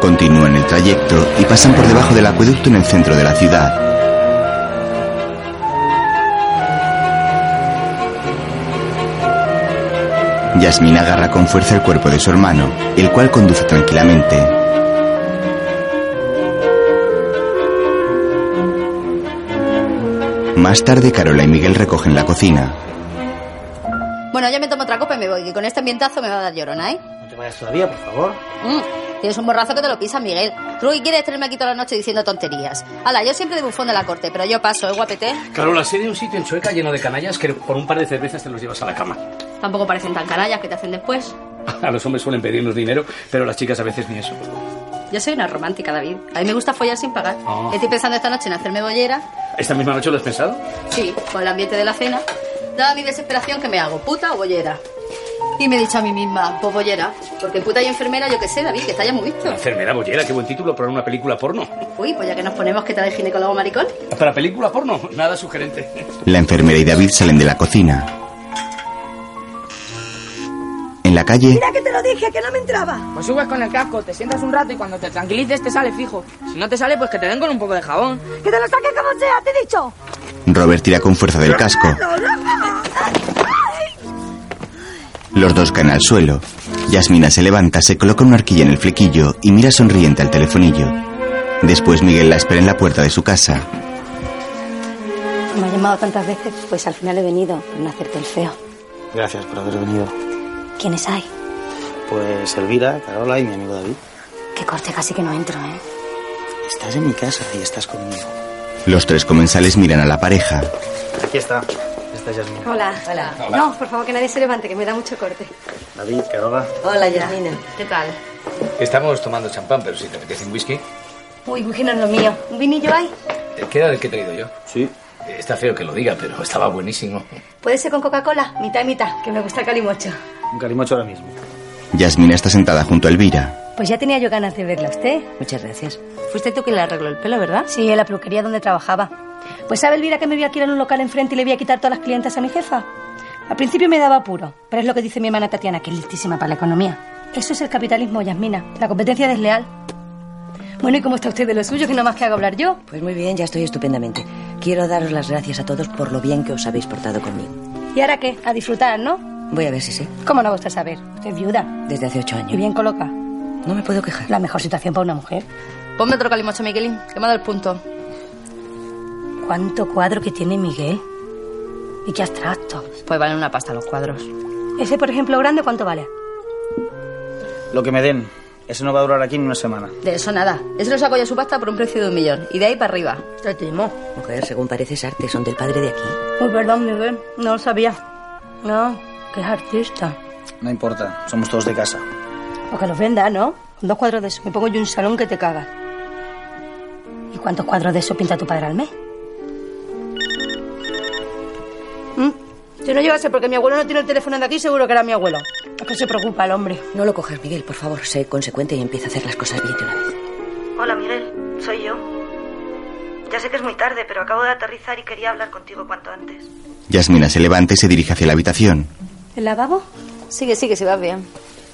Speaker 1: Continúan el trayecto y pasan por debajo del acueducto en el centro de la ciudad. Yasmín agarra con fuerza el cuerpo de su hermano, el cual conduce tranquilamente. Más tarde, Carola y Miguel recogen la cocina.
Speaker 9: Bueno, yo me tomo otra copa y me voy, que con este ambientazo me va a dar llorona, ¿eh?
Speaker 4: No te vayas todavía, por favor.
Speaker 9: Mm, tienes un borrazo que te lo pisas, Miguel. Tú lo que quieres es tenerme aquí toda la noche diciendo tonterías. Hala, yo siempre de bufón de la corte, pero yo paso, ¿eh, guapete?
Speaker 10: Carola, sé de un sitio en Sueca lleno de canallas que por un par de cervezas te los llevas a la cama.
Speaker 9: Tampoco parecen tan canallas que te hacen después.
Speaker 10: A los hombres suelen pedirnos dinero, pero las chicas a veces ni eso.
Speaker 9: Yo soy una romántica, David. A mí me gusta follar sin pagar.
Speaker 10: Oh.
Speaker 9: Estoy pensando esta noche en hacerme bollera.
Speaker 10: ¿Esta misma noche lo has pensado?
Speaker 9: Sí, con el ambiente de la cena. Dada mi desesperación, que me hago? ¿Puta o bollera? Y me he dicho a mí misma, pues bollera. Porque puta y enfermera, yo qué sé, David, que te hayas muy visto.
Speaker 10: Enfermera bollera, qué buen título para una película porno.
Speaker 9: Uy, pues ya que nos ponemos, ¿qué tal el ginecólogo maricón?
Speaker 10: ¿Para película porno? Nada sugerente.
Speaker 1: La enfermera y David salen de la cocina. En la calle,
Speaker 15: Mira que te lo dije, que no me entraba.
Speaker 16: Pues subes con el casco, te sientas un rato y cuando te tranquilices te sale fijo. Si no te sale, pues que te den con un poco de jabón.
Speaker 15: Que te lo saque como sea, te he dicho.
Speaker 1: Robert tira con fuerza del casco. Los dos caen al suelo. Yasmina se levanta, se coloca una horquilla en el flequillo y mira sonriente al telefonillo. Después Miguel la espera en la puerta de su casa.
Speaker 14: Me ha llamado tantas veces, pues al final he venido por no hacerte el feo.
Speaker 4: Gracias por haber venido.
Speaker 14: ¿Quiénes hay?
Speaker 4: Pues Elvira, Carola y mi amigo David.
Speaker 14: Que corte casi que no entro, ¿eh?
Speaker 4: Estás en mi casa y estás conmigo.
Speaker 1: Los tres comensales miran a la pareja.
Speaker 4: Aquí está. Esta es Yasmina.
Speaker 14: Hola.
Speaker 4: Hola.
Speaker 14: No, por favor, que nadie se levante, que me da mucho corte.
Speaker 4: David, Carola.
Speaker 14: Hola, Yasmina. ¿Qué tal?
Speaker 10: Estamos tomando champán, pero si te apetece un whisky.
Speaker 14: Uy, whisky no es lo mío. ¿Un vinillo hay?
Speaker 10: Eh, ¿Qué era el que he traído yo? Sí. Está feo que lo diga, pero estaba buenísimo.
Speaker 14: ¿Puede ser con Coca-Cola? Mitad y mitad, que me gusta el calimocho.
Speaker 10: Un calimocho ahora mismo.
Speaker 1: Yasmina está sentada junto a Elvira.
Speaker 14: Pues ya tenía yo ganas de verla a usted.
Speaker 5: Muchas gracias.
Speaker 14: Fuiste tú quien le arregló el pelo, ¿verdad? Sí, en la peluquería donde trabajaba. Pues sabe Elvira que me voy a alquilar un local enfrente y le voy a quitar todas las clientas a mi jefa. Al principio me daba apuro, pero es lo que dice mi hermana Tatiana, que es listísima para la economía. Eso es el capitalismo, Yasmina. La competencia desleal. Bueno, ¿y cómo está usted de lo suyo? Que no más que hago hablar yo.
Speaker 5: Pues muy bien, ya estoy estupendamente. Quiero daros las gracias a todos por lo bien que os habéis portado conmigo.
Speaker 14: ¿Y ahora qué? A disfrutar, ¿no?
Speaker 5: Voy a ver si sí.
Speaker 14: ¿Cómo no gusta saber? Usted es viuda.
Speaker 5: Desde hace ocho años.
Speaker 14: Y bien coloca.
Speaker 5: No me puedo quejar.
Speaker 14: La mejor situación para una mujer.
Speaker 9: Ponme otro calimocho, Miguelín, que me ha dado el punto.
Speaker 14: ¿Cuánto cuadro que tiene Miguel? Y qué abstracto.
Speaker 9: Pues valen una pasta los cuadros.
Speaker 14: Ese, por ejemplo, grande, ¿cuánto vale?
Speaker 4: Lo que me den. Ese no va a durar aquí ni una semana.
Speaker 9: De eso nada. Eso lo saco yo a su pasta por un precio de un millón. Y de ahí para arriba.
Speaker 14: Te timo.
Speaker 5: Mujer, según pareces arte, son del padre de aquí.
Speaker 14: Uy, Oh, perdón, Miguel. No lo sabía. No, que es artista.
Speaker 4: No importa, somos todos de casa.
Speaker 14: O que los venda, ¿no? Con dos cuadros de eso. Me pongo yo un salón que te cagas. ¿Y cuántos cuadros de eso pinta tu padre al mes? ¿Mm? Si no llegase porque mi abuelo no tiene el teléfono de aquí, seguro que era mi abuelo. Es que se preocupa el hombre.
Speaker 5: No lo cojas, Miguel, por favor. Sé consecuente y empieza a hacer las cosas bien de una vez.
Speaker 3: Hola, Miguel. Soy yo. Ya sé que es muy tarde, pero acabo de aterrizar y quería hablar contigo cuanto antes.
Speaker 1: Yasmina se levanta y se dirige hacia la habitación.
Speaker 14: ¿El lavabo?
Speaker 9: Sigue, sigue, si vas bien.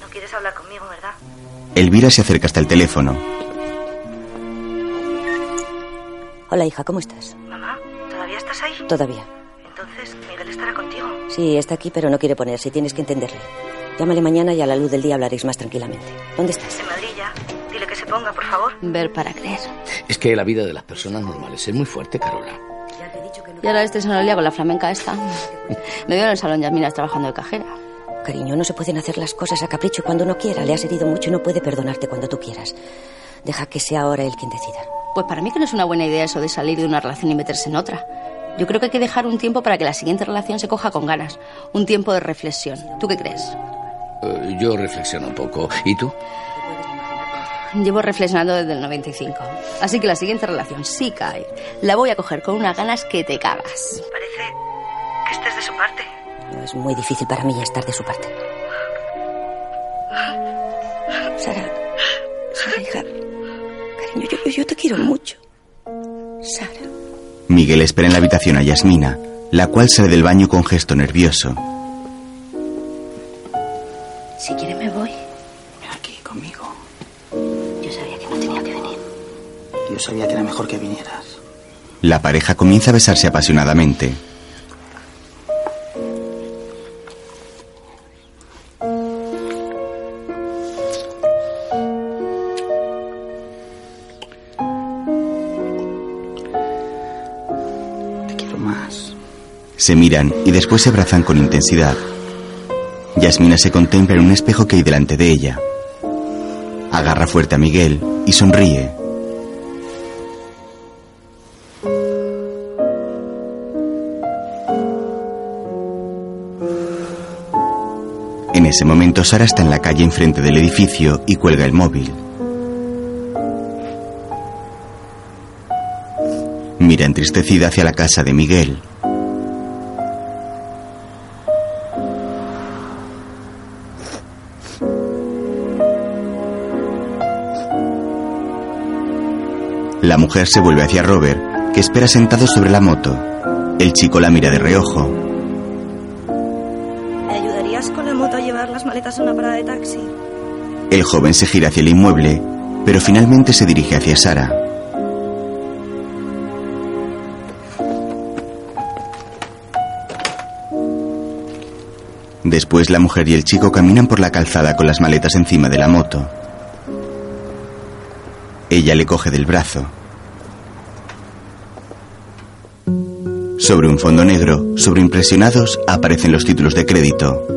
Speaker 3: No quieres hablar conmigo, ¿verdad?
Speaker 1: Elvira se acerca hasta el teléfono.
Speaker 5: Hola, hija, ¿cómo estás?
Speaker 3: Mamá, ¿todavía estás ahí?
Speaker 5: Todavía.
Speaker 3: Entonces, Miguel estará contigo.
Speaker 5: Sí, está aquí, pero no quiere ponerse. Tienes que entenderle. Llámale mañana y a la luz del día hablaréis más tranquilamente. ¿Dónde estás?
Speaker 3: En Madrid ya. Dile que se ponga, por favor.
Speaker 9: Ver para creer.
Speaker 10: Es que la vida de las personas normales es muy fuerte, Carola.
Speaker 9: Y ahora este se nos lía con la flamenca esta. Me veo en el salón Yasmina trabajando de cajera.
Speaker 5: Cariño, no se pueden hacer las cosas a capricho cuando uno quiera. Le has herido mucho y no puede perdonarte cuando tú quieras. Deja que sea ahora él quien decida.
Speaker 9: Pues para mí que no es una buena idea eso de salir de una relación y meterse en otra. Yo creo que hay que dejar un tiempo para que la siguiente relación se coja con ganas. Un tiempo de reflexión. ¿Tú qué crees?
Speaker 10: Eh, yo reflexiono un poco. ¿Y tú?
Speaker 9: Llevo reflexionando desde el 95. Así que la siguiente relación, sí cae, la voy a coger con unas ganas que te cagas.
Speaker 3: Parece que estés de su parte.
Speaker 5: No, es muy difícil para mí ya estar de su parte. Sara, Sara, hija, cariño, yo, yo te quiero mucho. Sara.
Speaker 1: Miguel espera en la habitación a Yasmina, la cual sale del baño con gesto nervioso.
Speaker 14: Si quiere me voy.
Speaker 4: Aquí conmigo.
Speaker 14: Yo sabía que no tenía que venir.
Speaker 4: Yo sabía que era mejor que vinieras.
Speaker 1: La pareja comienza a besarse apasionadamente.
Speaker 4: Te quiero más.
Speaker 1: Se miran y después se abrazan con intensidad. Yasmina se contempla en un espejo que hay delante de ella. Agarra fuerte a Miguel y sonríe. En ese momento Sara está en la calle enfrente del edificio y cuelga el móvil. Mira entristecida hacia la casa de Miguel. La mujer se vuelve hacia Robert, que espera sentado sobre la moto. El chico la mira de reojo.
Speaker 3: ¿Me ayudarías con la moto a llevar las maletas a una parada de taxi?
Speaker 1: El joven se gira hacia el inmueble, pero finalmente se dirige hacia Sara. Después la mujer y el chico caminan por la calzada con las maletas encima de la moto. Ella le coge del brazo. Sobre un fondo negro, sobreimpresionados, aparecen los títulos de crédito.